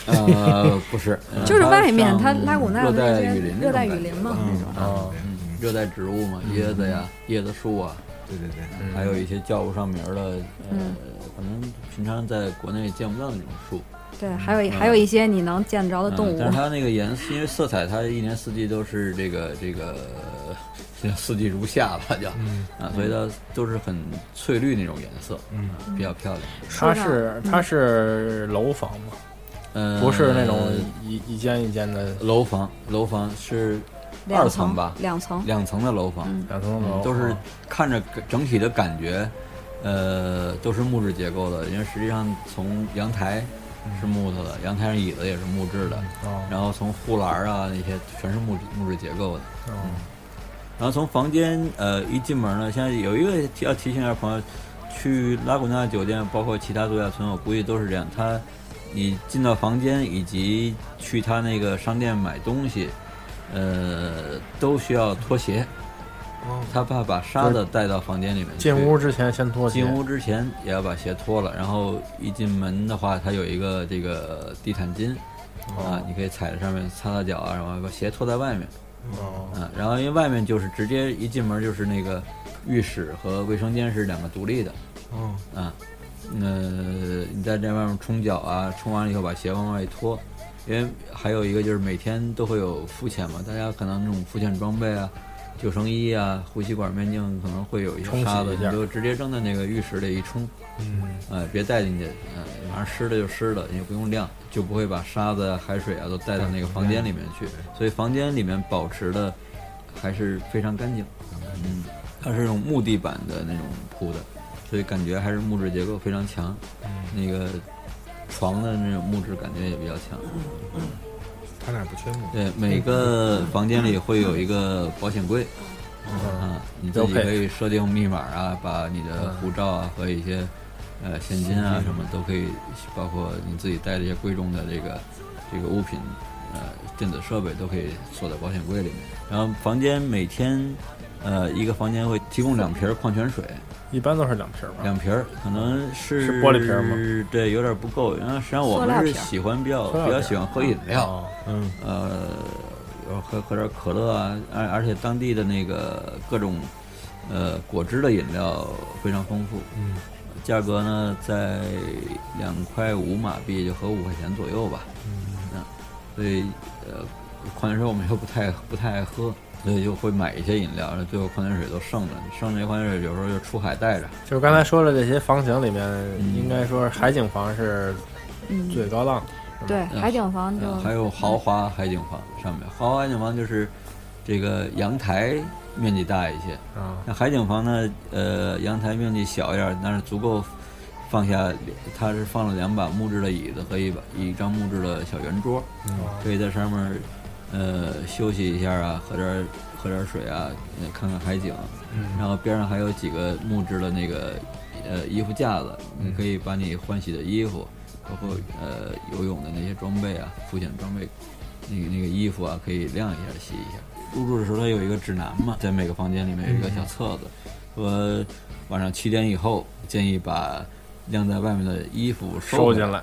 Speaker 6: 呃，不 是，呃
Speaker 1: 就是外面
Speaker 6: 它
Speaker 1: 它拉古纳
Speaker 6: 热
Speaker 1: 的
Speaker 6: 带
Speaker 1: 那
Speaker 6: 雨
Speaker 1: 些
Speaker 6: 林，
Speaker 1: 热带雨林嘛，那种。
Speaker 7: 哦
Speaker 5: 嗯，
Speaker 6: 热带植物嘛，椰子呀、椰子树啊，
Speaker 5: 对对对，
Speaker 7: 嗯
Speaker 6: 还有一些叫不上名儿的，呃
Speaker 1: 嗯，
Speaker 6: 可能平常在国内见不到那种树。
Speaker 1: 对，还有还有一些你能见着呃的动
Speaker 6: 嗯
Speaker 1: 物
Speaker 6: 但。是它那个颜色，因为色彩它一年四季都是这个这个，这叫四季如夏吧叫，
Speaker 5: 嗯
Speaker 6: 啊，所以它都是很翠绿那种颜色，嗯，比较漂亮。
Speaker 7: 它是它是楼房嘛，
Speaker 6: 嗯，
Speaker 7: 不是那种一一间一间的
Speaker 6: 楼房，楼房是
Speaker 1: 两
Speaker 6: 二层吧，
Speaker 1: 两层。
Speaker 6: 两层的楼房，
Speaker 7: 两层
Speaker 6: 嗯
Speaker 7: 楼，
Speaker 6: 都是看着整体的感觉，呃，都是木质结构的，因为实际上从阳台是木头的，阳台上椅子也是木质的，
Speaker 7: 哦
Speaker 6: 然后从护栏啊那些全是木质木质结构的。
Speaker 7: 哦
Speaker 6: 然后从房间呃一进门呢，现在有一个提要提醒一下朋友，去拉古纳酒店，包括其他度假村，我估计都是这样。他你进到房间以及去他那个商店买东西，呃，都需要脱鞋。
Speaker 5: 哦
Speaker 6: 他怕把沙子带到房间里面去。
Speaker 7: 进屋之前先脱鞋
Speaker 6: 进，屋之前也要把鞋脱了，然后一进门的话，它有一个这个地毯巾，啊，你可以踩在上面擦擦脚啊，然后把鞋脱在外面，
Speaker 7: 哦
Speaker 6: 啊，然后因为外面就是直接一进门就是那个浴室和卫生间是两个独立的，
Speaker 5: 哦，
Speaker 6: 啊，呃，你在这外面冲脚啊，冲完了以后把鞋往外一脱，因为还有一个就是每天都会有浮潜嘛，大家可能那种浮潜装备啊、救生衣啊、呼吸管、面镜可能会有一些
Speaker 7: 冲洗
Speaker 6: 沙子，
Speaker 7: 一
Speaker 6: 你
Speaker 7: 下
Speaker 6: 就直接扔在那个浴室里一冲，
Speaker 5: 嗯，
Speaker 6: 呃，别带进去，呃，反正湿了就湿了，也不用晾，就不会把沙子啊、海水啊都带到那个房间里面去，所以房间里面保持的嗯还是非常干净，嗯，它是那种木地板的那种铺的。所以所以感觉还是木质结构非常强，那个床的那种木质感觉也比较强。
Speaker 5: 他俩不缺木，
Speaker 6: 对，每个房间里会有一个保险柜
Speaker 7: 嗯，
Speaker 6: 啊，你自己可以设定密码啊，把你的护照啊和一些呃现金啊什么都可以，包括你自己带的一些贵重的这个这个物品，呃，电子设备都可以锁在保险柜里面。然后房间每天呃一个房间会提供两瓶矿泉水，
Speaker 7: 一般都是两瓶儿吧，
Speaker 6: 两瓶儿，可能是
Speaker 7: 是玻璃瓶儿吗？
Speaker 6: 对，有点不够。然后实际上我
Speaker 1: 塑料
Speaker 6: 们是
Speaker 1: 瓶儿
Speaker 6: 喜欢比较
Speaker 7: 塑料
Speaker 6: 比较
Speaker 7: 瓶儿
Speaker 6: 喜欢喝饮料，
Speaker 7: 哦
Speaker 5: 嗯，
Speaker 6: 呃，然后喝喝点可乐啊，而而且当地的那个各种呃果汁的饮料非常丰富，
Speaker 5: 嗯，
Speaker 6: 价格呢在两块五马币，就合五块钱左右吧，嗯，所以呃矿泉水我们又不太不太爱喝。所以就会买一些饮料，然后最后矿泉水都剩了，剩这些矿泉水有时候就出海带着，
Speaker 7: 就是刚才说了这些房型里面，
Speaker 6: 嗯
Speaker 7: 应该说海景房是
Speaker 1: 嗯，
Speaker 7: 最高档，
Speaker 1: 对，
Speaker 6: 嗯
Speaker 1: 海景房就
Speaker 6: 啊，还有豪华海景房上面，豪华海景房就是这个阳台面积大一些，
Speaker 7: 啊，
Speaker 6: 那海景房呢，呃，阳台面积小一点，但是足够放下，它是放了两把木质的椅子和一把一张木质的小圆桌，可以在上面呃休息一下啊，喝点儿喝点儿水啊，呃看看海景，
Speaker 7: 嗯
Speaker 6: 然后边上还有几个木质的那个呃衣服架子，
Speaker 7: 嗯
Speaker 6: 你可以把你换洗的衣服，包括呃游泳的那些装备啊，浮潜装备，那个那个衣服啊，可以晾一下洗一下。入住的时候它有一个指南嘛，在每个房间里面有一个小
Speaker 7: 嗯
Speaker 6: 册子，说晚上七点以后建议把晾在外面的衣服
Speaker 7: 收
Speaker 6: 回
Speaker 7: 进来，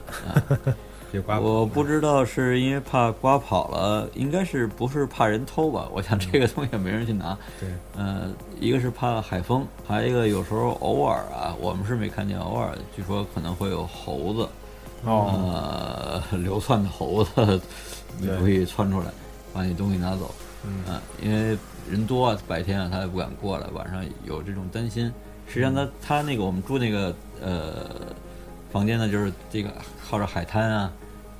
Speaker 5: 别刮胡
Speaker 6: 我不知道是因为怕刮跑了，应该是不是怕人偷吧？ 我想这个东西也没人去拿。
Speaker 5: 对，
Speaker 6: 呃，一个是怕海风，还有一个有时候偶尔啊，我们是没看见，偶尔据说可能会有猴子，
Speaker 7: 哦，
Speaker 6: 呃，流窜的猴子
Speaker 7: 对
Speaker 6: 可以窜出来，把你东西拿走。
Speaker 7: 嗯
Speaker 6: 啊，因为人多啊，白天啊他也不敢过来，晚上有这种担心。实际上
Speaker 7: 嗯
Speaker 6: 他他那个我们住那个呃房间呢，就是这个靠着海滩啊，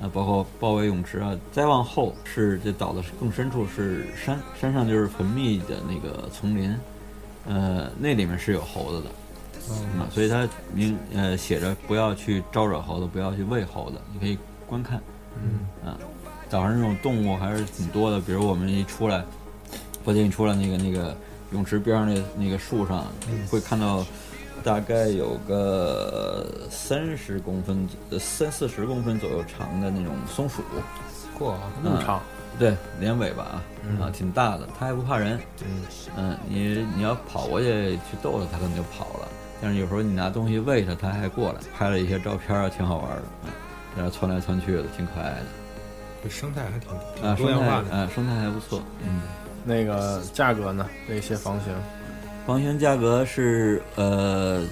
Speaker 6: 啊包括包围泳池啊，再往后是这岛的更深处是山，山上就是很密的那个丛林，呃那里面是有猴子的。啊，所以它明呃写着不要去招惹猴子，不要去喂猴子，你可以观看。嗯啊，岛上这种动物还是挺多的，比如我们一出来，昨天一出来那个那个泳池边上那那个树上，会看到大概有个三十公分、呃三四十公分左右长的那种松鼠，
Speaker 5: 过啊，
Speaker 7: 那么
Speaker 6: 啊
Speaker 7: 长，
Speaker 6: 对，连尾巴啊、啊，挺大的，它还不怕人。
Speaker 5: 嗯
Speaker 6: 嗯，你你要跑过去去逗它，它可能就跑了。但是有时候你拿东西喂它，它还过来，拍了一些照片啊，挺好玩的，嗯，在那窜来窜去的，挺可爱的。
Speaker 5: 这生态还挺
Speaker 6: 啊，生
Speaker 5: 挺多样
Speaker 6: 态
Speaker 5: 化的，
Speaker 6: 啊，生态还不错。
Speaker 7: 那个价格呢？这些房型
Speaker 6: 房型价格是呃，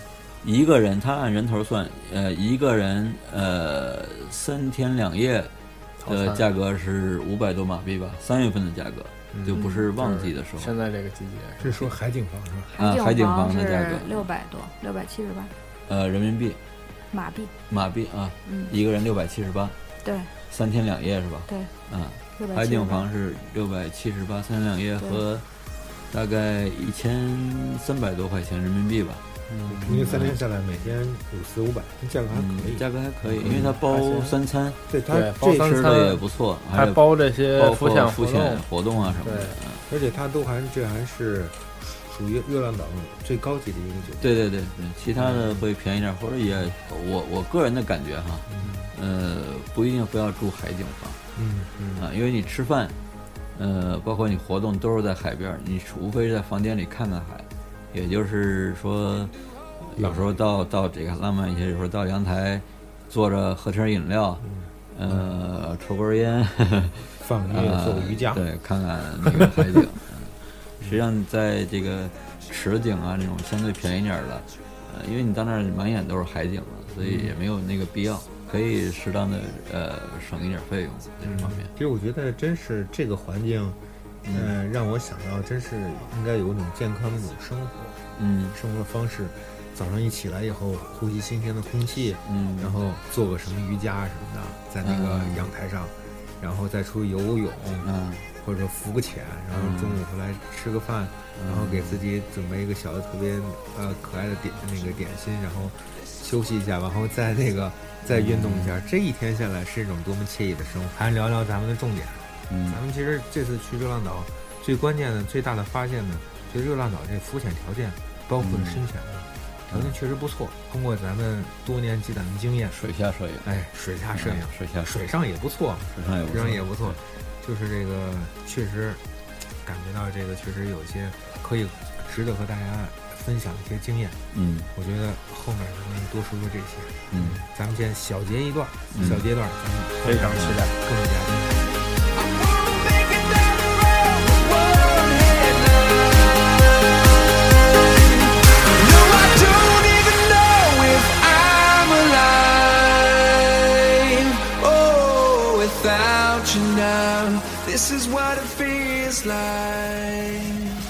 Speaker 6: 一个人他按人头算，呃，一个人呃三天两夜
Speaker 7: 套
Speaker 6: 的
Speaker 7: 餐
Speaker 6: 价格是五百多马币吧，三月份的价格
Speaker 5: 嗯
Speaker 6: 就不是旺季的时候
Speaker 7: 现在这个季节，
Speaker 5: 是说海景房是吧？
Speaker 6: 啊，海景房的价
Speaker 1: 是
Speaker 6: 格
Speaker 1: 六百多，六百七十八
Speaker 6: 呃人民币
Speaker 1: 马币，
Speaker 6: 马币啊，
Speaker 1: 嗯，
Speaker 6: 一个人六百七十八，
Speaker 1: 对
Speaker 6: 三天两夜是吧？
Speaker 1: 对，
Speaker 6: 啊，
Speaker 1: 六百
Speaker 6: 海景房是六百七十八，三天两夜和大概一千三百多块钱人民币吧，
Speaker 5: 平均三天下来每天五四五百，价格还
Speaker 6: 嗯
Speaker 5: 可以。
Speaker 6: 价格还可以，因为它包三餐，
Speaker 5: 对它
Speaker 7: 对包
Speaker 5: 这
Speaker 7: 三
Speaker 6: 吃
Speaker 7: 餐
Speaker 6: 的也不错，
Speaker 7: 还
Speaker 6: 有
Speaker 7: 包这些
Speaker 6: 包
Speaker 7: 浮
Speaker 6: 括
Speaker 7: 潜
Speaker 6: 浮
Speaker 7: 活
Speaker 6: 潜
Speaker 7: 动，
Speaker 6: 活动啊什么的。嗯
Speaker 5: 而且它都还是这还是属于月亮岛最高级的一个酒店。
Speaker 6: 对对对对，其他的会便宜点，或者也我我个人的感觉哈，呃，不一定非要住海景房。
Speaker 5: 嗯嗯
Speaker 6: 啊，因为你吃饭，呃，包括你活动都是在海边，儿，你无非是在房间里看看海，也就是说，有时候到到这个浪漫一些，有时候到阳台坐着喝瓶饮料，呃，抽根儿烟，
Speaker 5: 放个音乐，嗯做个瑜伽
Speaker 6: 啊，对，看看那个海景。 嗯实际上，在这个池景啊那种相对便宜点儿的，呃，因为你到那儿满眼都是海景了，所
Speaker 5: 嗯
Speaker 6: 以也没有那个必要，可以适当的呃省一点儿费用在这方面。
Speaker 5: 其实我觉得真是这个环境，呃，
Speaker 6: 嗯
Speaker 5: 让我想到真是应该有一种健康的一种生活
Speaker 6: 嗯
Speaker 5: 生活方式。早上一起来以后，呼吸新鲜的空气，
Speaker 6: 嗯，
Speaker 5: 然后做个什么瑜伽什么的，在那个
Speaker 6: 嗯
Speaker 5: 阳台上，然后再出去游游泳，
Speaker 6: 嗯，
Speaker 5: 或或者说付个钱，然后中午回来吃个饭，然后给自己准备一个小的特别呃可爱的点那个点心，然后休息一下，然后再那个 再运动一下，这一天下来是一种多么惬意的生活。嗯还是聊聊咱们的重点，
Speaker 6: 嗯
Speaker 5: 咱们其实这次去热浪岛最关键的、最大的发现呢，就热浪岛这浮潜条件，包括
Speaker 6: 嗯
Speaker 5: 深潜的条件确实不错。通过咱们多年积攒的经验，
Speaker 6: 水下摄影，
Speaker 5: 哎，水下摄影，
Speaker 6: 水下
Speaker 5: 水上也不错，
Speaker 6: 水上也不
Speaker 5: 水
Speaker 6: 错
Speaker 5: 上也不错，就是这个确实感觉到这个确实有一些可以值得和大家分享的一些经验。
Speaker 6: 嗯
Speaker 5: 我觉得后面咱们多说说这些，
Speaker 6: 嗯，
Speaker 5: 咱们先小结一段，
Speaker 6: 嗯
Speaker 5: 小结一段，咱们
Speaker 7: 非常期待。
Speaker 5: 更加精彩。
Speaker 4: Without you now, this is what it feels like.